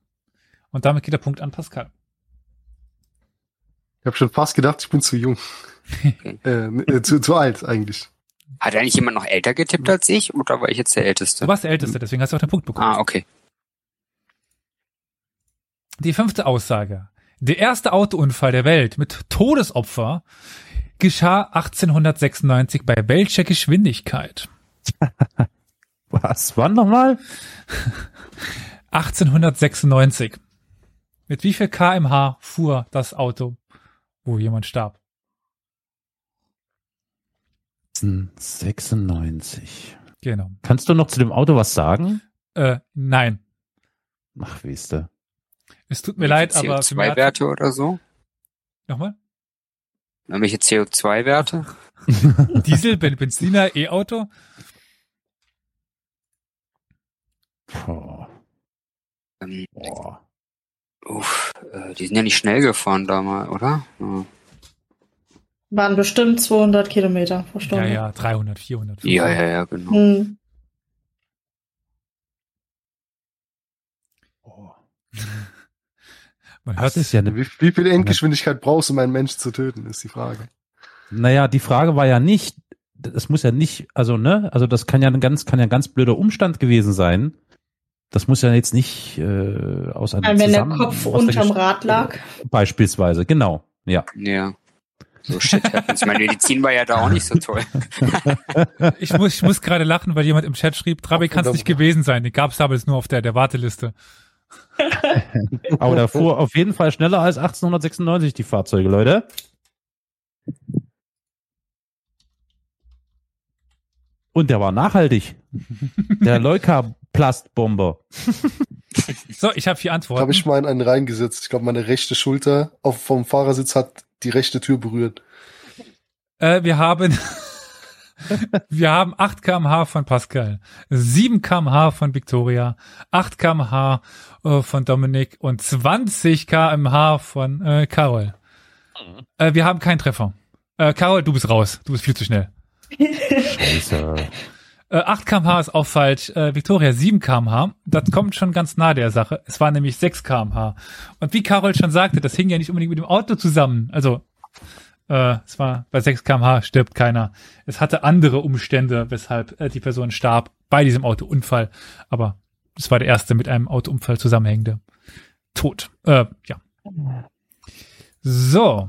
Speaker 2: Und damit geht der Punkt an Pascal.
Speaker 5: Ich habe schon fast gedacht, ich bin zu jung. äh, äh, zu, zu alt eigentlich.
Speaker 4: Hat eigentlich jemand noch älter getippt als ich? Oder war ich jetzt der
Speaker 2: Du
Speaker 4: Älteste?
Speaker 2: warst der Älteste, deswegen hast du auch den Punkt bekommen.
Speaker 4: Ah, okay.
Speaker 2: Die fünfte Aussage. Der erste Autounfall der Welt mit Todesopfer geschah 1896 bei welcher Geschwindigkeit?
Speaker 1: Was? Wann nochmal?
Speaker 2: 1896. Mit wie viel kmh fuhr das Auto, wo jemand starb?
Speaker 1: 96.
Speaker 2: Genau.
Speaker 1: Hm. Kannst du noch zu dem Auto was sagen?
Speaker 2: Äh, nein.
Speaker 1: Ach, wie ist der?
Speaker 2: Es tut mir leid, aber für mich hat-
Speaker 4: CO2-Werte oder so?
Speaker 2: Nochmal?
Speaker 4: Irgendwelche CO2-Werte?
Speaker 2: Diesel, Ben- Benziner, E-Auto?
Speaker 1: Boah.
Speaker 4: Ähm,
Speaker 1: Boah.
Speaker 4: uff, äh, die sind ja nicht schnell gefahren damals, oder? Ja.
Speaker 6: Waren bestimmt 200 Kilometer pro
Speaker 2: Ja,
Speaker 6: Stunde.
Speaker 2: ja, 300, 400.
Speaker 4: Ja, ja, ja, genau.
Speaker 6: Hm.
Speaker 2: Man hört
Speaker 1: Das ist ja eine
Speaker 5: Wie, wie viel Endgeschwindigkeit brauchst du, um einen Menschen zu töten, ist die Frage.
Speaker 1: Naja, die Frage war ja nicht, das muss ja nicht, also ne, also das kann ja ein ganz, kann ja ein ganz blöder Umstand gewesen sein. Das muss ja jetzt nicht äh, aus einem
Speaker 6: Weil wenn der
Speaker 1: Zusammen-
Speaker 6: Kopf
Speaker 1: aus der
Speaker 6: unterm
Speaker 1: Gesch-
Speaker 6: Rad lag.
Speaker 1: Beispielsweise, genau. Ja.
Speaker 4: Ja. So shit happens. Meine Medizin war ja da auch nicht so toll.
Speaker 2: Ich muss, ich muss gerade lachen, weil jemand im Chat schrieb, Trabi kann es nicht gewesen sein. Den gab es damals nur auf der, der Warteliste.
Speaker 1: Aber da fuhr auf jeden Fall schneller als 1896 die Fahrzeuge, Leute. Und der war nachhaltig. Der Leuka-Plastbomber.
Speaker 2: So, ich habe vier Antworten.
Speaker 5: Habe ich mal in einen reingesetzt. Ich glaube, meine rechte Schulter auf, vom Fahrersitz hat die rechte Tür berührt.
Speaker 2: Äh, wir haben, wir haben 8 kmh von Pascal, 7 kmh von Victoria, 8 kmh äh, von Dominik und 20 kmh von äh, Carol. Äh, wir haben keinen Treffer. Äh, Carol, du bist raus. Du bist viel zu schnell.
Speaker 1: Scheiße.
Speaker 2: Äh, 8 kmh ist auch falsch. Äh, Victoria 7 kmh. Das kommt schon ganz nah der Sache. Es war nämlich 6 kmh. Und wie Carol schon sagte, das hing ja nicht unbedingt mit dem Auto zusammen. Also äh, es war bei 6 kmh stirbt keiner. Es hatte andere Umstände, weshalb äh, die Person starb bei diesem Autounfall. Aber es war der erste mit einem Autounfall zusammenhängende Tod. Äh, ja. So.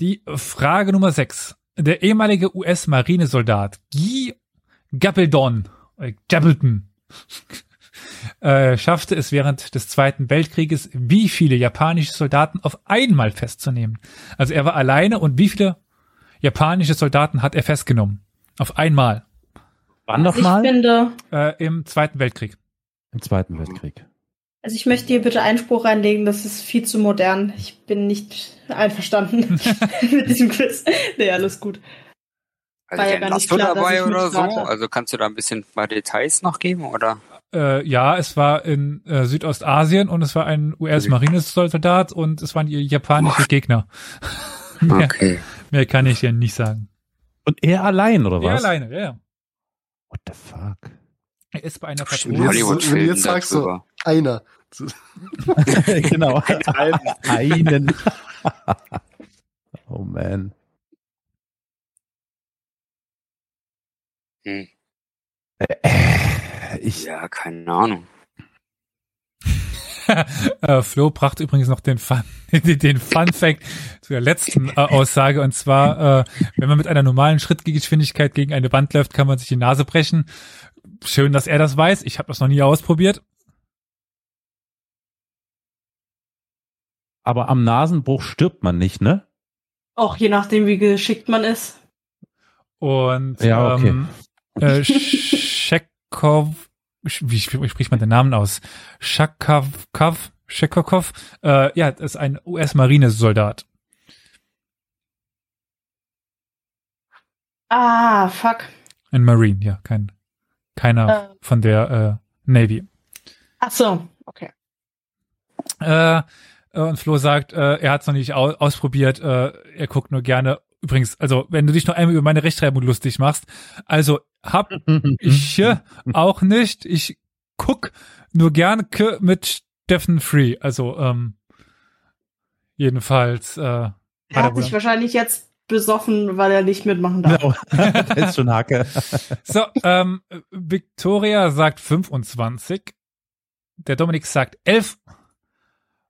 Speaker 2: Die Frage Nummer 6. Der ehemalige US-Marinesoldat Guy Gabaldon, äh, Gabaldon, äh, schaffte es während des Zweiten Weltkrieges, wie viele japanische Soldaten auf einmal festzunehmen. Also er war alleine und wie viele japanische Soldaten hat er festgenommen? Auf einmal.
Speaker 1: Wann
Speaker 6: Ich finde,
Speaker 2: Äh, Im Zweiten Weltkrieg.
Speaker 1: Im Zweiten Weltkrieg.
Speaker 6: also ich möchte hier bitte Einspruch reinlegen, das ist viel zu modern. Ich bin nicht einverstanden mit diesem Quiz. Nee, alles gut.
Speaker 4: Also
Speaker 6: War ja
Speaker 4: den
Speaker 6: gar nicht
Speaker 4: Lasso
Speaker 6: klar, dass
Speaker 4: dabei
Speaker 6: ich
Speaker 4: oder
Speaker 6: nicht
Speaker 4: so?
Speaker 6: rate.
Speaker 4: Also kannst du da ein bisschen mal Details noch geben oder?
Speaker 2: Äh, ja, es war in äh, Südostasien und es war ein US-Marinesoldat und es waren ihr japanische Gegner. mehr,
Speaker 4: Okay.
Speaker 2: mehr kann ich dir nicht sagen.
Speaker 1: Und er allein, oder
Speaker 2: Er
Speaker 1: was?
Speaker 2: alleine, ja, ja.
Speaker 1: What the fuck?
Speaker 2: Er ist bei einer
Speaker 4: Bestimmt
Speaker 5: Jetzt-
Speaker 2: Patrouille.
Speaker 5: wenn du
Speaker 4: Hollywood-Film
Speaker 5: jetzt sagst, so-
Speaker 4: darüber.
Speaker 5: Einer.
Speaker 1: genau. einen. oh man.
Speaker 4: Hm.
Speaker 1: Äh, Ich,
Speaker 4: Ja, keine Ahnung.
Speaker 2: äh, Flo brachte übrigens noch den Fun, den Fun Fact zu der letzten äh, Aussage und zwar, äh, wenn man mit einer normalen Schrittgeschwindigkeit gegen eine Wand läuft, kann man sich die Nase brechen. Schön, dass er das weiß. Ich habe das noch nie ausprobiert.
Speaker 1: aber am Nasenbruch stirbt man nicht, ne?
Speaker 6: Auch je nachdem, wie geschickt man ist.
Speaker 2: Und
Speaker 1: Ja, okay.
Speaker 2: ähm, äh, Schekow, sch- wie sp- spricht man den Namen aus? Schakavkav, Schekokow, äh, ja, das ist ein US-Marinesoldat.
Speaker 6: Ah, fuck.
Speaker 2: Ein Marine, ja, kein, keiner
Speaker 6: Äh.
Speaker 2: von der äh, Navy.
Speaker 6: Ach so, okay.
Speaker 2: Äh, äh, und Flo sagt, äh, er hat es noch nicht au ausprobiert, äh, er guckt nur gerne. Übrigens, also wenn du dich noch einmal über meine Rechtschreibung lustig machst, also hab ich äh, auch nicht, ich guck nur gerne ke- mit Stephen Free, also ähm, jedenfalls äh,
Speaker 6: Er hat
Speaker 2: Paderborn.
Speaker 6: sich wahrscheinlich jetzt besoffen, weil er nicht mitmachen darf.
Speaker 1: Genau. das ist schon Hacke.
Speaker 2: So, ähm, Victoria sagt 25. Der Dominik sagt 11.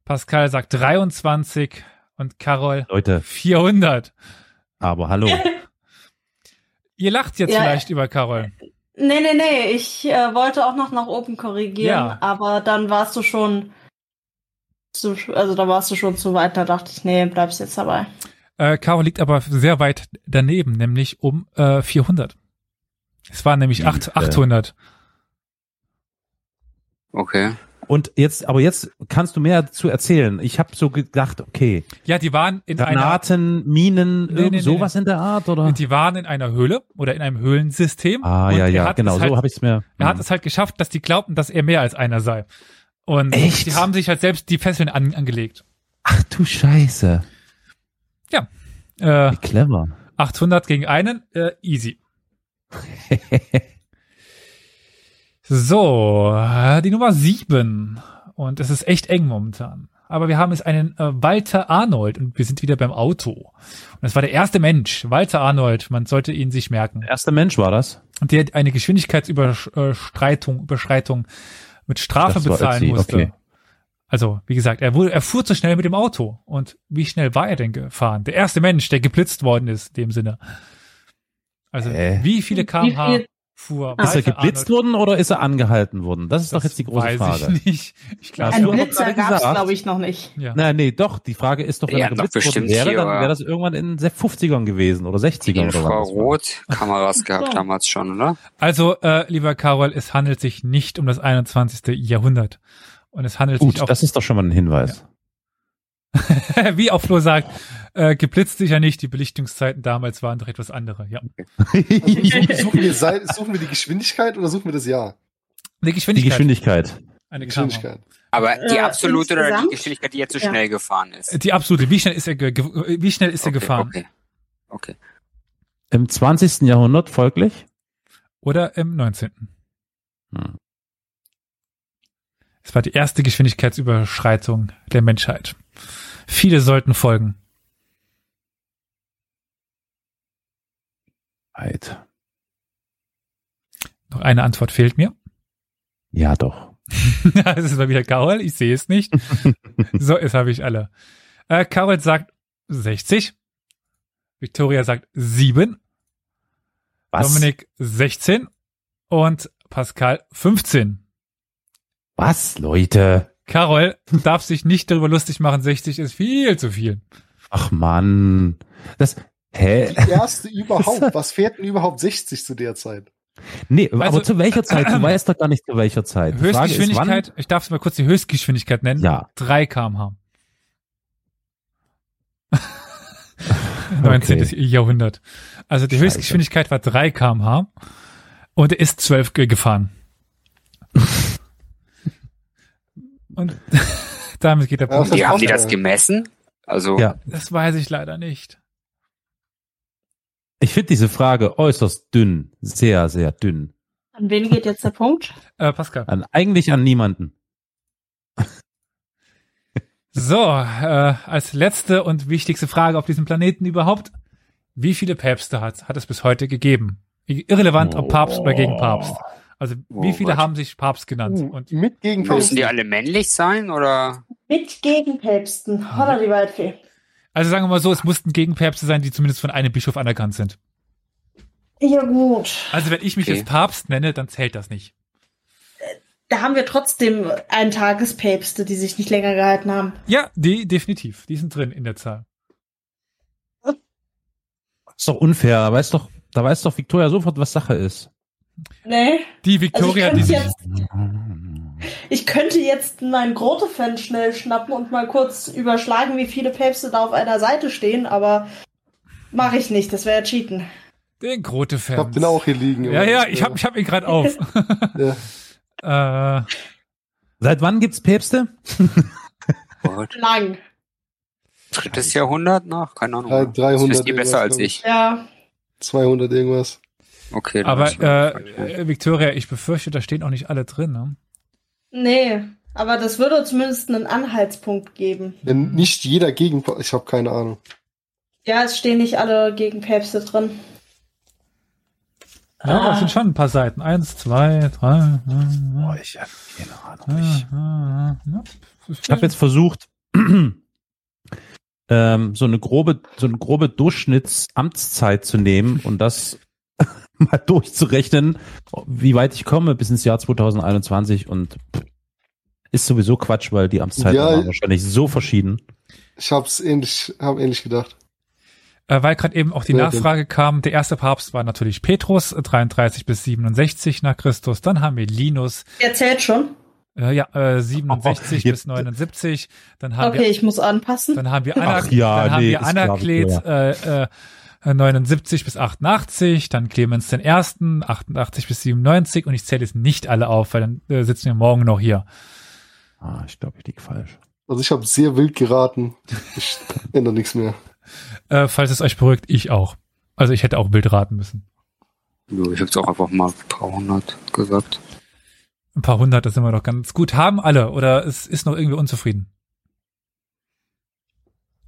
Speaker 2: Pascal sagt 23. Und Carol
Speaker 1: Leute,
Speaker 2: 400.
Speaker 1: aber hallo.
Speaker 2: Ihr lacht jetzt
Speaker 6: Ja.
Speaker 2: vielleicht über Carol.
Speaker 6: Nee, nee, nee, ich äh, wollte auch noch nach oben korrigieren,
Speaker 2: Ja.
Speaker 6: aber dann warst du schon zu, also da warst du schon zu weit, da dachte ich, nee, bleibst jetzt dabei.
Speaker 2: Äh, Carol liegt aber sehr weit daneben, nämlich um äh, 400. Es waren nämlich acht-
Speaker 1: Liebe.
Speaker 2: 800.
Speaker 4: Okay.
Speaker 1: Und jetzt, aber jetzt kannst du mehr dazu erzählen. Ich habe so gedacht, okay,
Speaker 2: Ja, die waren in einer
Speaker 1: Granaten, Minen,
Speaker 2: Nee, nee,
Speaker 1: irgend
Speaker 2: nee,
Speaker 1: sowas in der Art, oder?
Speaker 2: die waren in einer Höhle oder in einem Höhlensystem.
Speaker 1: Ah,
Speaker 2: Und
Speaker 1: ja,
Speaker 2: er
Speaker 1: ja,
Speaker 2: hat es
Speaker 1: genau,
Speaker 2: halt
Speaker 1: so habe ich es mir. Hm.
Speaker 2: Er hat es halt geschafft, dass die glaubten, dass er mehr als einer sei. Und
Speaker 1: Echt?
Speaker 2: die haben sich halt selbst die Fesseln an, angelegt.
Speaker 1: Ach du Scheiße.
Speaker 2: Äh,
Speaker 1: Wie clever.
Speaker 2: 800 gegen einen, äh, easy. So, äh, die Nummer 7. Und es ist echt eng momentan. Aber wir haben jetzt einen äh, Walter Arnold und wir sind wieder beim Auto. Und das war der erste Mensch, Walter Arnold, man sollte ihn sich merken.
Speaker 1: Erster Mensch war das.
Speaker 2: Und der eine Geschwindigkeitsüberschreitung Überschreitung mit Strafe
Speaker 1: Das war
Speaker 2: bezahlen
Speaker 1: Ötzi,
Speaker 2: musste.
Speaker 1: okay.
Speaker 2: Also, wie gesagt, er wurde, er fuhr zu schnell mit dem Auto. Und wie schnell war er denn gefahren? Der erste Mensch, der geblitzt worden ist, in dem Sinne. Also,
Speaker 1: Hä?
Speaker 2: wie viele kmh
Speaker 6: Wie viel-
Speaker 2: fuhr
Speaker 1: Äh. Ist er
Speaker 2: Walter
Speaker 1: geblitzt
Speaker 2: Arnold?
Speaker 1: worden oder ist er angehalten worden? Das ist doch jetzt die große
Speaker 2: weiß
Speaker 1: Frage.
Speaker 2: Ich nicht. Ich
Speaker 1: Hast
Speaker 2: glaube,
Speaker 1: du
Speaker 6: Ein
Speaker 1: aber
Speaker 6: Blitzer
Speaker 1: gerade
Speaker 6: gab es,
Speaker 1: gesagt.
Speaker 6: glaube ich, noch nicht.
Speaker 2: ja.
Speaker 1: Nein, nee, doch. Die Frage ist doch, wenn
Speaker 4: Ja,
Speaker 1: er
Speaker 4: doch,
Speaker 1: geblitzt worden
Speaker 4: bestimmt
Speaker 1: wäre,
Speaker 4: hier,
Speaker 1: dann
Speaker 4: aber-
Speaker 1: wäre das irgendwann in den 50ern gewesen oder 60ern oder wann das war.
Speaker 4: Infrarotkameras gehabt
Speaker 6: So.
Speaker 4: damals schon, oder?
Speaker 2: Also, äh, lieber Karol, es handelt sich nicht um das 21. Jahrhundert. Und es handelt sich
Speaker 1: Gut,
Speaker 2: auch
Speaker 1: das ist doch schon mal ein Hinweis.
Speaker 2: wie auch Flo sagt, äh, geblitzt sicher nicht. Die Belichtungszeiten damals waren doch etwas andere. Ja.
Speaker 5: Also suchen, suchen, wir, Sei- suchen wir die Geschwindigkeit oder suchen wir das Jahr?
Speaker 2: Die
Speaker 1: Die
Speaker 2: Geschwindigkeit.
Speaker 1: Geschwindigkeit.
Speaker 2: eine
Speaker 5: Die
Speaker 2: Kamera.
Speaker 5: Geschwindigkeit.
Speaker 4: Aber die
Speaker 6: Äh,
Speaker 4: absolute oder die
Speaker 6: insgesamt?
Speaker 4: Geschwindigkeit, die jetzt so
Speaker 6: Ja.
Speaker 4: schnell gefahren ist.
Speaker 2: Die absolute. Wie schnell ist er, ge ge wie schnell ist er
Speaker 4: Okay,
Speaker 2: gefahren?
Speaker 4: Okay. Okay.
Speaker 1: Im 20. Jahrhundert folglich.
Speaker 2: Oder im 19.
Speaker 1: Hm.
Speaker 2: Es war die erste Geschwindigkeitsüberschreitung der Menschheit. Viele sollten folgen.
Speaker 1: Halt.
Speaker 2: Noch eine Antwort fehlt mir.
Speaker 1: Ja, doch.
Speaker 2: es ist mal wieder Karol, ich sehe es nicht. so, jetzt habe ich alle. Äh, Karol sagt 60. Victoria sagt 7. Dominik 16. Und Pascal 15.
Speaker 1: Was, Leute?
Speaker 2: Karol darf sich nicht darüber lustig machen, 60 ist viel zu viel.
Speaker 1: Ach Mann. Das. Hä?
Speaker 5: Die erste überhaupt. Was fährt denn überhaupt 60 zu der Zeit?
Speaker 1: Nee,
Speaker 2: Also-
Speaker 1: aber zu welcher Zeit? Du weißt doch gar nicht zu welcher Zeit. Äh, Die Frage ist,
Speaker 2: Höchstgeschwindigkeit, ich darf es mal kurz die Höchstgeschwindigkeit nennen.
Speaker 1: wann- Ja.
Speaker 2: 3 kmh. 19. Jahrhundert. Also die
Speaker 1: Scheiße.
Speaker 2: Höchstgeschwindigkeit war 3 kmh und er ist 12 ge- gefahren. und damit geht der
Speaker 5: Ja,
Speaker 2: Punkt.
Speaker 5: das
Speaker 4: Die haben die
Speaker 5: auch,
Speaker 4: das
Speaker 5: äh,
Speaker 4: gemessen? Also
Speaker 1: Ja.
Speaker 2: Das weiß ich leider nicht.
Speaker 1: Ich finde diese Frage äußerst dünn. Sehr, sehr dünn.
Speaker 6: An wen geht jetzt der Punkt?
Speaker 2: Äh, Pascal.
Speaker 1: An, eigentlich an niemanden.
Speaker 2: So, äh, als letzte und wichtigste Frage auf diesem Planeten überhaupt. Wie viele Päpste hat, hat es bis heute gegeben? Irrelevant, ob Papst oder gegen Papst. Also wie
Speaker 4: Oh
Speaker 2: viele
Speaker 4: Gott.
Speaker 2: haben sich Papst genannt?
Speaker 5: Uh,
Speaker 2: Und
Speaker 5: mit
Speaker 4: müssen
Speaker 5: Gegenpausen.
Speaker 4: die alle männlich sein oder?
Speaker 6: Mit
Speaker 2: Mhm.
Speaker 6: Gegenpäpsten. Holla die Waldfee.
Speaker 2: Also sagen wir mal so, es mussten Gegenpäpste sein, die zumindest von einem Bischof anerkannt sind.
Speaker 6: Ja gut.
Speaker 2: Also wenn ich mich
Speaker 4: Okay.
Speaker 2: jetzt Papst nenne, dann zählt das nicht.
Speaker 6: Da haben wir trotzdem einen Tagespäpste, die sich nicht länger gehalten haben.
Speaker 2: Ja, die definitiv. Die sind drin in der Zahl.
Speaker 1: Ist doch unfair. Da weiß doch, da weiß doch Victoria sofort, was Sache ist.
Speaker 6: Nee.
Speaker 2: Die Victoria,
Speaker 6: Also ich
Speaker 2: die
Speaker 6: kann's
Speaker 2: sich,
Speaker 6: jetzt- Ich könnte jetzt meinen Grotefan schnell schnappen und mal kurz überschlagen, wie viele Päpste da auf einer Seite stehen, aber mache ich nicht. Das wäre cheaten.
Speaker 2: den grote Fans.
Speaker 5: Ich hab den auch hier liegen.
Speaker 2: Ja, ja, ich hab, ich hab ihn gerade auf.
Speaker 5: Ja.
Speaker 2: äh,
Speaker 1: Seit wann gibt's Päpste?
Speaker 4: Gott,
Speaker 6: Lang.
Speaker 4: drittes Jahrhundert nach? Keine Ahnung.
Speaker 5: Drei-
Speaker 4: das
Speaker 5: 300
Speaker 4: wisst ihr besser als
Speaker 5: irgendwas,
Speaker 4: ich.
Speaker 6: Ja.
Speaker 5: 200 irgendwas.
Speaker 4: Okay. dann
Speaker 2: aber
Speaker 4: weiß ich Bescheid.
Speaker 2: äh, äh, Victoria, ich befürchte, da stehen auch nicht alle drin. Ne?
Speaker 6: Nee. Aber das würde zumindest einen Anhaltspunkt geben.
Speaker 5: Wenn nicht jeder Gegenpausen. Ich habe keine Ahnung.
Speaker 6: Ja, es stehen nicht alle Gegenpäpste drin.
Speaker 5: Ah.
Speaker 2: Ja, aber es sind schon ein paar Seiten. Eins, zwei, drei.
Speaker 1: Boah,
Speaker 2: äh,
Speaker 1: ich hab keine Ahnung.
Speaker 2: äh,
Speaker 1: Ich,
Speaker 2: äh, äh,
Speaker 1: ich habe jetzt versucht, ähm, so eine grobe, so eine grobe Durchschnittsamtszeit zu nehmen und das mal durchzurechnen, wie weit ich komme bis ins Jahr 2021 und pff, ist sowieso Quatsch, weil die Amtszeiten
Speaker 5: Ja.
Speaker 1: waren wahrscheinlich so verschieden.
Speaker 5: Ich hab's ähnlich, hab ähnlich gedacht.
Speaker 2: Äh, weil gerade eben auch die
Speaker 5: Ja,
Speaker 2: Nachfrage kam, der erste Papst war natürlich Petrus, äh, 33 bis 67 nach Christus. Dann haben wir Linus,
Speaker 6: Der zählt schon.
Speaker 2: äh, ja, äh, 67
Speaker 1: Oh, jetzt-
Speaker 2: bis 79. Dann haben
Speaker 6: Okay, ich muss
Speaker 2: wir,
Speaker 6: anpassen.
Speaker 2: dann haben wir, Ana
Speaker 1: Ach ja,
Speaker 2: dann haben
Speaker 1: nee,
Speaker 2: wir
Speaker 1: ist klar,
Speaker 2: Anaklet, äh, äh, 79 bis 88, dann Clemens den Ersten, 88 bis 97 und ich zähle jetzt nicht alle auf, weil dann äh, sitzen wir morgen noch hier.
Speaker 1: Ah, ich glaube, ich lieg falsch.
Speaker 5: Also ich habe sehr wild geraten. Ich ändere nichts mehr.
Speaker 2: Äh, falls es euch beruhigt, ich auch. Also ich hätte auch Bild raten müssen.
Speaker 4: Ja, ich hab's auch einfach mal ein paar hundert gesagt.
Speaker 2: Ein paar hundert, das sind wir doch ganz gut. Haben alle oder es ist noch irgendwie unzufrieden?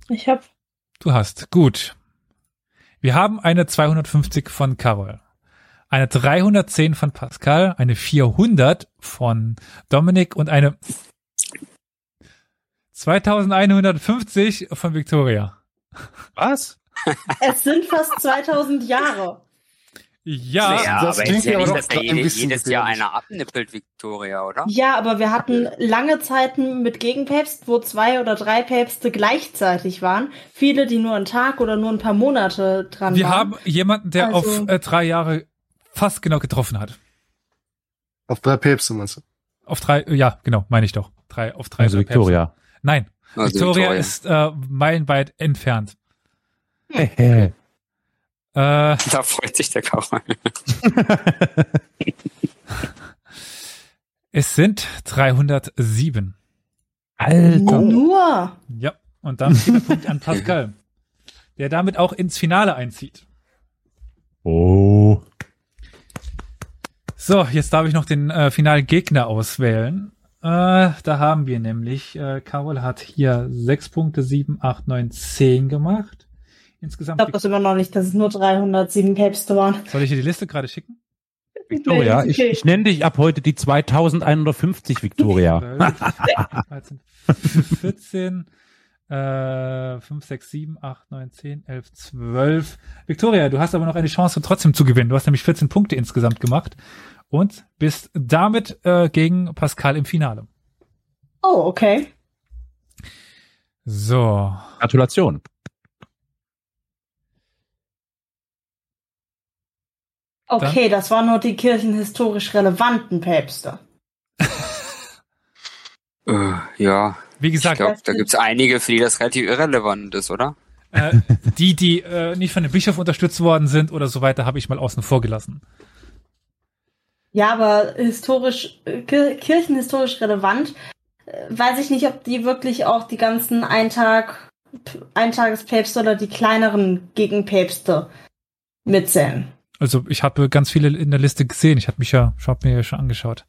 Speaker 6: Ich habe
Speaker 2: Du hast. Gut. Wir haben eine 250 von Carol, eine 310 von Pascal, eine 400 von Dominik und eine 2150 von Victoria.
Speaker 1: Was?
Speaker 6: Es sind fast 2000 Jahre.
Speaker 2: Ja,
Speaker 5: Sehr. das
Speaker 4: aber
Speaker 5: klingt
Speaker 4: ist ja
Speaker 5: aber
Speaker 4: nicht,
Speaker 5: doch
Speaker 4: dass da
Speaker 5: ein
Speaker 4: jede,
Speaker 5: bisschen
Speaker 4: jedes Jahr
Speaker 5: gefährlich.
Speaker 4: einer abnippelt, Victoria, oder?
Speaker 6: Ja, aber wir hatten lange Zeiten mit Gegenpäpsten, wo zwei oder drei Päpste gleichzeitig waren. Viele, die nur einen Tag oder nur ein paar Monate dran
Speaker 2: wir
Speaker 6: waren.
Speaker 2: haben jemanden, der
Speaker 6: Also-
Speaker 2: auf äh, drei Jahre fast genau getroffen hat.
Speaker 5: Auf drei Päpste meinst du?
Speaker 2: Auf drei, ja, genau, meine ich doch. Drei auf drei.
Speaker 1: Also
Speaker 2: Päpste.
Speaker 1: Victoria.
Speaker 2: Nein,
Speaker 4: Also
Speaker 2: Victoria, ist äh, meilenweit entfernt.
Speaker 1: Hey,
Speaker 2: Äh,
Speaker 4: Da freut sich der Karol.
Speaker 1: hey.
Speaker 2: es sind 307.
Speaker 1: Alter.
Speaker 6: Nur.
Speaker 2: Ja, und damit geht der Punkt an Pascal, der damit auch ins Finale einzieht.
Speaker 1: Oh.
Speaker 2: So, jetzt darf ich noch den äh, finalen Gegner auswählen. Äh, da haben wir nämlich, äh, Carol hat hier sechs Punkte, sieben, acht, neun, zehn gemacht.
Speaker 6: Ich
Speaker 2: Insgesamt,
Speaker 6: glaube das immer noch nicht, dass es nur 307 Capes waren.
Speaker 2: soll ich dir die Liste gerade schicken?
Speaker 1: Victoria, ich,
Speaker 6: okay.
Speaker 1: ich nenne dich ab heute die 2150 Victoria.
Speaker 2: 12, 13, 14, äh, 5, 6, 7, 8, 9, 10, 11, 12. Victoria, du hast aber noch eine Chance, trotzdem zu gewinnen. Du hast nämlich 14 Punkte insgesamt gemacht und bist damit äh, gegen Pascal im Finale.
Speaker 6: Oh, okay.
Speaker 2: So,
Speaker 1: Gratulation.
Speaker 6: Okay, das waren nur die kirchenhistorisch relevanten Päpste.
Speaker 4: Äh, ja,
Speaker 2: wie
Speaker 4: ich
Speaker 2: gesagt,
Speaker 4: glaube, da gibt's einige, für die das relativ irrelevant ist, oder?
Speaker 2: äh, die, die äh, nicht von dem Bischof unterstützt worden sind oder so weiter, habe ich mal außen vor gelassen.
Speaker 6: Ja, aber historisch, äh, kir kirchenhistorisch relevant. äh, Weiß ich nicht, ob die wirklich auch die ganzen Eintag, P- Eintagespäpste oder die kleineren Gegenpäpste mitzählen.
Speaker 2: Also ich habe ganz viele in der Liste gesehen. Ich habe mich ja, ich hab mir ja schon angeschaut.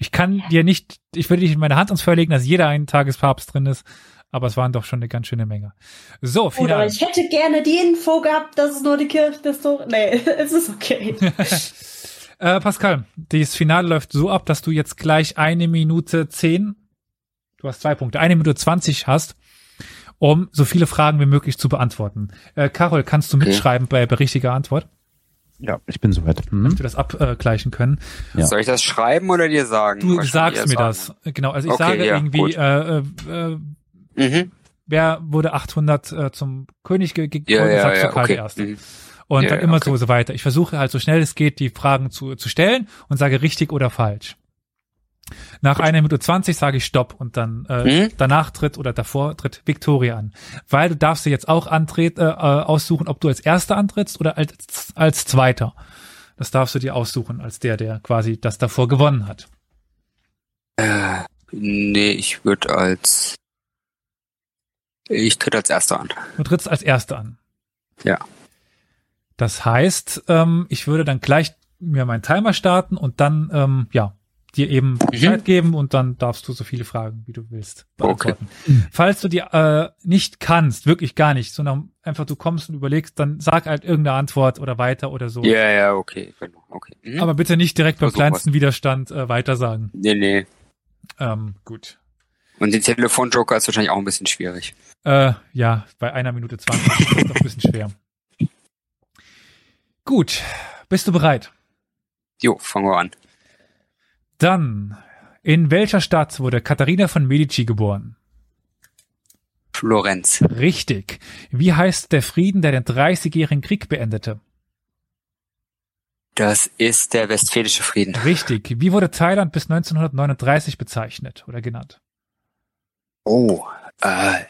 Speaker 2: Ich kann dir nicht, ich würde nicht meine Hand ins Feuer legen, dass jeder ein Tagespapst drin ist, aber es waren doch schon eine ganz schöne Menge. So,
Speaker 6: Gut, aber
Speaker 2: final.
Speaker 6: ich hätte gerne die Info gehabt, dass es nur die Kirchenhistorie. Nee, es ist okay.
Speaker 2: äh, Pascal, das Finale läuft so ab, dass du jetzt gleich eine Minute zehn, du hast zwei Punkte, eine Minute zwanzig hast, um so viele Fragen wie möglich zu beantworten. Äh, Carol, kannst du
Speaker 4: Okay.
Speaker 2: mitschreiben bei, bei richtiger Antwort,
Speaker 1: Ja, ich bin soweit. Mhm.
Speaker 2: dass wir das abgleichen können?
Speaker 1: Ja.
Speaker 4: Soll ich das schreiben oder dir sagen?
Speaker 2: Du
Speaker 4: Wahrscheinlich
Speaker 2: sagst
Speaker 4: eher
Speaker 2: mir das.
Speaker 4: sagen.
Speaker 2: Genau, also ich
Speaker 4: Okay,
Speaker 2: sage
Speaker 4: ja,
Speaker 2: irgendwie,
Speaker 4: gut.
Speaker 2: äh, äh, äh,
Speaker 4: Mhm.
Speaker 2: wer wurde 800 äh, zum König ge- ge-
Speaker 4: Ja,
Speaker 2: geworden,
Speaker 4: ja,
Speaker 2: sagt
Speaker 4: ja,
Speaker 2: Karl der
Speaker 4: okay.
Speaker 2: Erste.
Speaker 4: Mhm.
Speaker 2: Und
Speaker 4: Ja,
Speaker 2: dann
Speaker 4: ja,
Speaker 2: immer
Speaker 4: okay.
Speaker 2: so, so weiter. Ich versuche halt so schnell es geht, die Fragen zu, zu stellen und sage richtig oder falsch. Nach einer Minute 20 sage ich Stopp und dann äh,
Speaker 4: Mhm.
Speaker 2: danach tritt oder davor tritt Victoria an. Weil du darfst dir jetzt auch antret, äh, äh, aussuchen, ob du als Erster antrittst oder als, als Zweiter. Das darfst du dir aussuchen, als der, der quasi das davor gewonnen hat.
Speaker 4: Äh, nee, ich würde als. Ich tritt als Erster an.
Speaker 2: Du trittst als Erste an.
Speaker 4: Ja.
Speaker 2: Das heißt, ähm, ich würde dann gleich mir meinen Timer starten und dann, ähm, ja, dir
Speaker 4: Mhm.
Speaker 2: eben Bescheid geben und dann darfst du so viele Fragen, wie du willst, beantworten.
Speaker 4: Mhm.
Speaker 2: Falls du die äh, nicht kannst, wirklich gar nicht, sondern einfach du kommst und überlegst, dann sag halt irgendeine Antwort oder weiter oder so.
Speaker 4: Ja, ja, okay, genau. Okay. Mhm.
Speaker 2: Oh. Aber bitte nicht direkt beim
Speaker 4: Versuch mal.
Speaker 2: kleinsten Widerstand äh, weitersagen.
Speaker 4: nee, nee.
Speaker 2: Ähm, gut.
Speaker 4: Und den Telefonjoker ist wahrscheinlich auch ein bisschen schwierig.
Speaker 2: Äh, ja, bei einer Minute 20 ist das doch ein bisschen schwer. Gut, bist du bereit?
Speaker 4: Jo, fangen wir an.
Speaker 2: Dann, in welcher Stadt wurde Katharina von Medici geboren?
Speaker 4: Florenz.
Speaker 2: Richtig. Wie heißt der Frieden, der den Dreißigjährigen Krieg beendete?
Speaker 4: Das ist der westfälische Frieden.
Speaker 2: Richtig. Wie wurde Thailand bis 1939 bezeichnet oder genannt?
Speaker 4: Oh, äh,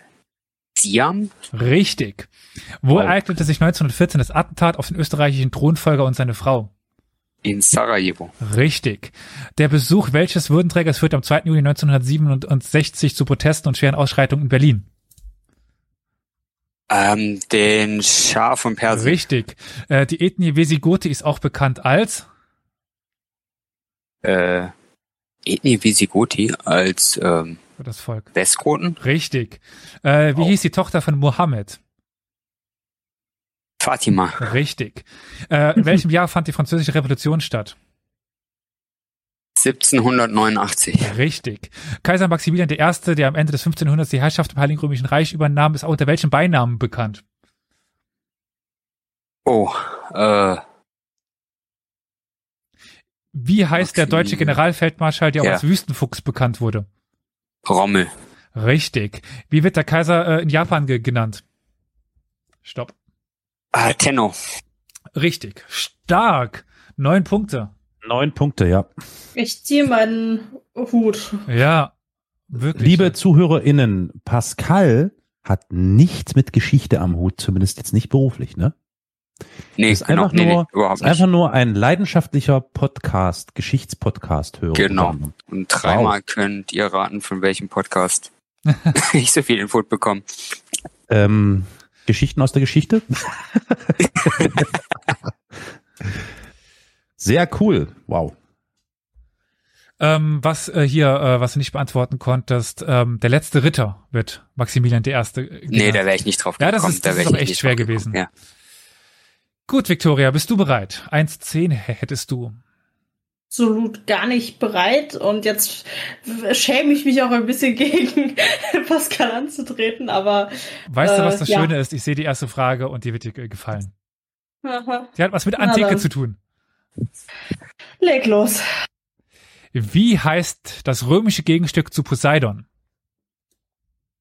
Speaker 4: Siam?
Speaker 2: Richtig. Wo
Speaker 1: Wow.
Speaker 2: ereignete sich 1914 das Attentat auf den österreichischen Thronfolger und seine Frau?
Speaker 4: In Sarajevo.
Speaker 2: Richtig. Der Besuch welches Würdenträgers führte am 2. Juni 1967 zu Protesten und schweren Ausschreitungen in Berlin?
Speaker 4: Ähm, den Schah von Persien.
Speaker 2: Richtig. Äh, die Ethnie Wesigothi ist auch bekannt als
Speaker 4: Äh, Ethnie Visigoti als, ähm,
Speaker 2: das Volk.
Speaker 4: Westgoten?
Speaker 2: Richtig. Äh, wie
Speaker 4: Wow.
Speaker 2: hieß die Tochter von Mohammed?
Speaker 4: Fatima.
Speaker 2: Richtig. Äh, in welchem Jahr fand die Französische Revolution statt?
Speaker 4: 1789.
Speaker 2: Richtig. Kaiser Maximilian I., der am Ende des 1500s die Herrschaft im Heiligen Römischen Reich übernahm, ist auch unter welchem Beinamen bekannt?
Speaker 4: Oh, äh,
Speaker 2: Wie heißt der deutsche
Speaker 4: Maximilian.
Speaker 2: Generalfeldmarschall, der auch
Speaker 4: Ja.
Speaker 2: als Wüstenfuchs bekannt wurde?
Speaker 4: Rommel.
Speaker 2: Richtig. Wie wird der Kaiser äh, in Japan ge genannt? Stopp.
Speaker 4: Ah, Tenno.
Speaker 2: Richtig. Stark. Neun Punkte.
Speaker 1: Neun Punkte, ja.
Speaker 6: Ich ziehe meinen Hut.
Speaker 2: Ja. Wirklich.
Speaker 1: Liebe ZuhörerInnen, Pascal hat nichts mit Geschichte am Hut, zumindest jetzt nicht beruflich, ne?
Speaker 4: Nee,
Speaker 1: Ist
Speaker 4: genau.
Speaker 1: einfach
Speaker 4: nee,
Speaker 1: nur-
Speaker 4: nee, überhaupt
Speaker 1: Ist
Speaker 4: nicht.
Speaker 1: einfach nur ein leidenschaftlicher Podcast, Geschichtspodcast-Hörer.
Speaker 4: Genau.
Speaker 1: geworden.
Speaker 4: Und dreimal könnt ihr raten, von welchem Podcast ich so viel Input bekomme.
Speaker 1: Ähm, Geschichten aus der Geschichte? Sehr cool. Wow.
Speaker 2: Ähm, was äh, hier, äh, was du nicht beantworten konntest, ähm, der letzte Ritter wird Maximilian der Erste. äh, Genannt.
Speaker 4: Nee, da wäre ich nicht drauf
Speaker 2: Ja,
Speaker 4: gekommen.
Speaker 2: das ist-
Speaker 4: da
Speaker 2: das ist
Speaker 4: wär ich
Speaker 2: aber
Speaker 4: nicht
Speaker 2: echt schwer
Speaker 4: drauf gekommen.
Speaker 2: gewesen.
Speaker 4: Ja.
Speaker 2: Gut, Victoria, bist du bereit? 1 zu 10 h- hättest du.
Speaker 6: absolut gar nicht bereit und jetzt schäme ich mich auch ein bisschen gegen Pascal anzutreten, aber
Speaker 2: Weißt du,
Speaker 6: Äh,
Speaker 2: was das
Speaker 6: ja.
Speaker 2: Schöne ist? Ich sehe die erste Frage und die wird dir ge- gefallen.
Speaker 6: aha,
Speaker 2: Die hat was mit
Speaker 6: Na
Speaker 2: Antike
Speaker 6: dann.
Speaker 2: zu tun.
Speaker 6: leg los.
Speaker 2: Wie heißt das römische Gegenstück zu Poseidon?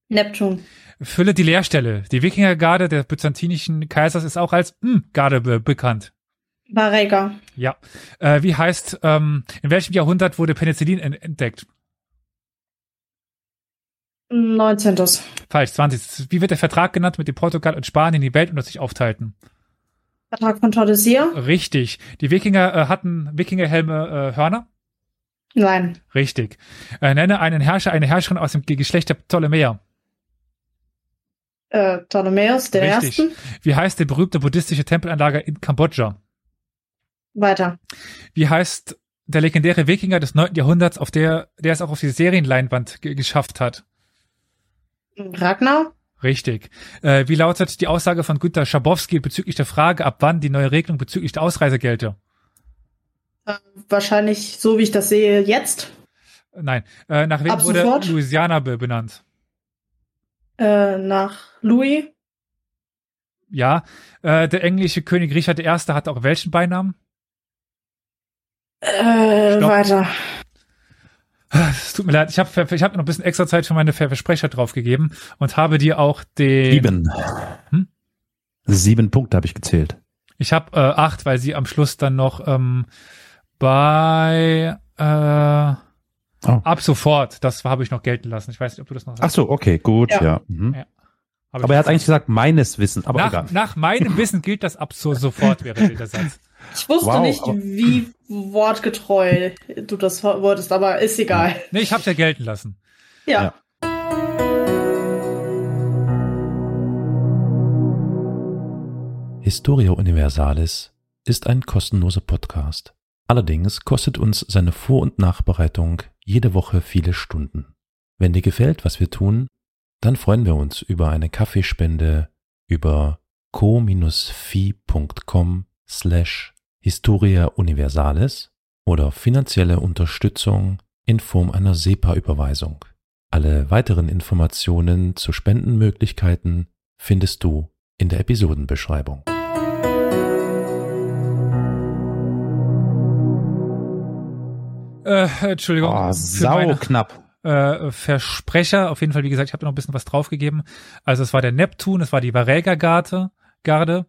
Speaker 6: Neptun.
Speaker 2: Fülle die Leerstelle. Die Wikingergarde der byzantinischen Kaisers ist auch als hm, Garde be bekannt.
Speaker 6: Barega.
Speaker 2: Ja. Äh, wie heißt, ähm, in welchem Jahrhundert wurde Penicillin en- entdeckt?
Speaker 6: 19.
Speaker 2: Falsch, 20. Wie wird der Vertrag genannt, mit dem Portugal und Spanien die Welt unter sich aufteilten?
Speaker 6: Vertrag von Tordesillas?
Speaker 2: Richtig. Die Wikinger äh, hatten Wikingerhelme äh, Hörner?
Speaker 6: Nein.
Speaker 2: Richtig. Äh, nenne einen Herrscher, eine Herrscherin aus dem Ge- Geschlecht der Ptolemäer.
Speaker 6: Äh, Ptolemäus, der
Speaker 2: Richtig.
Speaker 6: Ersten.
Speaker 2: Wie heißt der berühmte buddhistische Tempelanlage in Kambodscha?
Speaker 6: Weiter.
Speaker 2: Wie heißt der legendäre Wikinger des 9. Jahrhunderts, auf der, der es auch auf die Serienleinwand ge geschafft hat?
Speaker 6: Ragnar?
Speaker 2: Richtig. Äh, wie lautet die Aussage von Günter Schabowski bezüglich der Frage, ab wann die neue Regelung bezüglich der Ausreise gelte?
Speaker 6: Wahrscheinlich, so wie ich das sehe, jetzt.
Speaker 2: Nein. Äh, nach wem
Speaker 6: Ab
Speaker 2: wurde
Speaker 6: sofort?
Speaker 2: Louisiana be benannt?
Speaker 6: Äh, nach Louis.
Speaker 2: Ja. Äh, der englische König Richard I. hat auch welchen Beinamen?
Speaker 6: Äh,
Speaker 2: Stopp.
Speaker 6: weiter.
Speaker 2: Es tut mir leid, ich habe ich hab noch ein bisschen extra Zeit für meine Ver Versprecher draufgegeben und habe dir auch den.
Speaker 1: Sieben.
Speaker 2: Hm?
Speaker 1: Sieben Punkte habe ich gezählt.
Speaker 2: Ich habe äh, acht, weil sie am Schluss dann noch ähm, bei äh, ab sofort, das habe ich noch gelten lassen. Ich weiß nicht, ob du das noch
Speaker 1: Oh. Ach so, okay, gut, ja.
Speaker 6: Ja.
Speaker 1: Mhm.
Speaker 2: Ja, Hab ich-
Speaker 1: Aber er hat eigentlich gesagt, meines Wissens, aber egal.
Speaker 2: nach, nach meinem Wissen gilt das ab so, sofort, wäre der Satz.
Speaker 6: Ich wusste
Speaker 1: Wow,
Speaker 6: nicht,
Speaker 1: aber-
Speaker 6: wie wortgetreu du das wolltest, aber ist egal.
Speaker 2: Nee, ich habe ja gelten lassen.
Speaker 6: Ja.
Speaker 1: Ja.
Speaker 8: Historia Universalis ist ein kostenloser Podcast. Allerdings kostet uns seine Vor- und Nachbereitung jede Woche viele Stunden. Wenn dir gefällt, was wir tun, dann freuen wir uns über eine Kaffeespende über co-fi.com slash Historia Universalis oder finanzielle Unterstützung in Form einer SEPA-Überweisung. Alle weiteren Informationen zu Spendenmöglichkeiten findest du in der Episodenbeschreibung.
Speaker 2: Äh, Entschuldigung.
Speaker 1: Oh,
Speaker 2: für
Speaker 1: sau
Speaker 2: meine-
Speaker 1: knapp.
Speaker 2: äh, Versprecher. Auf jeden Fall, wie gesagt, ich habe noch ein bisschen was draufgegeben. Also es war der Neptun, es war die Varelga-Garde. Garde.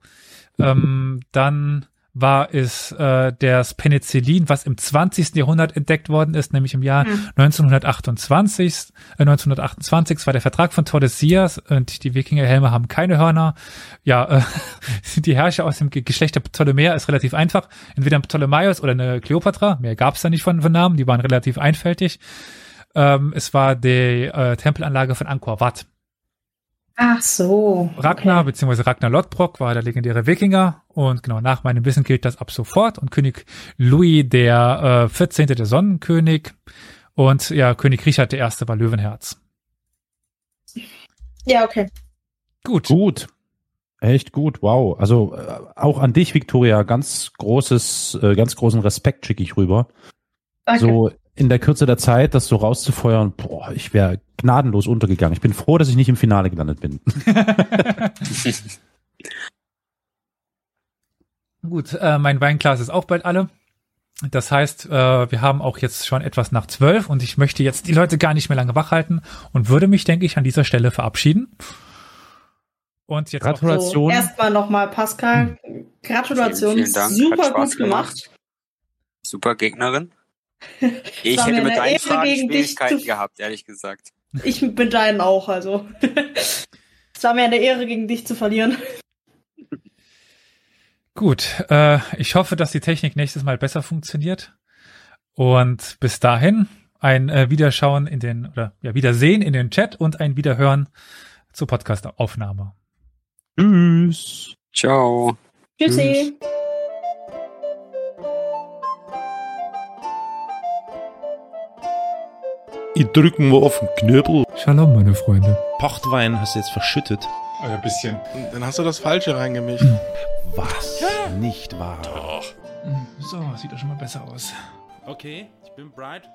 Speaker 2: Ähm, dann war es äh, das Penicillin, was im 20. Jahrhundert entdeckt worden ist, nämlich im Jahr
Speaker 6: Hm.
Speaker 2: 1928. Äh, 1928 war der Vertrag von Tordesillas und die Wikingerhelme haben keine Hörner. Ja, äh, die Herrscher aus dem Ge- Geschlecht der Ptolemäer ist relativ einfach. Entweder ein Ptolemaios oder eine Kleopatra. Mehr gab es da nicht von, von Namen, die waren relativ einfältig. Ähm, es war die äh, Tempelanlage von Angkor Wat.
Speaker 6: Ach so.
Speaker 2: Ragnar bzw. Ragnar Lodbrok war der legendäre Wikinger und genau nach meinem Wissen gilt das ab sofort und König Louis der äh, 14. der Sonnenkönig und ja König Richard I. war Löwenherz.
Speaker 6: Ja, okay.
Speaker 2: Gut.
Speaker 1: Gut. Echt gut, wow. Also äh, auch an dich, Victoria, ganz großes, äh, ganz großen Respekt schicke ich rüber.
Speaker 6: Danke.
Speaker 1: So in der Kürze der Zeit, das so rauszufeuern, boah, ich wäre gnadenlos untergegangen. Ich bin froh, dass ich nicht im Finale gelandet bin.
Speaker 2: Gut, äh, mein Weinglas ist auch bald alle. Das heißt, äh, wir haben auch jetzt schon etwas nach zwölf und ich möchte jetzt die Leute gar nicht mehr lange wach halten und würde mich, denke ich, an dieser Stelle verabschieden. Und jetzt auch
Speaker 1: Gratulation.
Speaker 6: So, erstmal nochmal Pascal. Gratulation.
Speaker 4: Hm. Vielen, vielen Dank. Hat
Speaker 6: Super
Speaker 4: Spaß
Speaker 6: gut gemacht.
Speaker 4: Super Gegnerin. Ich
Speaker 6: war mir
Speaker 4: hätte mit
Speaker 6: eine
Speaker 4: deinen
Speaker 6: Ehre,
Speaker 4: Fragen
Speaker 6: gegen dich
Speaker 4: Schwierigkeiten
Speaker 6: zu-
Speaker 4: gehabt, ehrlich gesagt.
Speaker 6: Ich bin deinen auch, also. es war mir eine Ehre, gegen dich zu verlieren.
Speaker 2: Gut, äh, ich hoffe, dass die Technik nächstes Mal besser funktioniert. Und bis dahin ein äh, Wiederschauen in den, oder ja, Wiedersehen in den Chat und ein Wiederhören zur Podcast-Aufnahme.
Speaker 1: Tschüss.
Speaker 4: Ciao.
Speaker 6: Tschüssi.
Speaker 8: Ihr drücken wir auf den Knöbel.
Speaker 2: Shalom, meine Freunde.
Speaker 8: Pochtwein hast du jetzt verschüttet.
Speaker 3: Ein bisschen. Dann hast du das Falsche reingemischt.
Speaker 8: Was? Nicht wahr.
Speaker 2: So, sieht doch schon mal besser aus.
Speaker 9: Okay, ich bin bereit.